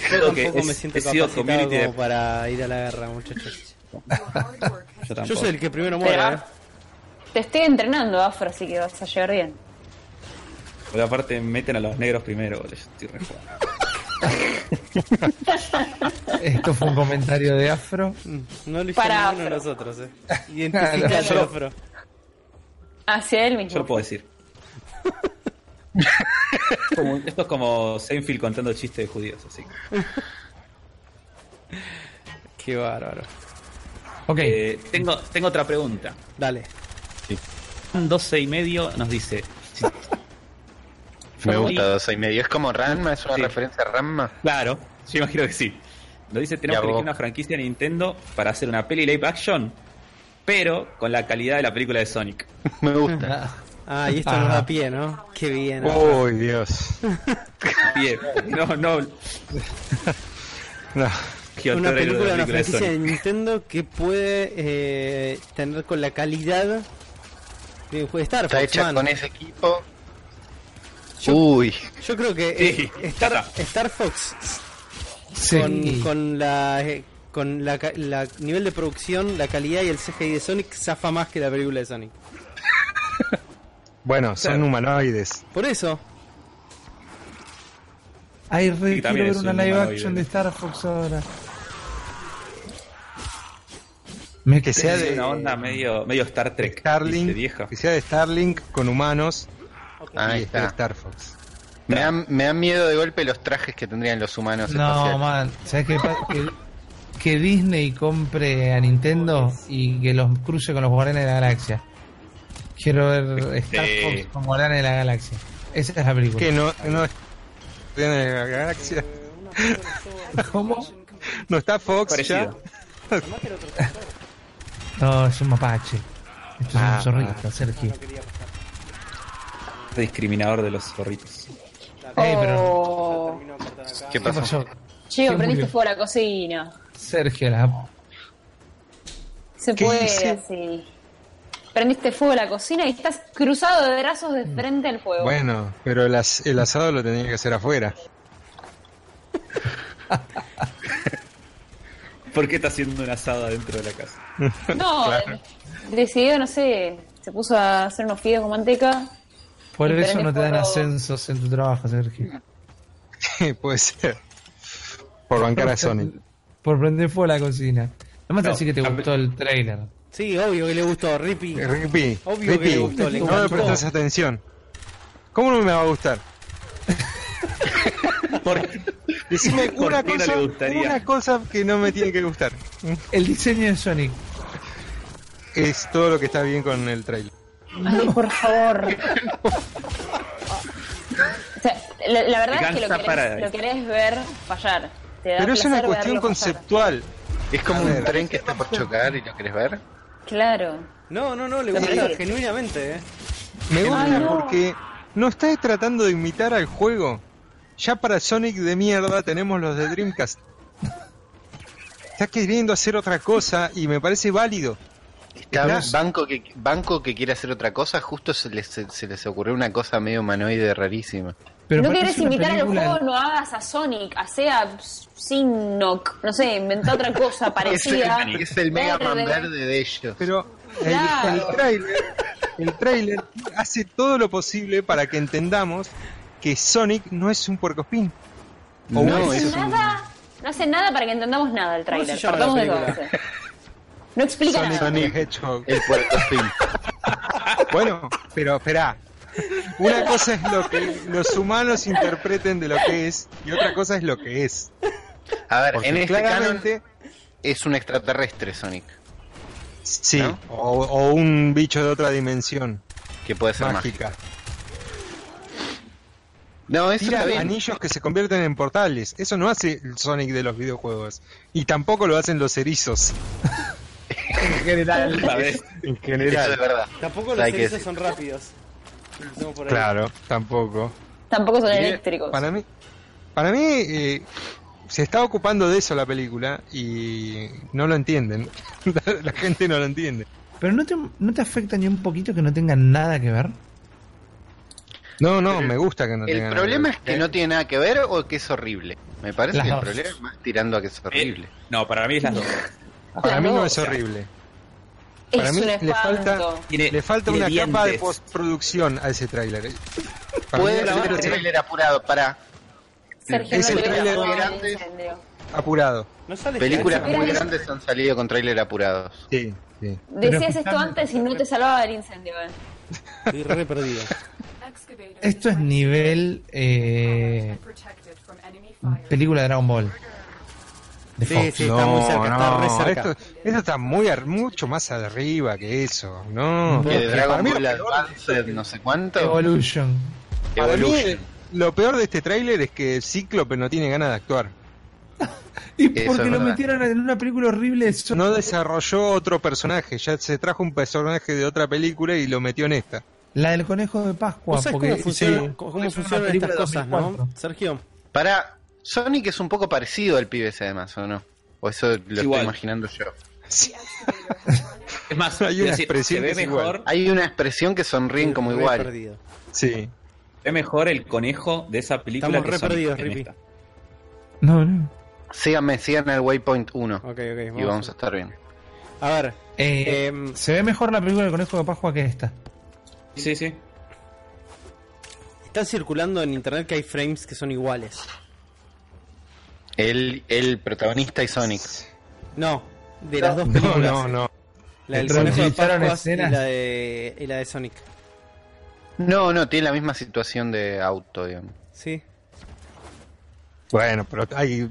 S1: Yo
S3: Creo que
S1: tampoco
S3: es-
S1: me siento
S3: he sido
S1: capacitado
S3: community de-
S1: como para ir a la guerra, muchachos.
S3: Yo tampoco.
S1: Yo soy el que primero muere,
S4: Pero
S1: ¿eh?
S4: te estoy entrenando, Afro, así que vas a llegar bien.
S3: Pero aparte meten a los negros primero, boludo, yo estoy re jodido.
S5: Esto fue un comentario de Afro.
S1: ¿eh? Mm, No lo hicieron
S4: Para
S1: ninguno de
S4: Afro.
S1: nosotros, ¿eh? Identificate,
S4: Yo-
S1: Afro.
S4: Hacia Ah, él
S3: Yo
S4: mismo.
S3: lo puedo decir. Como- esto es como Seinfeld contando chistes de judíos, así.
S1: Qué bárbaro.
S5: Ok.
S3: Eh, tengo, tengo otra pregunta.
S1: Dale.
S3: 12 y medio nos dice. si-
S2: Ah, Me
S3: Yo
S2: gusta
S3: vi-
S2: 12 y medio. Es como Ranma, es una
S3: Sí.
S2: referencia a Ranma.
S3: Claro, yo imagino que sí. Nos dice, tenemos
S2: Ya
S3: que
S2: vos.
S3: elegir una franquicia de Nintendo para hacer una peli live action, pero con la calidad de la película de Sonic.
S2: Me gusta.
S5: Ah,
S1: Ah, y esto nos da pie, ¿no? Qué bien.
S6: Uy,
S3: Oh,
S1: Afro.
S6: Dios.
S3: Bien, no, no.
S6: No.
S3: Gio
S1: una
S3: Torero de
S1: película,
S3: la
S1: una
S3: película de
S1: franquicia de
S3: Sonic.
S1: Nintendo que puede eh, tener con la calidad de un juego de Star
S2: Está
S1: Fox,
S2: hecha
S1: man.
S2: con ese equipo. Uy,
S1: Yo creo que
S3: Sí,
S1: eh, Star,
S3: ya
S1: Star Fox
S5: Sí.
S1: con, con la eh, con la, ca- la nivel de producción, la calidad y el CGI de Sonic zafa más que la película de Sonic.
S6: Bueno, son
S3: Claro.
S6: humanoides.
S1: Por eso,
S5: Ay, re,
S3: Sí,
S5: quiero
S3: también
S5: ver
S3: es
S5: una
S3: un
S5: live
S3: humanoide.
S5: action de Star Fox ahora. Me
S6: Que sea
S3: Sí,
S6: de-
S3: una onda medio, medio Star Trek. dice,
S6: Starlink,
S3: vieja.
S6: que sea de Starlink con humanos
S2: ahí
S6: y esté
S2: está.
S6: Star Fox.
S2: Me dan, me dan miedo de golpe los trajes que tendrían los humanos.
S5: No,
S2: espaciales.
S5: man, ¿sabes qué? pa- Que, que Disney compre a Nintendo y que los cruce con los Guardianes de la Galaxia. Quiero ver Star
S3: Sí.
S5: Fox con Guardianes de la Galaxia. Esa es la película.
S6: Que no, no tiene la galaxia.
S5: ¿Cómo?
S6: No está Fox ya.
S3: Parecido.
S5: No, es un mapache. Esto es
S6: Ah,
S5: un zorrito, Sergio.
S3: Discriminador de los zorritos.
S5: Eh, pero.
S4: Oh.
S2: ¿Qué
S5: ¿Qué
S2: pasó?
S5: pasó?
S4: Chico,
S5: Sí,
S4: prendiste
S5: murió.
S4: fuego a la cocina.
S5: Sergio, la amo.
S4: Se
S6: ¿Qué
S4: puede
S6: hice?
S4: así. Prendiste fuego a la cocina y estás cruzado de brazos de frente al fuego.
S6: Bueno, pero el, as- el asado lo tenía que hacer afuera.
S3: ¿Por qué está haciendo un asado dentro de la casa?
S4: no, decidió, no sé, se puso a hacer unos fideos con manteca.
S5: Por
S4: Y
S5: eso
S4: prendés
S5: no te dan
S4: fuego.
S5: ascensos en tu trabajo, Sergio.
S6: Puede ser. Por bancar a Sonic.
S5: Por prender fuego a la cocina. Además,
S3: No,
S5: así que te
S3: a-
S5: gustó el trailer.
S1: sí, obvio que le gustó Rippy.
S6: Rippy,
S1: Obvio que le gustó, le
S6: no me
S1: encantó.
S6: prestas atención. ¿Cómo no me va a gustar?
S3: ¿Por qué?
S6: Decime
S3: ¿Por
S6: una
S3: qué no
S6: cosa,
S3: le gustaría?
S6: una cosa que no me tiene que gustar.
S5: El diseño de Sonic.
S6: Es todo lo que está bien con el trailer.
S4: Ay, por favor. O sea, la, la verdad es que lo
S3: Gangsta
S4: querés,
S3: Paradise.
S4: lo querés ver fallar. Te da
S6: Pero es una
S4: placer
S6: cuestión
S4: verlo fallar.
S6: conceptual.
S2: Es como
S6: A
S2: un
S6: ver.
S2: tren que está por chocar y lo querés ver.
S4: Claro.
S1: No, no, no, le
S4: Lo
S1: gusta
S4: merece.
S1: genuinamente, eh.
S6: Me gusta
S4: no.
S6: porque no estás tratando de imitar al juego. Ya para Sonic de mierda tenemos los de Dreamcast. Estás queriendo hacer otra cosa y me parece válido.
S2: Está
S6: Claro.
S2: banco que banco que quiere hacer otra cosa, justo se les, se, se les ocurrió una cosa medio humanoide rarísima.
S5: Pero
S4: no
S5: aparte
S4: querés
S5: es una
S4: imitar
S5: película-
S4: a los juegos, no hagas a Sonic, hace a Sinnock, no sé, inventá otra cosa parecida.
S2: Es el, es el Mega Man
S4: Verde.
S2: verde de ellos.
S6: Pero el,
S4: Claro.
S6: el trailer, el trailer hace todo lo posible para que entendamos que Sonic no es un puercospín. O
S2: No,
S4: No
S6: es
S4: hace
S2: es un-
S4: nada, no hace nada para que entendamos nada el
S1: ¿Cómo
S4: trailer.
S1: se llama la
S4: Partamos de todo.
S1: película?
S4: No explica nada.
S6: Sonic, the Hedgehog.
S2: El puerto fin.
S6: Bueno, pero esperá. Una cosa es lo que los humanos interpreten de lo que es y otra cosa es lo que es.
S2: A ver,
S6: Porque
S2: en este canon
S6: claramente,
S2: es un extraterrestre Sonic,
S6: sí,
S2: ¿no?
S6: o, o un bicho de otra dimensión
S2: que puede ser mágico.
S6: mágica.
S2: No, eso
S6: Tira
S2: está bien.
S6: anillos que se convierten en portales. Eso no hace el Sonic de los videojuegos. Y tampoco lo hacen los erizos.
S3: Otra vez.
S6: En
S2: Eso es
S6: general.
S2: verdad.
S1: Tampoco
S2: Hay
S1: los
S2: que
S1: erizos
S2: decir.
S1: son rápidos. Empecemos por ahí.
S6: Claro, tampoco.
S4: Tampoco son
S6: Y, eh,
S4: eléctricos.
S6: Para mí, para mí eh, se está ocupando de eso la película y no lo entienden. La, la gente no lo entiende.
S5: Pero no te, no te afecta ni un poquito que no tengan nada que ver.
S6: No, no, me gusta que no
S2: El
S6: tengan
S2: problema es
S6: algo.
S2: que no tiene nada que ver o que es horrible. Me parece
S5: Las
S2: que el
S5: dos.
S2: problema es más tirando a que es horrible.
S3: No, para mí es las dos.
S6: Para mí no
S4: Claro,
S6: es
S4: o sea,
S6: horrible.
S4: Es
S6: Para mí
S4: un
S6: le falta,
S4: espanto.
S3: Tiene-
S6: le falta
S3: tiene
S6: una capa de
S3: dientes.
S6: postproducción a ese tráiler. ¿eh? Para mí
S2: Puede
S6: el
S2: ser
S6: tráiler
S2: el
S6: es
S2: trailer apurado para
S4: Sergio, no
S6: Es el
S4: le
S6: tráiler
S4: gusta
S2: grande.
S4: el incendio.
S6: apurado.
S1: No sale
S2: películas
S1: Jackson.
S2: muy grandes han salido con trailer apurados.
S6: Sí, sí.
S4: Decías
S5: Pero-
S4: esto antes y no te salvaba del incendio. eh.
S1: Estoy re perdido.
S5: Esto es nivel eh, película de Dragon Ball. De
S1: Sí,
S5: Fox.
S1: sí, está muy cerca, está re cerca.
S6: Esto, esto está muy ar- mucho más arriba que eso. No,
S2: Que de
S6: Para
S2: Dragon
S6: mí lo
S2: Ball
S6: peor-
S2: Advanced, no sé cuánto.
S5: Evolution.
S6: Para mí,
S2: Evolution.
S6: lo peor de este tráiler es que Cíclope no tiene ganas de actuar.
S5: Y
S2: Eso
S5: porque
S2: es
S5: lo
S2: verdad.
S5: metieron en una película horrible de Sonic.
S6: No desarrolló otro personaje, ya se trajo un personaje de otra película y lo metió en esta.
S5: La del conejo de Pascua.
S1: ¿Vos sabés
S5: porque
S1: cómo funcionan,
S5: sí,
S1: cómo
S5: porque es una
S1: funcionan
S5: película
S1: estas
S5: de
S1: cosas,
S5: 2004.
S1: no? Sergio,
S2: Para Sonic es un poco parecido al pibe ese además, ¿o no? O eso lo estoy
S3: Igual.
S2: imaginando yo.
S3: Es más,
S6: Hay una
S3: es decir,
S6: expresión
S3: se
S6: que
S3: ve
S6: es igual.
S3: mejor.
S2: Hay una expresión que sonríen como
S1: re
S2: igual.
S1: perdido.
S6: Sí.
S3: ve mejor el conejo de esa película.
S1: Estamos
S3: que
S1: re
S3: Sonic
S1: perdidos,
S3: en
S1: Rippy.
S3: esta.
S5: No, no.
S2: Síganme, sigan el Waypoint 1
S1: Ok, ok.
S2: y vamos a estar bien.
S1: A ver,
S5: Eh,
S1: Em,
S5: se ve mejor la película del conejo de Pascua que esta.
S3: Sí, sí.
S1: está circulando en internet que hay frames que son iguales.
S2: El, el protagonista y Sonic.
S1: No, de las dos
S5: No,
S1: películas.
S5: no, no.
S1: La del
S5: Entonces,
S1: conejo de
S5: ¿utilizaron
S1: Pascuas y
S5: escenas?
S1: la de, y la de Sonic.
S2: No, no, tiene la misma situación de auto, digamos.
S1: Sí.
S6: Bueno, pero hay.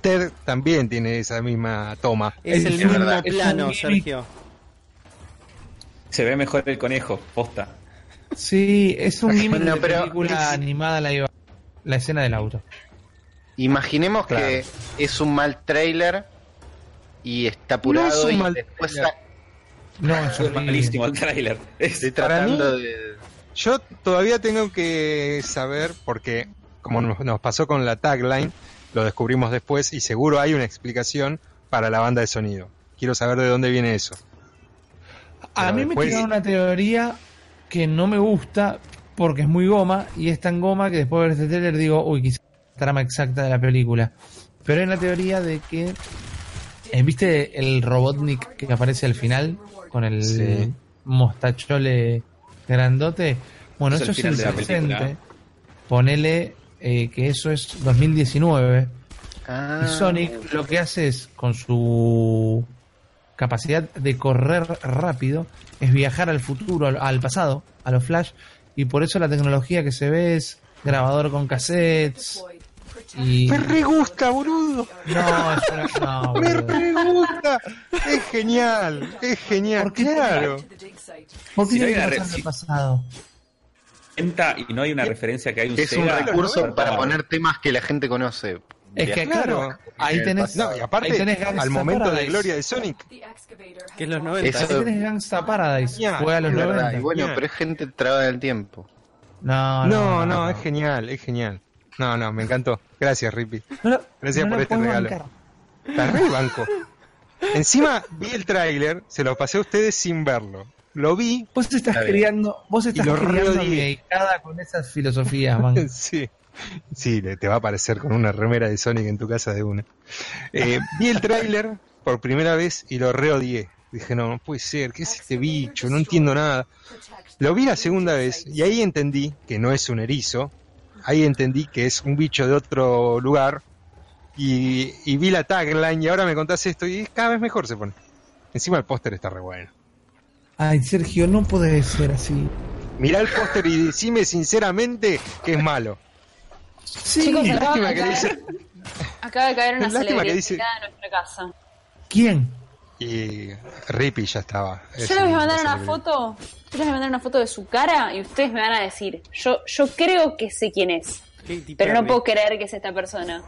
S6: Ter también tiene esa misma toma.
S1: Es,
S3: Es-
S1: el
S3: es
S1: mismo
S2: verdad.
S1: plano,
S3: Es un gimmick.
S1: Sergio.
S3: Se ve mejor el conejo, posta.
S5: Sí, es un gimmick
S2: Bueno,
S5: de
S2: pero-
S5: película animada la, iba- la escena del auto.
S2: Imaginemos
S6: Claro.
S2: que es un mal trailer y está apurado
S6: No es un
S2: y
S6: mal
S2: después
S6: trailer.
S2: sa-
S5: No, es
S3: Es
S5: horrible.
S3: malísimo el tráiler. Es-
S2: estoy
S6: Para
S2: tratando de...
S6: Yo todavía tengo que saber, porque como nos nos pasó con la tagline, lo descubrimos después y seguro hay una explicación para la banda de sonido. Quiero saber de dónde viene eso.
S5: A
S6: Pero
S5: mí me
S6: después-
S5: tiraron una teoría que no me gusta porque es muy goma y es tan goma que después de ver este trailer digo, uy, quizás la trama exacta de la película. Pero es la teoría de que. eh, ¿Viste el Robotnik que aparece al final? Con el
S6: Sí.
S5: mostachole grandote. Bueno,
S3: Es el
S5: eso es
S3: final
S5: el
S3: de la película.
S5: presente. Ponele eh, que eso es 2019.
S2: Ah,
S5: Y Sonic lo que hace es, con su capacidad de correr rápido, es viajar al futuro, al, al pasado, a los Flash, y por eso la tecnología que se ve es grabador con cassettes. Y...
S6: Me re gusta, boludo.
S5: No, es una- no,
S6: Me
S5: boludo.
S6: re gusta. Es genial. Es genial.
S5: ¿Por qué?
S6: Claro.
S5: ¿Por qué
S3: Si no
S5: tiene
S3: hay
S5: que
S3: una
S5: pasar
S3: re-
S5: del pasado?
S3: Cuenta y no hay una referencia que hay un
S2: es un
S3: Sega.
S2: recurso para poner temas que la gente conoce.
S5: Es que,
S6: Claro. Eh,
S5: claro, ahí tenés,
S6: No, y
S5: ahí
S6: aparte,
S5: tenés Gangsta
S6: al momento de
S5: Paradise.
S6: gloria de Sonic.
S1: Que es los 90.
S2: 90.
S5: Ahí tenés Gangsta Paradise.
S6: Ya,
S5: Fue a los
S2: Es verdad,
S5: 90.
S2: y bueno, pero es gente trabada del tiempo.
S5: No,
S6: Ah, No, no, es genial. Es genial. No, no, me encantó. Gracias, Rippy.
S5: No lo-
S6: Gracias
S5: no
S6: por
S5: lo
S6: este
S5: puedo
S6: regalo.
S5: bancar.
S6: Está re banco. Encima vi el tráiler, se lo pasé a ustedes sin verlo. Lo vi,
S5: Vos te estás
S2: Está bien.
S5: criando, vos estás
S6: Y lo
S5: criando
S6: rodeé.
S5: medicada con esas filosofías, man.
S6: sí. Sí, le- te va a aparecer con una remera de Sonic en tu casa de una. Eh, vi el tráiler por primera vez y lo reodié. Dije, no, no puede ser, ¿qué es este bicho? No entiendo nada. Lo vi la segunda vez y ahí entendí que no es un erizo. Ahí entendí que es un bicho de otro lugar. Y, y vi la tagline y ahora me contás esto y cada vez mejor se pone. Encima el póster está re bueno.
S5: Ay, Sergio, no puede ser así.
S6: Mirá el póster y decime sinceramente que es malo.
S5: Sí,
S4: Chicos, acaba,
S6: Lástima
S4: de
S6: que
S4: caer,
S6: dice-
S4: acaba de caer una
S6: Lástima
S4: celebridad
S6: que dice-
S4: en nuestra casa.
S5: ¿quién?
S6: Y Rippy ya estaba.
S4: Yo les voy a mandar una foto. Yo les voy a mandar una foto de su cara y ustedes me van a decir. Yo, yo creo que sé quién es.
S1: Katy
S4: Pero no
S1: Perry.
S4: puedo creer que es esta persona.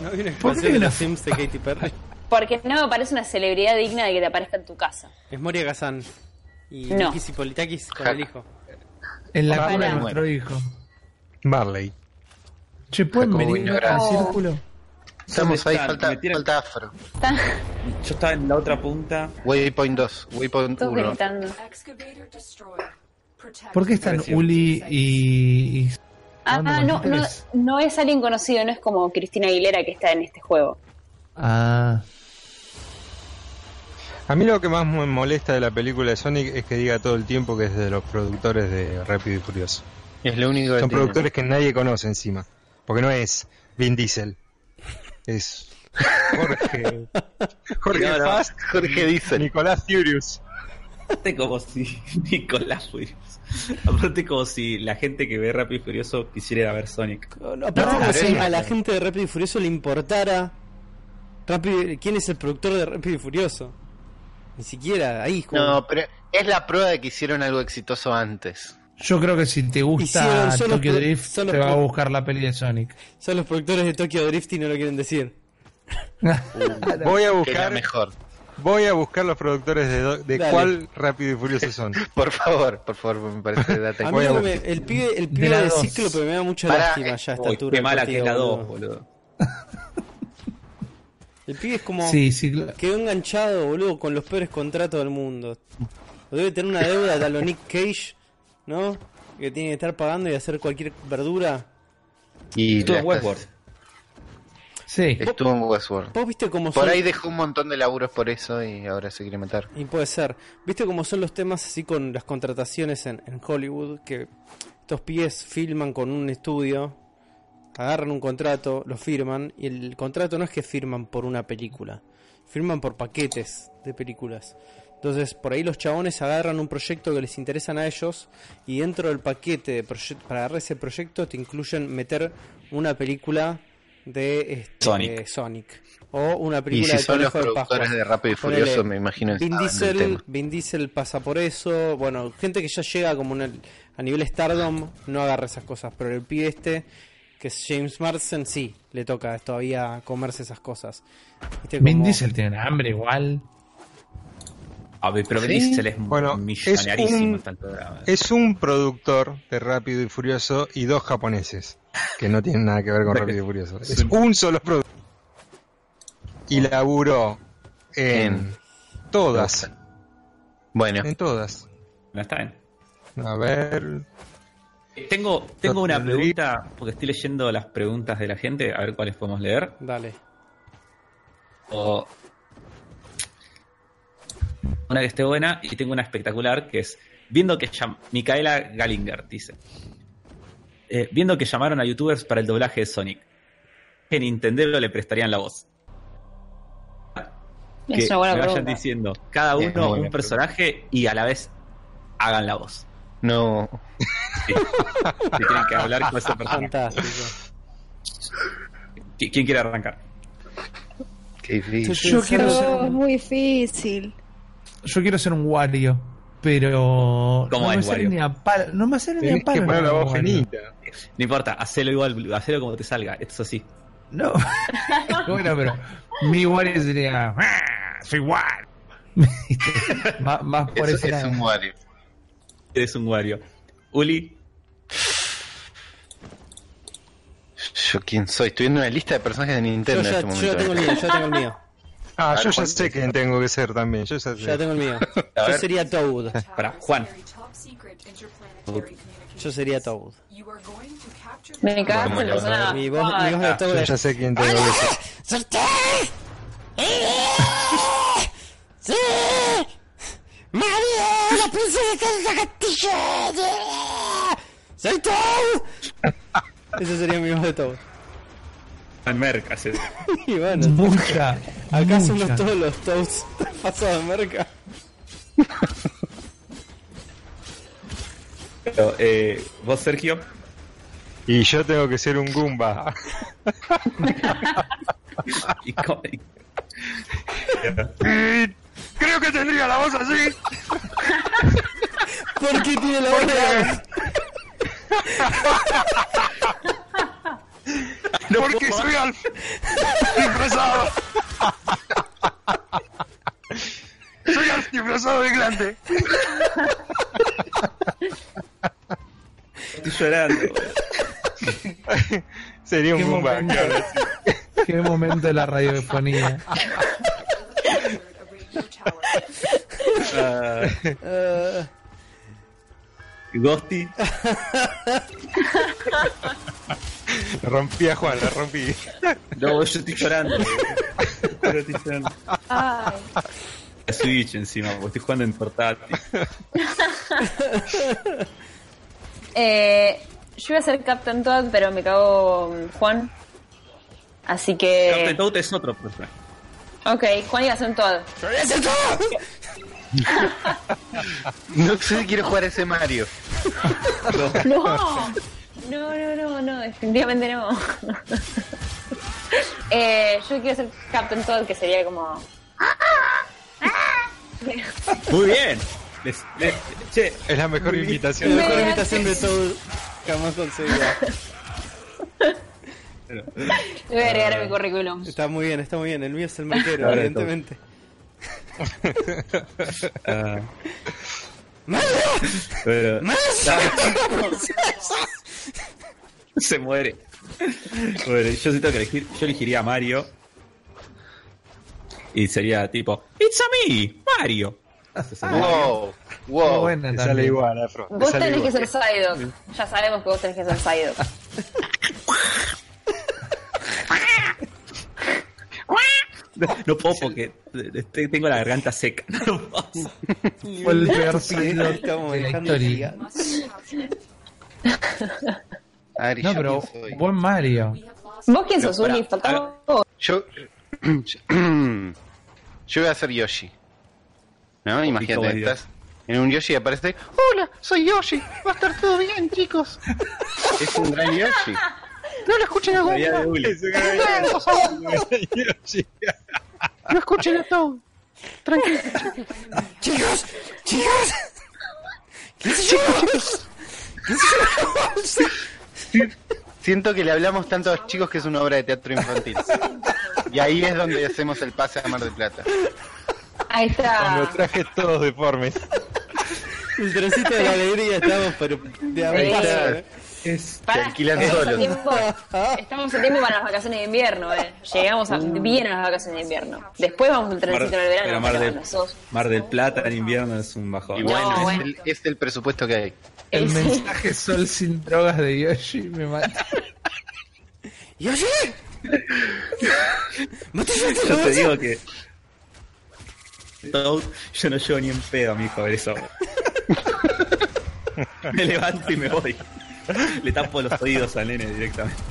S1: ¿No hay una
S5: ¿Por
S1: expansión
S5: qué
S1: de
S5: no?
S1: los Sims de Katy Perry?
S4: Porque no me parece una celebridad digna de que te aparezca en tu casa.
S1: Es Moria Kazan. Y
S4: No.
S1: Nikis y Politakis con el hijo.
S5: En la
S6: Ojalá.
S5: cuna de
S2: Bueno.
S5: nuestro hijo.
S6: Barley.
S5: Che, ¿pueden
S2: Jacobo
S5: venir
S2: Vinograd.
S5: al círculo?
S2: Estamos
S3: ¿Dónde
S2: ahí,
S3: están?
S2: falta,
S3: Me tiran-
S2: falta Afro.
S4: Están
S3: Yo estaba en la otra punta.
S2: Waypoint 2, Waypoint
S4: todos
S2: 1.
S4: gritando.
S5: ¿Por qué están
S3: Pareció.
S5: Uli y... y-
S4: Ah,
S5: Ah,
S4: no,
S5: ¿quién
S4: no,
S5: es?
S4: no es alguien conocido, no es como Cristina Aguilera que está en este juego.
S5: Ah,
S6: A mí lo que más me molesta de la película de Sonic es que diga todo el tiempo que es de los productores de Rápido y Furioso.
S2: Es lo único que
S6: Son
S2: tiene.
S6: productores que nadie conoce encima. Porque no es Vin Diesel. Es Jorge. Jorge
S2: No, no,
S6: Fast,
S2: Jorge Diesel.
S6: Nicolás Furious.
S3: Aparte como si Nicolás Furioso. Aparte como si la gente que ve Rápido y Furioso quisiera ir a ver Sonic.
S1: Aparte, como
S2: pero
S1: si
S2: es-
S1: a la gente de Rápido y Furioso le importara Rápido- quién es el productor de Rápido y Furioso. Ni siquiera ahí. como-
S2: No, pero es la prueba de que hicieron algo exitoso antes.
S5: yo creo que si te gusta
S1: Hicieron solo
S5: Tokyo
S1: pro-
S5: Drift,
S1: solo
S5: te va a
S1: pro-
S5: buscar la peli de Sonic.
S1: Son los productores de Tokyo Drift y no lo quieren decir.
S6: Voy a
S2: Que es la
S6: buscar,
S2: mejor.
S6: voy a buscar los productores de, do- de
S1: Dale.
S6: cuál Rápido y Furioso son.
S2: Por favor, por favor, me parece date
S1: A mí
S6: voy a
S1: no me-
S6: buscar.
S1: el pibe, el
S5: De
S1: pibe
S5: la
S1: de
S5: dos.
S1: Cíclope me da mucha
S2: Pará,
S1: lástima ya a esta
S3: eh, Uy,
S1: altura.
S3: qué
S1: del
S3: mala que es
S1: partido,
S3: la 2,
S1: boludo.
S3: boludo.
S1: El pibe es como
S5: Sí, sí, cl-
S1: quedó enganchado, boludo, con los peores contratos del mundo. O debe tener una deuda a lo Nick Cage, ¿no? que tiene que estar pagando y hacer cualquier verdura.
S2: Y
S3: Estuvo
S2: la
S3: en
S2: estás-
S3: Westworld.
S5: Sí.
S2: Estuvo en Westworld.
S1: ¿Vos viste cómo
S2: Por
S1: son-
S2: ahí dejó un montón de laburos por eso y ahora se quiere matar.
S1: Y puede ser. ¿Viste cómo son los temas así con las contrataciones en, en Hollywood? Que estos pies filman con un estudio, agarran un contrato, lo firman, y el contrato no es que firman por una película, firman por paquetes de películas. Entonces, por ahí los chabones agarran un proyecto que les interesan a ellos y dentro del paquete de proye- para agarrar ese proyecto te incluyen meter una película de este,
S3: Sonic.
S1: Sonic, o una
S2: Y
S1: película
S2: si
S1: de
S2: son los
S1: Conejo de
S2: productores
S1: Pascua.
S2: de Rápido y
S1: Ponele,
S2: Furioso, me imagino que
S1: Vin
S2: saben del
S1: Diesel,
S2: tema.
S1: Vin Diesel pasa por eso. Bueno, gente que ya llega como en el- a nivel Stardom no agarra esas cosas, pero el pibe este, que es James Marsden, sí, le toca todavía comerse esas cosas. ¿Viste?
S5: Vin
S1: Como-
S5: Diesel tiene hambre igual.
S3: A ver, Ah, pero Vin
S2: Sí.
S3: Diesel es
S6: Bueno, es un-
S3: millonarísimo. está en todo grado.
S6: Es un productor de Rápido y Furioso y dos japoneses, que no tienen nada que ver con Rápido y Furioso. Es un solo productor. Y laburó en
S2: En-
S6: todas,
S2: Bueno,
S6: en todas.
S3: No está bien.
S6: A ver,
S3: Eh, Tengo, tengo una
S6: Tendría-
S3: pregunta, porque estoy leyendo las preguntas de la gente, a ver cuáles podemos leer.
S1: Dale.
S3: O una que esté buena y tengo una espectacular que es viendo que llam- Micaela Galinger dice eh, viendo que llamaron a youtubers para el doblaje de Sonic que Nintendo le prestarían la voz que
S4: Es una buena
S3: me vayan
S4: pregunta.
S3: diciendo cada
S2: Es muy
S3: uno
S2: buena
S3: un personaje y a la vez hagan la voz
S2: no.
S3: si tienen que hablar con esa persona
S1: Fantástico.
S3: ¿Qui- ¿quién quiere arrancar?
S2: Qué difícil.
S1: Yo quiero
S8: Oh, es muy difícil.
S5: Yo quiero ser un Wario, pero.
S3: ¿Cómo
S5: no
S3: es
S5: me sale
S3: Wario?
S5: ni a palo. No me sale ni a
S6: tenés
S5: palo.
S6: que poner la
S5: no,
S6: voz
S5: Wario.
S6: finita.
S3: no importa hacelo igual hacelo como te salga esto sí
S5: No. bueno, pero. Mi Wario sería. "Ah, Soy Wario. más, más por
S2: Eso
S5: ese
S2: es
S5: lado.
S2: un Wario.
S3: eres un Wario Uli
S2: Yo quién soy. Estoy viendo una lista de personajes de
S1: Yo,
S2: Nintendo
S1: ya,
S2: en
S1: yo
S2: este
S1: ya tengo el
S2: momento.
S1: mío, yo tengo el mío.
S6: Ah,
S2: ver,
S6: yo ya
S2: ¿cuál
S6: sé
S2: es?
S6: quién tengo que ser también. Yo ya sé.
S1: Yo ya tengo el mío.
S2: A
S1: Yo
S2: ver.
S1: sería Toad.
S3: Para, Juan.
S1: Yo sería Toad.
S4: Me cagaste el
S2: Vamos,
S4: personaje.
S1: Mi voz, mi voz de Toad
S6: Yo
S1: es-
S6: ya sé quién tengo que ser.
S1: ¡Solté! ¡Eh! ¡Sí! ¡María! ¡La princesa de la gatilla! ¡Soy Toad! Ese sería mi voz de Toad.
S3: Merca hace
S1: Y bueno,
S5: Mucha.
S1: acá
S5: mucha.
S1: somos todos los Toads pasados de merca.
S3: Pero, eh, vos, Sergio,
S6: Y yo tengo que ser un Goomba.
S3: ¿Y cómo- y-
S6: Y Creo que tendría la voz así.
S1: ¿Por qué tiene la voz de
S6: porque soy al... disfrazado. soy al disfrazado de grande.
S3: estoy llorando.
S6: Sería un
S5: Qué
S6: Goomba.
S5: momento. Qué momento de la radiofonía.
S3: Gosti,
S6: La rompí a Juan, la rompí.
S3: no, yo estoy llorando. Pero estoy llorando.
S8: Ay,
S3: La Switch encima, porque estoy jugando en portátil.
S4: Eh, yo iba a ser Captain Todd, pero me cago en Juan. Así
S3: Captain
S4: que.
S3: Toad es otro personaje.
S4: Ok, Juan iba a ser un Todd.
S2: No sé si quiero jugar a ese Mario.
S4: ¡No! No, no, no, no, definitivamente no. eh, yo quiero ser Captain Todd, que sería como.
S3: Muy bien. Les- les- che,
S6: Es la mejor
S1: La
S6: invitación.
S1: mejor
S4: Me
S1: imitación de Toad jamás conseguida.
S4: Le voy a agregar a mi currículum.
S1: Está muy bien, está muy bien. El mío es el merquero,
S3: Ahora de
S1: evidentemente.
S3: ah,
S1: ¡Mario!
S3: pero-
S1: ¡Mario!
S3: se muere. Bueno, yo sí tengo que elegir. Yo elegiría a Mario. Y sería tipo, It's a me, Mario.
S2: Wow. Wow.
S5: buena
S6: Te sale
S5: también.
S6: igual, Afro. te
S4: Vos
S6: sale
S4: tenés que
S6: igual.
S4: ser Psyduck. Ya sabemos que vos tenés que ser Psyduck.
S3: No puedo porque este- tengo la garganta seca. No lo puedo hacer.
S5: Fue el peor
S1: Estupidez que
S5: Psylocke
S1: estamos
S5: de la
S1: dejando
S5: historia.
S2: Ari,
S5: No,
S2: yo
S5: pero
S2: quién soy.
S5: buen Mario.
S4: ¿Vos quién
S2: No,
S4: sos, Uli?
S2: pará,
S4: Faltaba
S2: pará.
S4: vos.
S2: Yo, yo voy a ser Yoshi. ¿No? Imagínate,
S3: Mario.
S2: estás en un Yoshi y aparece, hola, soy Yoshi, va a estar todo bien, chicos. es un gran Yoshi. No lo escuchen a
S3: Todavía
S2: Gumba,
S3: de Uli.
S6: Sí.
S2: no escuchen a Toad. Tranquilo.
S7: Chicos, chicos. ¿Qué sé yo? ¿Qué sé yo?
S2: Siento que le hablamos tanto a los chicos que es una obra de teatro infantil. Y ahí es donde hacemos el pase a Mar del Plata.
S4: Ahí
S6: Con
S4: está.
S6: los trajes todos deformes.
S1: El trocito de la alegría estamos, pero de
S4: Ahí
S7: Eh,
S4: está.
S1: avanzar.
S4: Pará,
S2: Te alquilan
S4: estamos, a
S2: solos.
S4: tiempo, estamos a tiempo para las vacaciones de invierno, eh. Llegamos a- bien a las vacaciones de invierno. Después vamos al
S3: Mm. Mar-
S4: trencito del
S3: pero
S4: verano.
S3: Mar,
S4: pero
S3: del,
S4: nosotros-
S3: Mar del Plata en invierno es un bajón.
S2: Y bueno,
S4: No,
S2: es,
S4: bueno.
S2: El, es el presupuesto que hay.
S5: El
S4: Sí.
S5: mensaje sol sin drogas de Yoshi me mata.
S7: ¿Yoshi? ¿Mataste a
S3: Yo te
S7: Yoshi?
S3: digo que. Toad, yo no llevo ni en pedo a mi hijo a ver eso. me levanto y me voy. Le tapo los oídos al nene directamente.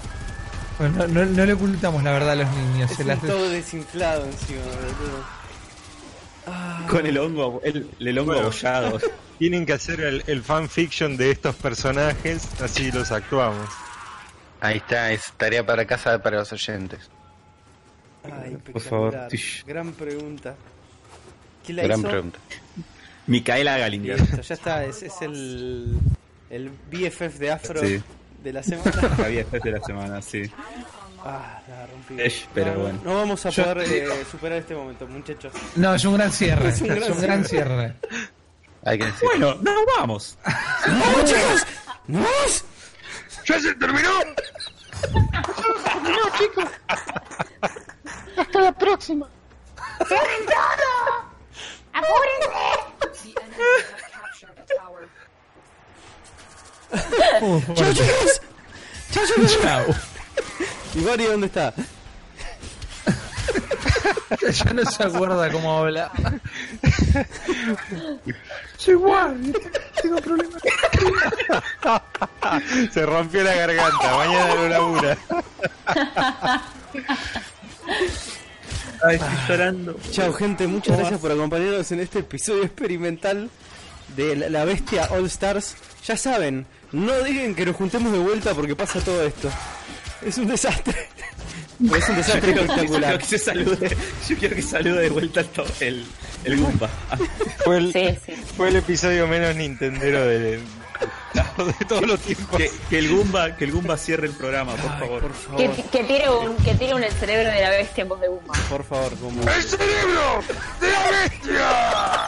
S5: Bueno, no, no le ocultamos la verdad a los niños.
S1: Es
S5: se las-
S1: un todo desinflado encima, boludo.
S3: Con el hongo, el, el hongo
S6: Bueno.
S3: abollado.
S6: Tienen que hacer el, el fanfiction de estos personajes, así los actuamos.
S2: Ahí está, es tarea para casa para los oyentes.
S1: Ay, espectacular.
S3: Por favor, tish.
S1: Gran pregunta. ¿Quién la
S2: Gran
S1: hizo?
S2: pregunta.
S3: Micaela Galinger.
S1: Listo, ya está, es, es el, el BFF de Afro
S3: Sí.
S1: de la semana.
S3: Había después de la semana, sí.
S1: Ah, la rompí.
S3: Esh, pero
S1: no,
S3: bueno.
S1: Ah, No vamos a
S5: Yo-
S1: poder eh, superar este momento, muchachos.
S5: No, es un gran cierre.
S1: Es
S5: Es
S1: un
S5: un
S1: gran
S5: gran cierre.
S2: Hay que decir.
S3: Bueno, nos vamos.
S7: ¡No, chicos! ¡No!
S6: ¡Ya se terminó!
S5: Uh,
S7: ¡Chao,
S5: fuerte.
S7: chicos! ¡Chao, chicos!
S5: Chao.
S1: ¿Y Gori dónde está?
S5: Ya no se acuerda cómo habla.
S6: Se rompió la garganta, mañana no labura.
S3: Ay, estoy llorando.
S1: Chao, gente, muchas gracias por acompañarnos en este episodio experimental de La- La Bestia All Stars. Ya saben, no digan que nos juntemos de vuelta porque pasa todo esto. Es un desastre. Pero es un desastre
S3: Yo quiero
S1: espectacular.
S3: que se salude. Yo quiero que salude de vuelta el, to- el, el Goomba.
S6: Fue el,
S4: Sí, sí.
S6: fue el episodio menos nintendero de, de todos los tiempos.
S3: Que, que el Goomba, que el Goomba cierre el programa, por favor.
S1: Por favor,
S4: Que, que tire un, que tire un el cerebro de la bestia en voz de Gumba.
S1: por favor, como...
S6: ¡El cerebro de la bestia!